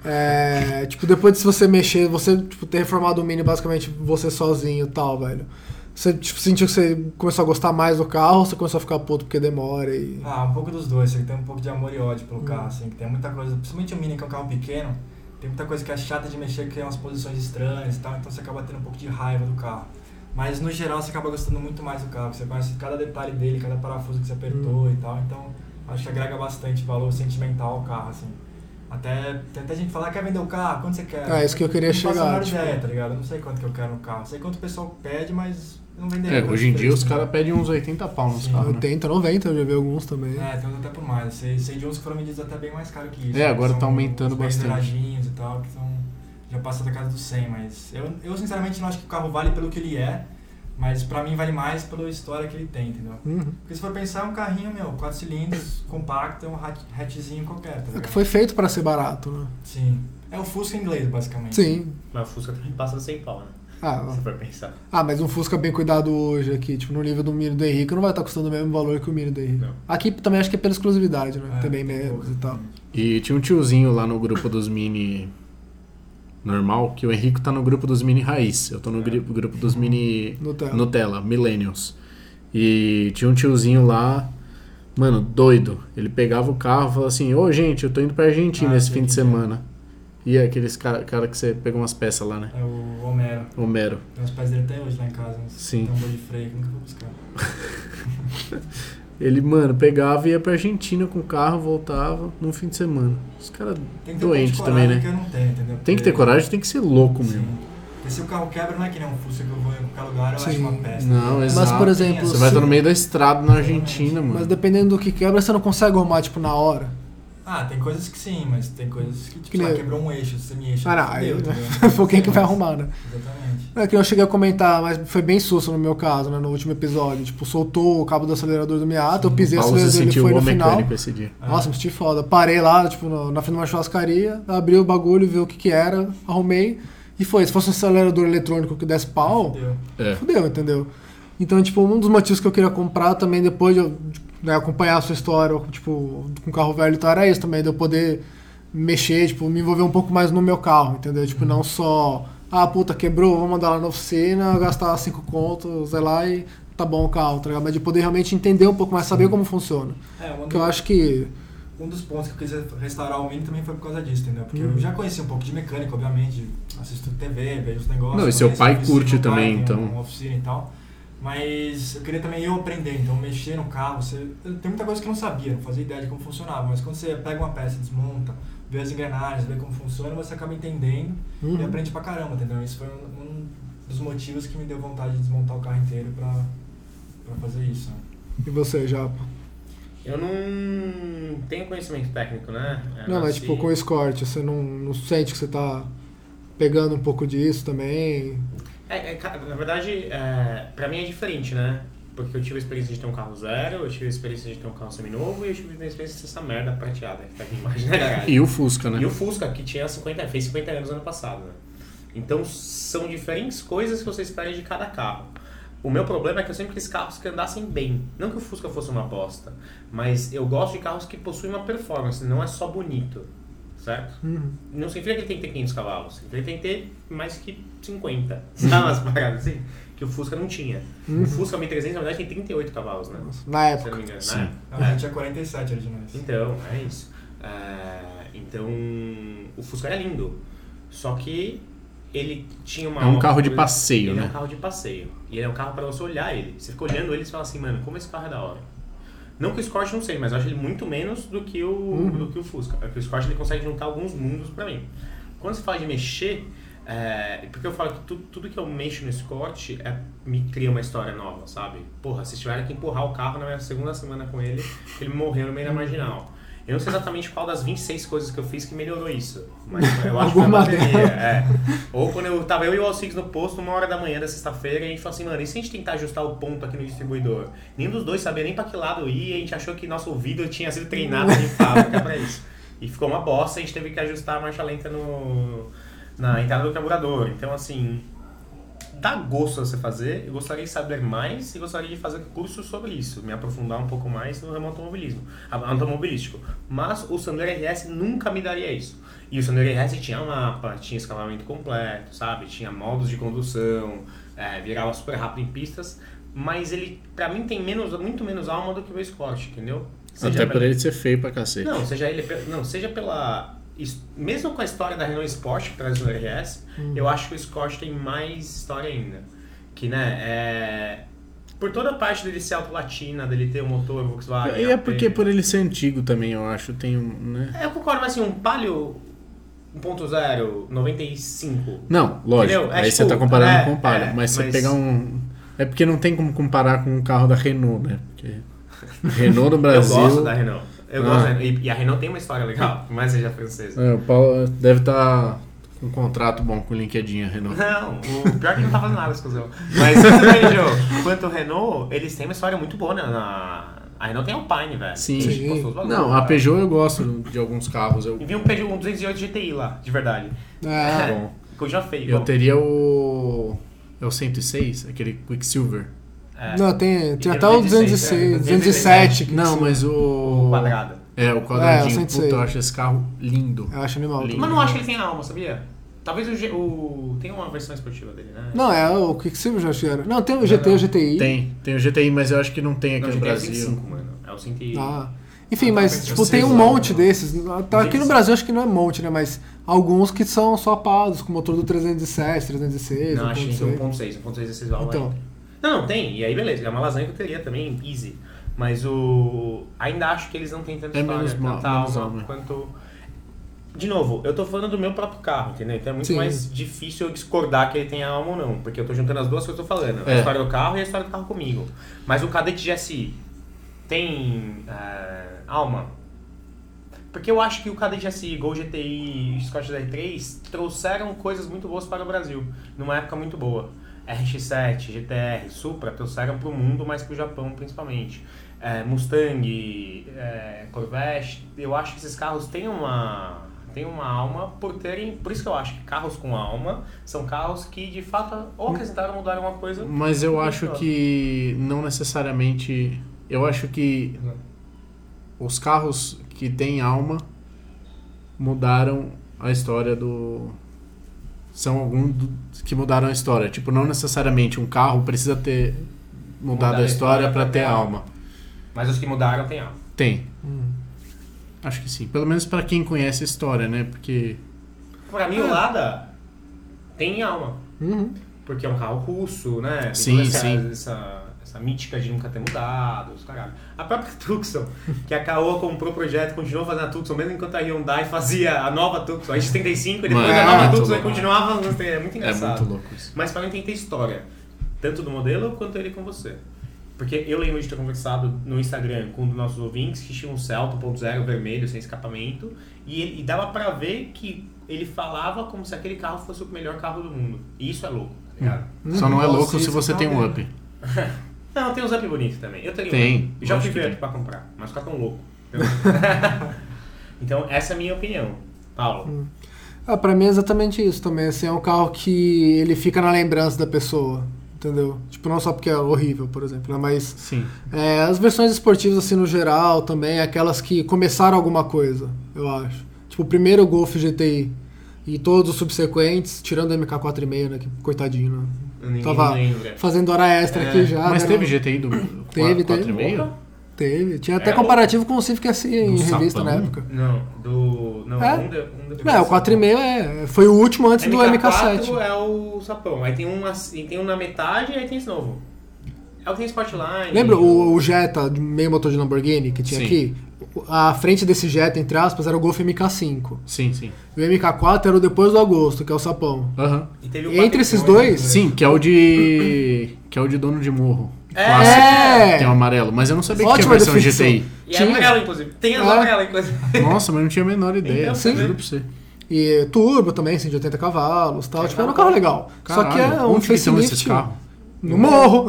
Speaker 3: É, tipo, depois de você mexer, você tipo, ter reformado o Mini basicamente você sozinho e tal, velho. Você tipo, sentiu que você começou a gostar mais do carro ou você começou a ficar puto porque demora e.
Speaker 5: Ah, um pouco dos dois. Você tem um pouco de amor e ódio
Speaker 3: Hum.
Speaker 5: pelo carro, assim. Que tem muita coisa, principalmente o Mini, que é um carro pequeno, tem muita coisa que é chata de mexer, que é umas posições estranhas e tal. Então você acaba tendo um pouco de raiva do carro. Mas no geral você acaba gostando muito mais do carro, que você conhece cada detalhe dele, cada parafuso que você
Speaker 3: Hum.
Speaker 5: apertou e tal. Então acho que agrega bastante valor sentimental ao carro, assim. Até, tem até gente que fala, "Ah, quer vender o carro? Quanto você quer?
Speaker 3: Ah, isso que eu queria
Speaker 5: Não faço a
Speaker 3: chegar,
Speaker 5: menor
Speaker 3: tipo-
Speaker 5: ideia, tá ligado? Eu não sei quanto que eu quero no carro. Sei quanto o pessoal pede, mas eu não venderia.
Speaker 4: É,
Speaker 5: por
Speaker 4: hoje em
Speaker 5: esse
Speaker 4: dia os
Speaker 5: preço, né?
Speaker 4: caras pedem uns 80 pau nos
Speaker 5: Sim.
Speaker 4: carros. né?
Speaker 3: 80, 90, eu já vi alguns também.
Speaker 5: É, tem uns até por mais. Sei, sei de uns que foram vendidos até bem mais caro que isso.
Speaker 4: É, agora
Speaker 5: São
Speaker 4: tá aumentando
Speaker 5: uns bem
Speaker 4: bastante.
Speaker 5: douradinhos e tal, que são. Já passa da casa dos 100, mas. Eu, eu sinceramente não acho que o carro vale pelo que ele é, mas pra mim vale mais pela história que ele tem, entendeu?
Speaker 3: Uhum.
Speaker 5: Porque se for pensar, é um carrinho, meu, quatro cilindros, compacto, é um hat- hatchzinho qualquer, tá
Speaker 3: É que
Speaker 5: ligado?
Speaker 3: foi feito pra ser barato, né?
Speaker 5: Sim. É o Fusca inglês, basicamente.
Speaker 3: Sim.
Speaker 2: Mas o Fusca também passa de 100 pau, né?
Speaker 3: Ah,
Speaker 2: Se for pensar.
Speaker 3: ah, mas um Fusca bem cuidado hoje aqui, tipo, no nível do Mini do Henrique, não vai estar custando o mesmo valor que o Mini do Henrique.
Speaker 2: Não.
Speaker 3: Aqui também acho que é pela exclusividade, né?
Speaker 5: É,
Speaker 3: também
Speaker 5: tem
Speaker 3: menos
Speaker 5: pouco.
Speaker 3: e tal.
Speaker 4: E tinha um tiozinho lá no grupo dos mini normal, que o Henrico tá no grupo dos mini raiz. Eu tô no gri- grupo dos mini
Speaker 3: Nutella.
Speaker 4: Nutella, Millennials. E tinha um tiozinho lá, mano, doido. Ele pegava o carro e falava assim: Ô gente, eu tô indo pra Argentina
Speaker 5: Ah,
Speaker 4: esse
Speaker 5: sei
Speaker 4: fim de
Speaker 5: quem é.
Speaker 4: semana. E é aqueles cara, cara que você pegou umas peças lá, né?
Speaker 5: É o Homero.
Speaker 4: Homero.
Speaker 5: Tem uns pés dele até hoje lá em casa, uns
Speaker 4: Sim.
Speaker 5: tambor de freio que nunca vou buscar.
Speaker 4: Ele, mano, pegava e ia pra Argentina com o carro, voltava num fim de semana. Os caras
Speaker 5: Tem que ter um pouco de
Speaker 4: doentes também,
Speaker 5: coragem
Speaker 4: né?
Speaker 5: Que eu não tenho, entendeu?
Speaker 4: Tem que ter
Speaker 5: Porque-
Speaker 4: coragem, tem que ser louco
Speaker 5: Sim.
Speaker 4: mesmo.
Speaker 5: Porque se o carro quebra, não é que nem um Fusca que eu vou em qualquer lugar, eu
Speaker 3: Sim.
Speaker 5: acho uma peça.
Speaker 4: Não,
Speaker 5: Mas,
Speaker 4: exato.
Speaker 3: Mas, por exemplo,
Speaker 4: Você vai
Speaker 3: se-
Speaker 4: estar no meio da estrada na Argentina, mano.
Speaker 3: mas dependendo do que quebra, você não consegue arrumar, tipo, na hora.
Speaker 5: Ah, tem coisas que sim, mas tem coisas que, tipo,
Speaker 3: Que
Speaker 5: sei lá,
Speaker 3: nem-
Speaker 5: quebrou um eixo, você me enche.
Speaker 3: Ah, não, aí, *laughs* foi quem que vai arrumar, né?
Speaker 5: Exatamente.
Speaker 3: É que eu cheguei a comentar, mas foi bem susto no meu caso, né? No último episódio. Tipo, soltou o cabo do acelerador do Miata, eu pisei o
Speaker 4: Paulo se
Speaker 3: acelerador ele
Speaker 4: sentiu
Speaker 3: foi
Speaker 4: o
Speaker 3: no final.
Speaker 4: mecânico esse dia.
Speaker 3: Nossa, me senti foda. Parei lá, tipo, no- na frente de uma churrascaria, abri o bagulho, vi o que que era, arrumei e foi. Se fosse um acelerador eletrônico que desse pau,
Speaker 5: Entendeu?
Speaker 4: É.
Speaker 3: fudeu, entendeu? Então, tipo, um dos motivos que eu queria comprar também, depois de eu né, acompanhar a sua história, tipo, com carro velho e tal, era isso também, de eu poder mexer, tipo, me envolver um pouco mais no meu carro, entendeu? Tipo, não só, ah, puta, quebrou, vou mandar lá na oficina, gastar cinco contos, sei lá, e tá bom o carro, tá ligado? Mas de poder realmente entender um pouco mais, saber como funciona.
Speaker 5: É, um,
Speaker 3: Porque eu
Speaker 5: do-
Speaker 3: acho que
Speaker 5: um dos pontos que eu quis restaurar o Mini também foi por causa disso, entendeu? Porque
Speaker 4: Uhum.
Speaker 5: eu já conheci um pouco de mecânica, obviamente. Assisto TV, vejo os negócios.
Speaker 4: Não, e seu
Speaker 5: conheço
Speaker 4: pai
Speaker 5: a oficina,
Speaker 4: curte
Speaker 5: meu pai
Speaker 4: também,
Speaker 5: tem
Speaker 4: então.
Speaker 5: Uma oficina e tal. Mas eu queria também eu aprender, então mexer no carro. Você... eu- Tem muita coisa que eu não sabia, não fazia ideia de como funcionava. Mas quando você pega uma peça, desmonta, vê as engrenagens, vê como funciona, você acaba entendendo
Speaker 4: Uhum.
Speaker 5: e aprende pra caramba, entendeu? Isso foi um, um dos motivos que me deu vontade de desmontar o carro inteiro pra, pra fazer isso. né?
Speaker 3: E você, Japa?
Speaker 2: Eu não tenho conhecimento técnico, né? É,
Speaker 3: Não, mas
Speaker 2: se-
Speaker 3: tipo, com o escort, você não, não sente que você tá pegando um pouco disso também.
Speaker 2: É, é, ca- na verdade, é, pra mim é diferente, né? Porque eu tive a experiência de ter um carro zero, eu tive a experiência de ter um carro seminovo e eu tive a experiência dessa merda prateada que tá aqui embaixo da garagem.
Speaker 4: E o Fusca, né?
Speaker 2: E o Fusca, que tinha 50, fez 50 anos ano passado, né? Então são diferentes coisas que você espera de cada carro. O meu problema é que eu sempre quis carros que andassem bem. Não que o Fusca fosse uma bosta, mas eu gosto de carros que possuem uma performance, não é só bonito, certo? Não significa que ele tem que ter 500 cavalos, significa que ele tem que ter mais que 50. *laughs* Sabe umas paradas assim? Que o Fusca não tinha. O Fusca 1300, na verdade, tem 38 cavalos, né?
Speaker 3: Na
Speaker 2: Se eu
Speaker 3: época.
Speaker 2: não me engano,
Speaker 4: Sim.
Speaker 2: né?
Speaker 5: Na verdade, tinha 47 originais.
Speaker 2: Então, é isso. É, então, o Fusca era lindo. Só que ele tinha uma.
Speaker 4: É um
Speaker 2: uma
Speaker 4: carro de
Speaker 2: coisa-
Speaker 4: passeio,
Speaker 2: ele é
Speaker 4: né?
Speaker 2: um carro de passeio. E ele é um carro pra você olhar ele. Você fica olhando ele e você fala assim, mano, como esse carro é da hora. Não que o Scorch não sei, mas eu acho ele muito menos do que o, do que o Fusca. Porque o Scorch ele consegue juntar alguns mundos pra mim. Quando se fala de mexer, é, porque eu falo que tu- tudo que eu mexo no Scorch é, me cria uma história nova, sabe? Porra, se tiveram que empurrar o carro na minha segunda semana com ele, *laughs* ele morreu no meio da marginal. Eu não sei exatamente qual das 26 coisas que eu fiz que melhorou isso. Mas eu acho que foi a
Speaker 3: Alguma
Speaker 2: bateria. É. Ou quando eu tava eu e o Alcides no posto, uma hora da manhã da sexta-feira, e a gente falou assim, mano, e se a gente tentar ajustar o ponto aqui no distribuidor? Nenhum dos dois sabia nem pra que lado ir, e a gente achou que nosso ouvido tinha sido treinado de fábrica pra isso. E ficou uma bosta, a gente teve que ajustar a marcha lenta no, na entrada do carburador. Então, assim, dá gosto a você fazer. Eu gostaria de saber mais e gostaria de fazer curso sobre isso, me aprofundar um pouco mais no ramo automobilismo, a- automobilístico. Mas o Sandero RS nunca me daria isso. E o Sandero RS tinha mapa, tinha escalamento completo, sabe? Tinha modos de condução, é, virava super rápido em pistas. Mas ele, pra mim, tem menos, muito menos alma do que o meu Escort, entendeu? Seja
Speaker 4: Até pra ele ser feio pra cacete.
Speaker 2: não, seja ele, pe- não, seja pela his- mesmo com a história da Renault Sport que traz no RS,
Speaker 4: Uhum.
Speaker 2: eu acho que o Scott tem mais história ainda. Que né, é por toda a parte dele ser autolatina, dele ter o motor Volkswagen.
Speaker 4: E é
Speaker 2: AP.
Speaker 4: porque por ele ser antigo também, eu acho, tem um, né?
Speaker 2: É, eu concordo, mas assim, um Palio 1.0 95
Speaker 4: Não, lógico.
Speaker 2: Entendeu? É
Speaker 4: aí você
Speaker 2: tipo,
Speaker 4: tá comparando
Speaker 2: é,
Speaker 4: com o Palio,
Speaker 2: é,
Speaker 4: mas você
Speaker 2: mas-
Speaker 4: pegar um é porque não tem como comparar com um carro da Renault, né? Porque Renault no Brasil.
Speaker 2: *laughs* Eu gosto da Renault. Eu
Speaker 4: Ah.
Speaker 2: gosto da Renault. E, e a Renault tem uma história legal, *laughs* mas seja francesa.
Speaker 4: É, o Paulo deve estar com um contrato bom com o LinkedIn, a Renault.
Speaker 2: Não, o pior é que não tá fazendo nada, exclusão. Mas *laughs* tudo bem, Joe. Quanto ao Renault, eles têm uma história muito boa na. na... A Renault tem Alpine, velho.
Speaker 4: Sim.
Speaker 2: A gente postou os bagulhos,
Speaker 4: Não, a
Speaker 2: cara.
Speaker 4: Peugeot eu gosto de alguns carros. Eu,
Speaker 2: E vi um Peugeot um 208 GTI lá, de verdade.
Speaker 3: É.
Speaker 4: bom.
Speaker 2: Coisa feia.
Speaker 4: eu
Speaker 2: bom.
Speaker 4: teria o. É o 106, aquele Quicksilver.
Speaker 2: É,
Speaker 3: Não, tem, tem
Speaker 2: E
Speaker 3: até o
Speaker 2: 206,
Speaker 3: 206,
Speaker 2: é,
Speaker 3: 207. que
Speaker 4: Não, mas o.
Speaker 2: quadrada.
Speaker 4: É, o quadradinho.
Speaker 3: É, o 106.
Speaker 4: Puta, eu acho esse carro lindo.
Speaker 3: Eu acho animal.
Speaker 4: Lindo.
Speaker 2: Mas não acho que ele tem alma, sabia? Talvez o, G- o. Tem uma versão esportiva dele, né?
Speaker 3: Não, é o Quicksilver já cheira. Não, tem o GT, o GTI.
Speaker 4: Tem, tem o GTI, mas eu acho que não tem aqui
Speaker 2: Não,
Speaker 4: no
Speaker 2: GTI é o
Speaker 4: Brasil.
Speaker 2: 25, mano. É o 100.
Speaker 3: Ah. Enfim,
Speaker 5: Ah,
Speaker 3: mas
Speaker 5: talvez
Speaker 3: tipo,
Speaker 5: eu
Speaker 3: tem
Speaker 5: sei
Speaker 3: um
Speaker 5: lá,
Speaker 3: monte
Speaker 5: né?
Speaker 3: desses. Tá, aqui no
Speaker 2: Desses.
Speaker 3: Brasil acho que não é um monte, né? Mas alguns que são só pados, com motor do 307, 306,
Speaker 2: Não, achei 1.6,
Speaker 3: 1.6.
Speaker 2: 1.6 esses é valores.
Speaker 3: Então.
Speaker 2: Não, não, tem. E aí, beleza. É uma lasanha que eu teria também, easy. Mas o... Ainda acho que eles não têm tanta
Speaker 4: É
Speaker 2: história,
Speaker 4: menos mal-
Speaker 2: tanta
Speaker 4: menos
Speaker 2: alma,
Speaker 4: alma.
Speaker 2: quanto... De novo, eu tô falando do meu próprio carro, entendeu? Então é muito
Speaker 3: Sim.
Speaker 2: mais difícil eu discordar que ele tem alma ou não. Porque eu tô juntando as duas coisas que eu tô falando.
Speaker 4: É.
Speaker 2: A história do carro e a história do carro comigo. Mas o Cadete GSI tem ah, alma? Porque eu acho que o Cadete SI, Gol GTI e Scott R3 trouxeram coisas muito boas para o Brasil, numa época muito boa. RX-7, GTR, Supra trouxeram para o mundo, mas para o Japão principalmente. É, Mustang, é, Corvette, eu acho que esses carros têm uma, têm uma alma por terem... Por isso que eu acho que carros com alma são carros que de fato ou acrescentaram ou mudaram alguma coisa.
Speaker 4: Mas eu acho que não necessariamente. Eu acho que os carros que têm alma mudaram a história do. São alguns do- que mudaram a história. Tipo, não necessariamente um carro precisa ter mudado
Speaker 2: Mudar
Speaker 4: a história para ter alma.
Speaker 2: Mas os que mudaram têm alma.
Speaker 4: Tem. Acho que sim. Pelo menos para quem conhece a história, né? Porque.
Speaker 2: Pra mim, o Lada tem alma.
Speaker 3: Uhum.
Speaker 2: Porque é um carro russo, né? Tem
Speaker 4: Sim,
Speaker 2: toda essa,
Speaker 4: sim.
Speaker 2: Essa, essa mítica de nunca ter mudado, os caralho. A própria *laughs* Tucson, que a Caoa comprou o projeto, continuou fazendo a Tucson, mesmo enquanto a Hyundai fazia a nova Tucson, a X35, e depois
Speaker 4: Mano,
Speaker 2: a nova
Speaker 4: é muito
Speaker 2: Tucson e
Speaker 4: louco.
Speaker 2: continuava, é muito
Speaker 4: É
Speaker 2: engraçado.
Speaker 4: muito louco isso.
Speaker 2: Mas pra mim tem que ter história, tanto do modelo quanto ele com você. Porque eu lembro de ter conversado no Instagram com um dos nossos ouvintes que tinha um Celta 1.0 vermelho sem escapamento e, ele, e dava pra ver que ele falava como se aquele carro fosse o melhor carro do mundo. E isso é louco, tá ligado?
Speaker 3: Hum.
Speaker 4: Só não é
Speaker 5: Nossa,
Speaker 4: louco se
Speaker 5: isso
Speaker 4: você
Speaker 5: tá
Speaker 4: tem um
Speaker 5: vendo.
Speaker 4: up.
Speaker 2: Não, tem uns up bonitos também. Eu tenho.
Speaker 4: Tem,
Speaker 2: um. Já
Speaker 4: lógico
Speaker 2: fui
Speaker 4: que
Speaker 2: ver
Speaker 4: tem.
Speaker 2: pra comprar, mas fica tão
Speaker 4: *laughs*
Speaker 2: louco. então, essa é a minha opinião. Paulo.
Speaker 3: Ah, pra mim é exatamente isso também. Assim, é um carro que ele fica na lembrança da pessoa, entendeu? Tipo, não só porque é horrível, por exemplo, né? mas
Speaker 4: Sim.
Speaker 3: é, as versões esportivas, assim, no geral também, aquelas que começaram alguma coisa, eu acho. Tipo, o primeiro Golf GTI e todos os subsequentes, tirando o MK4,5, né? Que coitadinho, né?
Speaker 2: Ninguém
Speaker 3: Tava
Speaker 2: lembra.
Speaker 3: fazendo hora extra
Speaker 2: É.
Speaker 3: aqui já.
Speaker 4: Mas
Speaker 3: né?
Speaker 4: teve GTI do
Speaker 3: Teve, teve.
Speaker 4: 4,5?
Speaker 3: Teve. Tinha até
Speaker 2: É,
Speaker 3: comparativo com o Civic SI em
Speaker 4: do
Speaker 3: revista
Speaker 4: sapão.
Speaker 3: na época.
Speaker 2: Não, do. Não,
Speaker 3: É?
Speaker 2: um de, um de-
Speaker 3: Não, o 4,5 é, foi o último antes do MK7.
Speaker 2: MK4 é o sapão. Aí tem um, assim- tem um na metade e aí tem esse novo. É o que tem Sportline.
Speaker 3: Lembra o, o Jetta, de meio motor de Lamborghini, que tinha
Speaker 4: Sim.
Speaker 3: aqui? O- A frente desse Jetta, entre aspas, era o Golf MK5.
Speaker 4: Sim, sim.
Speaker 3: E o MK4 era o depois do agosto, que é o sapão.
Speaker 4: Aham.
Speaker 2: E teve o né?
Speaker 3: E entre esses
Speaker 2: 4.8.
Speaker 3: dois,
Speaker 4: Sim, que é o de. que é o de dono de morro.
Speaker 2: É!
Speaker 3: É!
Speaker 4: Tem o amarelo, mas eu não sabia que um tinha
Speaker 3: Ótima
Speaker 4: versão
Speaker 3: definição.
Speaker 4: GTI.
Speaker 2: E é
Speaker 3: Tinha.
Speaker 2: amarelo, inclusive. Tem as
Speaker 3: Ah.
Speaker 2: amarelas, inclusive. é
Speaker 4: Nossa, mas eu não tinha a menor ideia.
Speaker 2: Então,
Speaker 4: Sim.
Speaker 2: tá
Speaker 4: Juro
Speaker 2: vendo?
Speaker 4: pra você.
Speaker 3: e turbo também, 180 cavalos tal. Tipo, era um carro legal. Só que
Speaker 4: Caralho,
Speaker 3: é um
Speaker 4: onde que são esses
Speaker 3: facelift
Speaker 4: carros? É.
Speaker 3: no morro.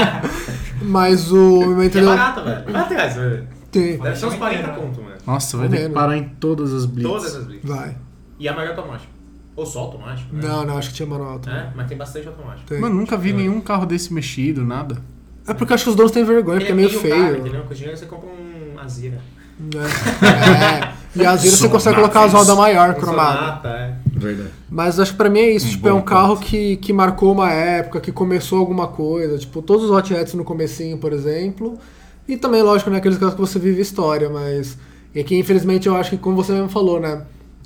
Speaker 3: *laughs* Mas o...
Speaker 2: E é
Speaker 3: Entendeu?
Speaker 2: barato, velho. Vai atrás, velho.
Speaker 3: Tem-
Speaker 2: Deve ser uns 40
Speaker 5: Inteira.
Speaker 2: conto, mano.
Speaker 4: Nossa, vai ter que
Speaker 3: Menos.
Speaker 4: parar em todas as blitz.
Speaker 2: Todas as blitz.
Speaker 3: Vai.
Speaker 2: E amarelo automático. Ou só automático, né?
Speaker 3: Não, não, acho que tinha manual também.
Speaker 2: É, mas tem bastante automático.
Speaker 3: Tem.
Speaker 4: Mano, nunca vi nenhum carro desse mexido, nada.
Speaker 3: É porque eu acho que os donos têm vergonha, porque é meio
Speaker 2: caro,
Speaker 3: feio.
Speaker 2: entendeu? Com dinheiro você compra um Azira.
Speaker 3: né? É. E às vezes você
Speaker 4: Sonatas.
Speaker 3: consegue colocar as rodas maior
Speaker 2: Um
Speaker 3: cromada.
Speaker 2: Sonata, é.
Speaker 4: Verdade.
Speaker 3: Mas acho que pra mim é isso,
Speaker 4: Um
Speaker 3: tipo, é
Speaker 4: bom
Speaker 3: um carro que, que marcou uma época, que começou alguma coisa, tipo, todos os hot hats no comecinho, por exemplo. E também, lógico, né, aqueles carros que você vive história, mas. E aqui, infelizmente, eu acho que, como você mesmo falou, né?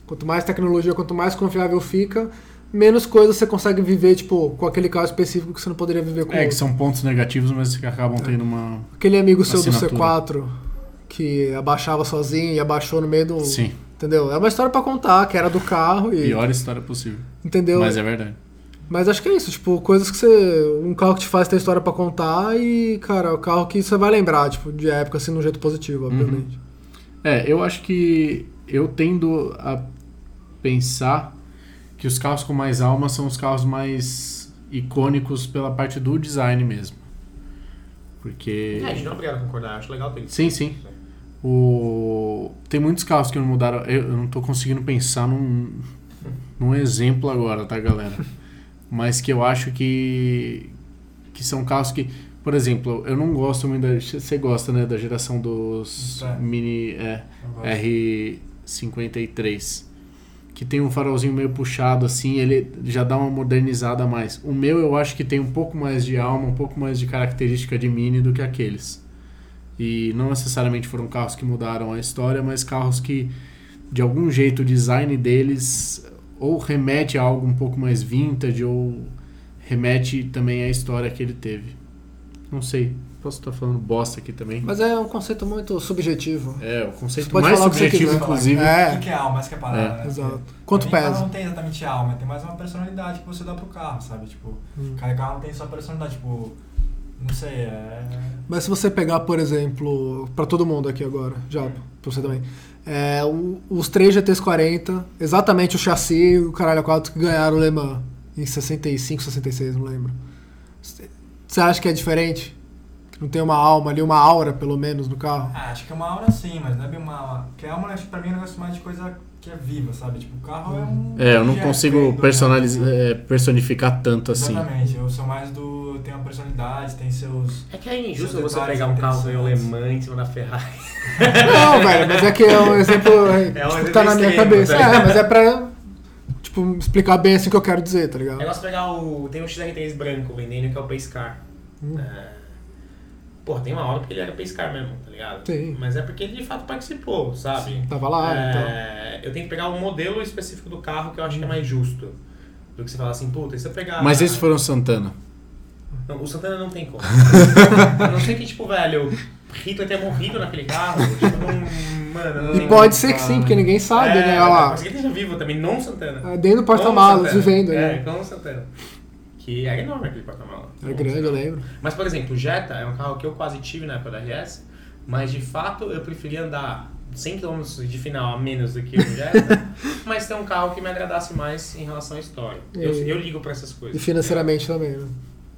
Speaker 3: Quanto mais tecnologia, quanto mais confiável fica, menos coisas você consegue viver, tipo, com aquele carro específico que você não poderia viver com
Speaker 4: É, que
Speaker 3: outro.
Speaker 4: são pontos negativos, mas que acabam tendo uma.
Speaker 3: Aquele amigo seu
Speaker 4: Assinatura.
Speaker 3: do C4 que abaixava sozinho e abaixou no meio do.
Speaker 4: Sim,
Speaker 3: Entendeu? É uma história pra contar, que era do carro e.
Speaker 4: pior história possível.
Speaker 3: Entendeu?
Speaker 4: Mas é verdade.
Speaker 3: Mas acho que é isso, tipo, coisas que você. Um carro que te faz ter história pra contar e, cara, é o carro que você vai lembrar, tipo, de época, assim, de um jeito positivo,
Speaker 4: Uhum.
Speaker 3: obviamente.
Speaker 4: É, eu acho que eu tendo a pensar que os carros com mais alma são os carros mais icônicos pela parte do design mesmo. Porque.
Speaker 2: É, a gente não é obrigado a concordar, acho legal ter isso.
Speaker 4: Sim, sim. O... Tem muitos carros que não mudaram. Eu eu não tô conseguindo pensar num, num exemplo agora, tá, galera? Mas que eu acho que. que são carros que. Por exemplo, eu não gosto muito da. Você gosta, né? Da geração dos
Speaker 5: Tá.
Speaker 4: mini é,
Speaker 5: Eu gosto.
Speaker 4: R53. Que tem um farolzinho meio puxado, assim, ele já dá uma modernizada a mais. O meu eu acho que tem um pouco mais de alma, um pouco mais de característica de mini do que aqueles. E não necessariamente foram carros que mudaram a história, mas carros que, de algum jeito, o design deles ou remete a algo um pouco mais vintage ou remete também à história que ele teve. Não sei, posso estar falando bosta aqui também.
Speaker 3: Mas é um conceito muito subjetivo.
Speaker 4: É, o conceito
Speaker 3: Você pode
Speaker 4: mais
Speaker 3: falar o que você
Speaker 4: subjetivo,
Speaker 3: quiser.
Speaker 4: inclusive.
Speaker 5: O
Speaker 3: É,
Speaker 5: que é alma, essa que é a parada,
Speaker 4: É.
Speaker 5: né?
Speaker 3: exato. Quanto
Speaker 5: Pra mim, carro
Speaker 3: pesa?
Speaker 5: não tem exatamente alma, tem mais uma personalidade que você dá pro carro, sabe? Tipo,
Speaker 4: Hum.
Speaker 5: cada carro não tem sua personalidade, tipo, não sei, é.
Speaker 3: Mas se você pegar, por exemplo, pra todo mundo aqui agora, já
Speaker 2: Hum.
Speaker 3: pra você também, é, o- os três GTs 40, exatamente o chassi e o caralho 4 que ganharam o Le Mans em 65, 66, não lembro. Você você acha que é diferente? Que Não tem uma alma ali, uma aura pelo menos
Speaker 2: *laughs*
Speaker 3: no carro?
Speaker 5: Ah, acho que é uma aura sim, mas não é bem uma aura. Porque alma, acho que pra mim é um negócio mais de coisa que é viva, sabe? Tipo, o carro é um.
Speaker 4: É, eu não
Speaker 5: objeto,
Speaker 4: consigo
Speaker 5: vendo, né?
Speaker 4: personaliz- é, personificar tanto assim.
Speaker 5: Exatamente, eu sou mais do. tem uma personalidade, tem seus.
Speaker 2: É que é injusto
Speaker 5: Seus
Speaker 2: você
Speaker 5: detalhes
Speaker 2: pegar um carro meio
Speaker 5: interessantes.
Speaker 2: alemã em cima da Ferrari.
Speaker 3: Não, velho, mas é que é um exemplo
Speaker 2: É um
Speaker 3: tipo,
Speaker 2: exemplo
Speaker 3: tá na minha
Speaker 2: extremo,
Speaker 3: cabeça.
Speaker 2: tá ligado?
Speaker 3: É, mas é pra tipo, explicar bem assim o que eu quero dizer, tá
Speaker 2: É
Speaker 3: ligado?
Speaker 2: negócio pegar o. Tem um XR3 branco vendendo que é o Pace Car. É. Pô, tem uma hora porque ele era Pace Car mesmo, tá ligado?
Speaker 3: Tem.
Speaker 2: Mas é porque ele de fato participou, sabe?
Speaker 3: Tava lá, então.
Speaker 2: É, Eu tenho que pegar um modelo específico do carro que eu acho que é mais justo. Do que você falar assim, puta, e se eu pegar.
Speaker 4: Mas esses foram Santana.
Speaker 2: Não, o Santana não tem como. *laughs* a não ser que, tipo, velho, o Hitler tenha morrido naquele carro. Tipo, não. Mano, não
Speaker 3: E
Speaker 2: tem
Speaker 3: pode
Speaker 2: como.
Speaker 3: ser que sim, porque ninguém sabe,
Speaker 2: é,
Speaker 3: né? Olha lá.
Speaker 2: Mas que ele esteja vivo também, não o Santana.
Speaker 3: Ah, Dentro do porta-malas,
Speaker 2: Como o Santana.
Speaker 3: vivendo.
Speaker 2: É,
Speaker 3: né?
Speaker 2: como o Santana. que era enorme aquele porta-mala.
Speaker 3: É grande, eu lembro.
Speaker 2: Mas, por exemplo, o Jetta é um carro que eu quase tive na época da RS, mas de fato eu preferia andar 100 km de final a menos do que o
Speaker 3: *laughs*
Speaker 2: Jetta, mas ter um carro que me agradasse mais em relação à história. Eu,
Speaker 3: E-
Speaker 2: eu ligo pra essas coisas.
Speaker 3: É. E financeiramente também, né?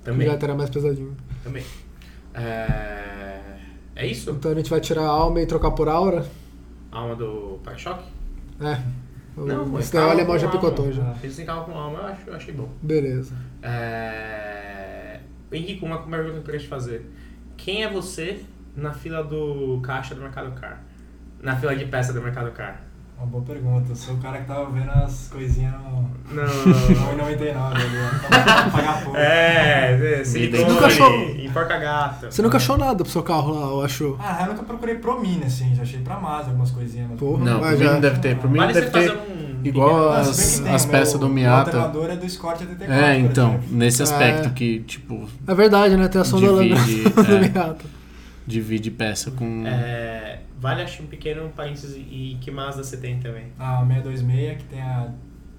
Speaker 2: Também,
Speaker 3: Já era mais pesadinho.
Speaker 2: também. É... é isso?
Speaker 3: Então a gente vai tirar a alma e trocar por aura?
Speaker 2: Alma do para-choque?
Speaker 3: É. O-
Speaker 2: mas
Speaker 3: Esse daí o
Speaker 2: carro
Speaker 3: alemão
Speaker 2: com
Speaker 3: já
Speaker 2: alma.
Speaker 3: picotou já.
Speaker 2: Eles têm carro com alma, eu, acho, eu achei bom.
Speaker 3: Beleza.
Speaker 2: É... Henrique, uma pergunta que eu queria te fazer. Quem é você na fila do caixa do Mercado Car? Na fila de peça do Mercado Car?
Speaker 5: Uma boa pergunta. Eu sou o cara que tava vendo as coisinhas no.
Speaker 2: Não.
Speaker 5: *laughs* no 99 ali. ó. Tava pra
Speaker 2: *laughs*
Speaker 5: pagar pouco.
Speaker 2: é, se
Speaker 4: Ninguém
Speaker 2: ligou
Speaker 3: nunca achou.
Speaker 2: em porca gata.
Speaker 3: Você nunca achou nada pro seu carro lá, eu acho.
Speaker 5: Ah, na real, nunca procurei pro mim, assim. Já achei pra mais algumas coisinhas. Mas...
Speaker 3: Porra.
Speaker 4: Não,
Speaker 3: Mas
Speaker 4: pra mim
Speaker 3: já-
Speaker 4: não deve ter. Pra mim
Speaker 2: Vale
Speaker 4: deve
Speaker 2: você
Speaker 4: ter
Speaker 2: fazer um...
Speaker 4: igual
Speaker 5: Ah, se bem
Speaker 4: as,
Speaker 5: que tem,
Speaker 4: as
Speaker 5: o
Speaker 4: peças
Speaker 5: meu-
Speaker 4: do
Speaker 5: O
Speaker 4: Miata.
Speaker 5: alternador é do Scott 84.
Speaker 4: É,
Speaker 5: por
Speaker 4: então,
Speaker 5: exemplo.
Speaker 4: nesse aspecto
Speaker 3: É.
Speaker 4: que, tipo,
Speaker 3: É verdade, né? Tem a sonda lá *laughs*
Speaker 4: Divide,
Speaker 3: do
Speaker 4: é.
Speaker 3: Miata.
Speaker 4: divide peça com.
Speaker 2: É, vale, acho, um pequeno parênteses e que Mazda você tem também.
Speaker 5: A 626, que tem a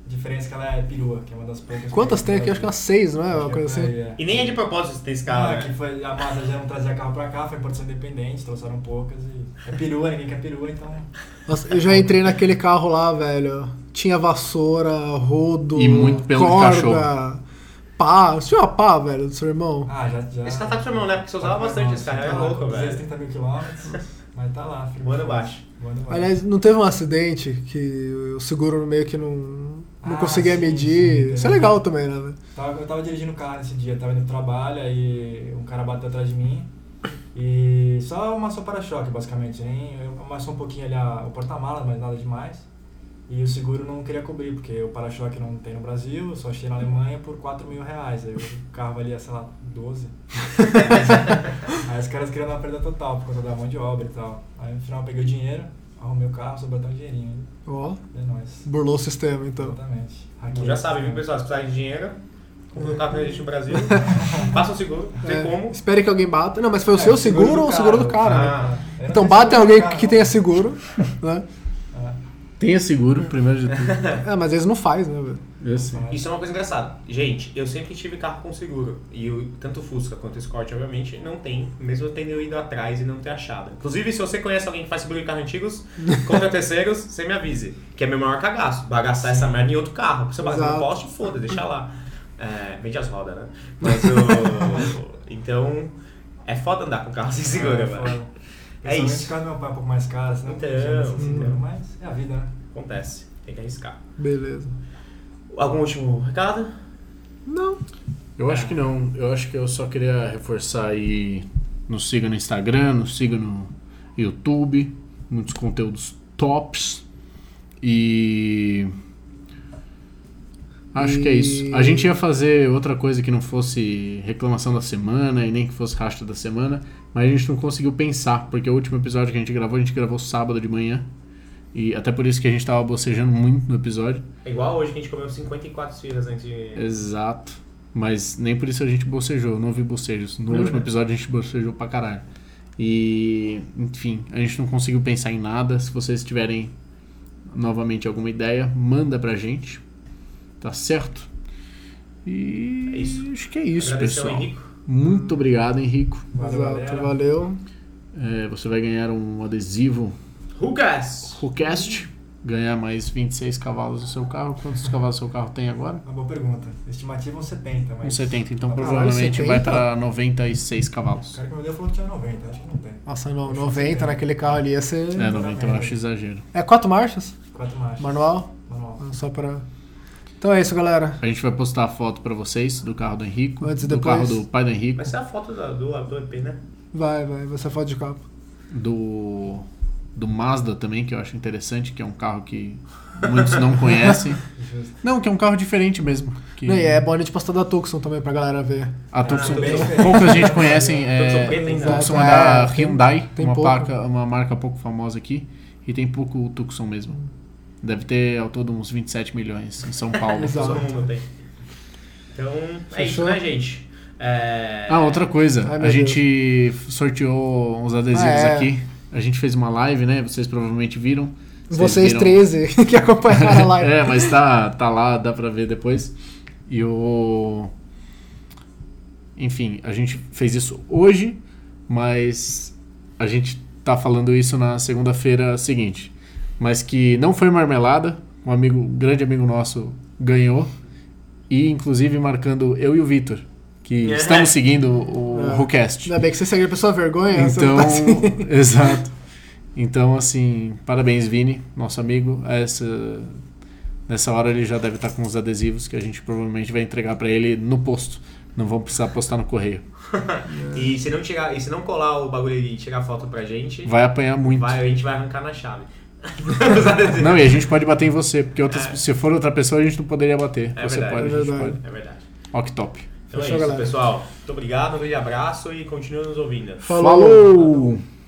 Speaker 5: diferença que ela é perua, que é uma das poucas.
Speaker 3: Quantas
Speaker 5: que-
Speaker 3: tem aqui? Acho que umas seis, não é?
Speaker 5: Acho
Speaker 3: Uma
Speaker 5: que é
Speaker 3: coisa
Speaker 5: por
Speaker 3: assim.
Speaker 5: aí, é.
Speaker 2: E nem é de propósito você tem esse carro,
Speaker 5: Ah,
Speaker 2: né?
Speaker 5: que foi, a Mazda já não trazia carro pra cá, foi produção independente, trouxeram poucas e. É perua, ninguém quer perua, então.
Speaker 3: Nossa, eu já entrei naquele carro lá, velho. Tinha vassoura, rodo,
Speaker 4: E muito pelo
Speaker 3: corda,
Speaker 4: cachorro.
Speaker 3: pá. Você tinha uma pá, velho, do seu irmão?
Speaker 5: Ah, já. já
Speaker 2: Esse carro tá com seu irmão, né? Porque você usava bastante esse carro, é louco, velho.
Speaker 5: 230 mil quilômetros, mas tá lá, filho.
Speaker 2: Manda baixo.
Speaker 5: Manda baixo.
Speaker 3: Aliás, não teve um acidente que o seguro meio que não, não
Speaker 5: Ah,
Speaker 3: conseguia
Speaker 5: sim,
Speaker 3: medir?
Speaker 5: sim,
Speaker 3: Isso é
Speaker 5: teve.
Speaker 3: legal também, né? velho?
Speaker 5: Tava- eu tava dirigindo o carro nesse dia, tava indo pro trabalho, aí um cara bateu atrás de mim. E só amassou o para-choque, basicamente. Nem, eu amassou um pouquinho ali a- o porta-malas, mas nada demais. E o seguro não queria cobrir, porque o para-choque não tem no Brasil, eu só achei na Alemanha por 4 mil reais. Aí o carro valia, sei lá,
Speaker 2: *laughs*
Speaker 5: 12. aí os caras queriam dar uma perda total por conta da mão de obra e tal. Aí no final eu peguei o dinheiro, arrumei o carro, sobrou até um dinheirinho.
Speaker 3: Ó,
Speaker 5: É nóis.
Speaker 3: burlou o sistema, então.
Speaker 5: Exatamente. Hackeei
Speaker 2: Já
Speaker 5: esse
Speaker 2: sabe, viu,
Speaker 5: sistema.
Speaker 2: pessoal? Se precisar de dinheiro, compra um carro pra gente no Brasil, passa o seguro, não tem
Speaker 3: É,
Speaker 2: como.
Speaker 3: espere que alguém bata. Não, mas foi o seu seguro, ou o
Speaker 5: do é.
Speaker 3: seguro do
Speaker 5: carro.
Speaker 3: cara? né?
Speaker 2: Ah,
Speaker 5: Eu não
Speaker 3: Então
Speaker 5: tenho
Speaker 3: bate
Speaker 5: seguro do
Speaker 3: alguém
Speaker 5: carro,
Speaker 3: que
Speaker 5: não.
Speaker 3: tenha seguro, né?
Speaker 4: Tenha seguro, primeiro de
Speaker 5: *laughs*
Speaker 4: tudo.
Speaker 3: É, mas eles não faz, né, velho?
Speaker 4: Eu sei.
Speaker 2: Isso é uma coisa engraçada. Gente, eu sempre tive carro com seguro. E o, tanto o Fusca quanto o Scott, obviamente, não tem. Mesmo eu tendo ido atrás e não ter achado. Inclusive, se você conhece alguém que faz seguro de carro antigos, contra terceiros, você me avise. Que é meu maior cagaço. Bagaçar essa merda em outro carro. Você bate no
Speaker 3: Exato.
Speaker 2: poste, foda, deixa lá. É, vende as rodas, né? Mas o... Então, é foda andar com carro sem seguro,
Speaker 5: É,
Speaker 2: mano.
Speaker 5: foda.
Speaker 2: É
Speaker 5: Principalmente
Speaker 2: isso.
Speaker 5: o carro do meu pai é um pouco mais caro, senão
Speaker 2: Então,
Speaker 5: não tinha esse
Speaker 2: hum.
Speaker 5: seguro, mas é a vida, né?
Speaker 2: Acontece. Tem que arriscar.
Speaker 3: Beleza.
Speaker 2: Algum último recado?
Speaker 3: Não.
Speaker 4: Eu acho que não. Eu acho que eu só queria reforçar aí. Nos siga no Instagram, nos siga no YouTube. Muitos conteúdos tops. E. Acho que é isso. A gente ia fazer outra coisa que não fosse reclamação da semana e nem que fosse rastro da semana, mas a gente não conseguiu pensar, porque o último episódio que a gente gravou, a gente gravou sábado de manhã. E até por isso que a gente tava bocejando muito no episódio.
Speaker 2: É igual hoje que a gente comeu 54 esfirras antes de...
Speaker 4: Exato. Mas nem por isso a gente bocejou, não houve bocejos.
Speaker 2: É
Speaker 4: No último episódio a gente bocejou pra caralho. E, enfim, a gente não conseguiu pensar em nada. Se vocês tiverem novamente alguma ideia, manda pra gente. Tá certo? E
Speaker 2: É isso.
Speaker 4: acho que é isso,
Speaker 2: Agradecer ao
Speaker 4: pessoal.
Speaker 2: Henrico.
Speaker 4: Muito obrigado, Henrico.
Speaker 5: Valeu,
Speaker 3: Exato,
Speaker 5: galera.
Speaker 3: valeu.
Speaker 4: É, você vai ganhar um adesivo
Speaker 2: Rugas!
Speaker 4: Rucast, ganhar mais 26 cavalos do seu carro. Quantos cavalos seu carro tem agora?
Speaker 5: É Uma boa pergunta. Estimativa uns 70, mas.
Speaker 4: Um
Speaker 3: Ah,
Speaker 4: 70, então
Speaker 5: Caralho,
Speaker 4: provavelmente
Speaker 3: 70?
Speaker 4: vai tá pra 96
Speaker 5: O
Speaker 4: cavalos.
Speaker 5: cara que me deu falou que tinha 90, acho que não tem.
Speaker 3: Nossa, no, 90 naquele carro ali ia ser.
Speaker 4: É, 90 eu acho exagero.
Speaker 3: É quatro marchas?
Speaker 5: Quatro marchas.
Speaker 3: Manual? Ah,
Speaker 5: Manual.
Speaker 3: Só pra. Então é isso, galera.
Speaker 4: A gente vai postar a foto pra vocês do carro do Henrico,
Speaker 3: Antes e
Speaker 4: do
Speaker 3: depois.
Speaker 4: carro do pai do Henrico,
Speaker 2: Vai ser a foto da- do, do EP, né?
Speaker 3: Vai, vai, você é foda de capa.
Speaker 4: do do Mazda também, que eu acho interessante, que é um carro que muitos
Speaker 3: *laughs*
Speaker 4: não conhecem.
Speaker 5: Justo.
Speaker 4: Não, que é um carro diferente mesmo. Que
Speaker 3: E é bom a gente postar da Tucson também pra galera ver.
Speaker 4: a Tucson,
Speaker 5: tudo bem.
Speaker 4: poucas gente conhecem,
Speaker 2: Tucson
Speaker 4: é,
Speaker 2: preta ainda.
Speaker 4: Tucson é
Speaker 3: Exato,
Speaker 4: da
Speaker 3: é, tem-
Speaker 4: Hyundai,
Speaker 3: tem
Speaker 4: uma,
Speaker 3: pouco.
Speaker 4: marca, uma marca pouco famosa aqui, e tem pouco Tucson mesmo. Deve ter ao todo uns 27 milhões em
Speaker 3: *laughs*
Speaker 4: São Paulo.
Speaker 3: Exato.
Speaker 2: Todo mundo tem. Então, é isso,
Speaker 3: Fechou?
Speaker 2: né, gente? É...
Speaker 4: Ah, outra coisa.
Speaker 3: Ai, meu
Speaker 4: a gente sorteou uns adesivos
Speaker 3: Ah, é.
Speaker 4: aqui. A gente fez uma live, né? Vocês provavelmente viram.
Speaker 3: Vocês
Speaker 4: viram.
Speaker 3: 13 *laughs* que
Speaker 4: *laughs*
Speaker 3: acompanharam a live.
Speaker 4: é, mas tá, tá lá, dá pra ver depois. E o. Enfim, a gente fez isso hoje, mas a gente tá falando isso na segunda-feira seguinte. Mas que não foi marmelada, um amigo, um grande amigo nosso ganhou e inclusive marcando eu e o Vitor, que estamos seguindo o
Speaker 3: É.
Speaker 4: WhoCast.
Speaker 3: Ainda bem que você segue a pessoa vergonha. você não
Speaker 4: Então,
Speaker 3: tá assim.
Speaker 4: *laughs* exato. Então, assim, parabéns, Vini, nosso amigo. Essa, nessa hora ele já deve estar com os adesivos que a gente provavelmente vai entregar pra ele no posto. Não vão precisar postar no correio.
Speaker 2: E se não tirar, e se não colar o bagulho e tirar foto pra gente,
Speaker 4: Vai apanhar muito.
Speaker 2: vai- a gente vai arrancar na
Speaker 4: *laughs*
Speaker 2: chave.
Speaker 4: Não, e a gente pode bater em você, porque outras- se for outra pessoa a gente não poderia bater.
Speaker 2: É
Speaker 4: você
Speaker 2: verdade,
Speaker 4: pode,
Speaker 3: é
Speaker 4: a gente
Speaker 3: verdade.
Speaker 4: pode.
Speaker 2: É verdade.
Speaker 4: Ok, top.
Speaker 2: Então
Speaker 3: Fechou,
Speaker 2: é isso,
Speaker 3: galera.
Speaker 2: pessoal. Muito obrigado, um grande abraço e continue nos ouvindo.
Speaker 3: Falou.
Speaker 4: Falou.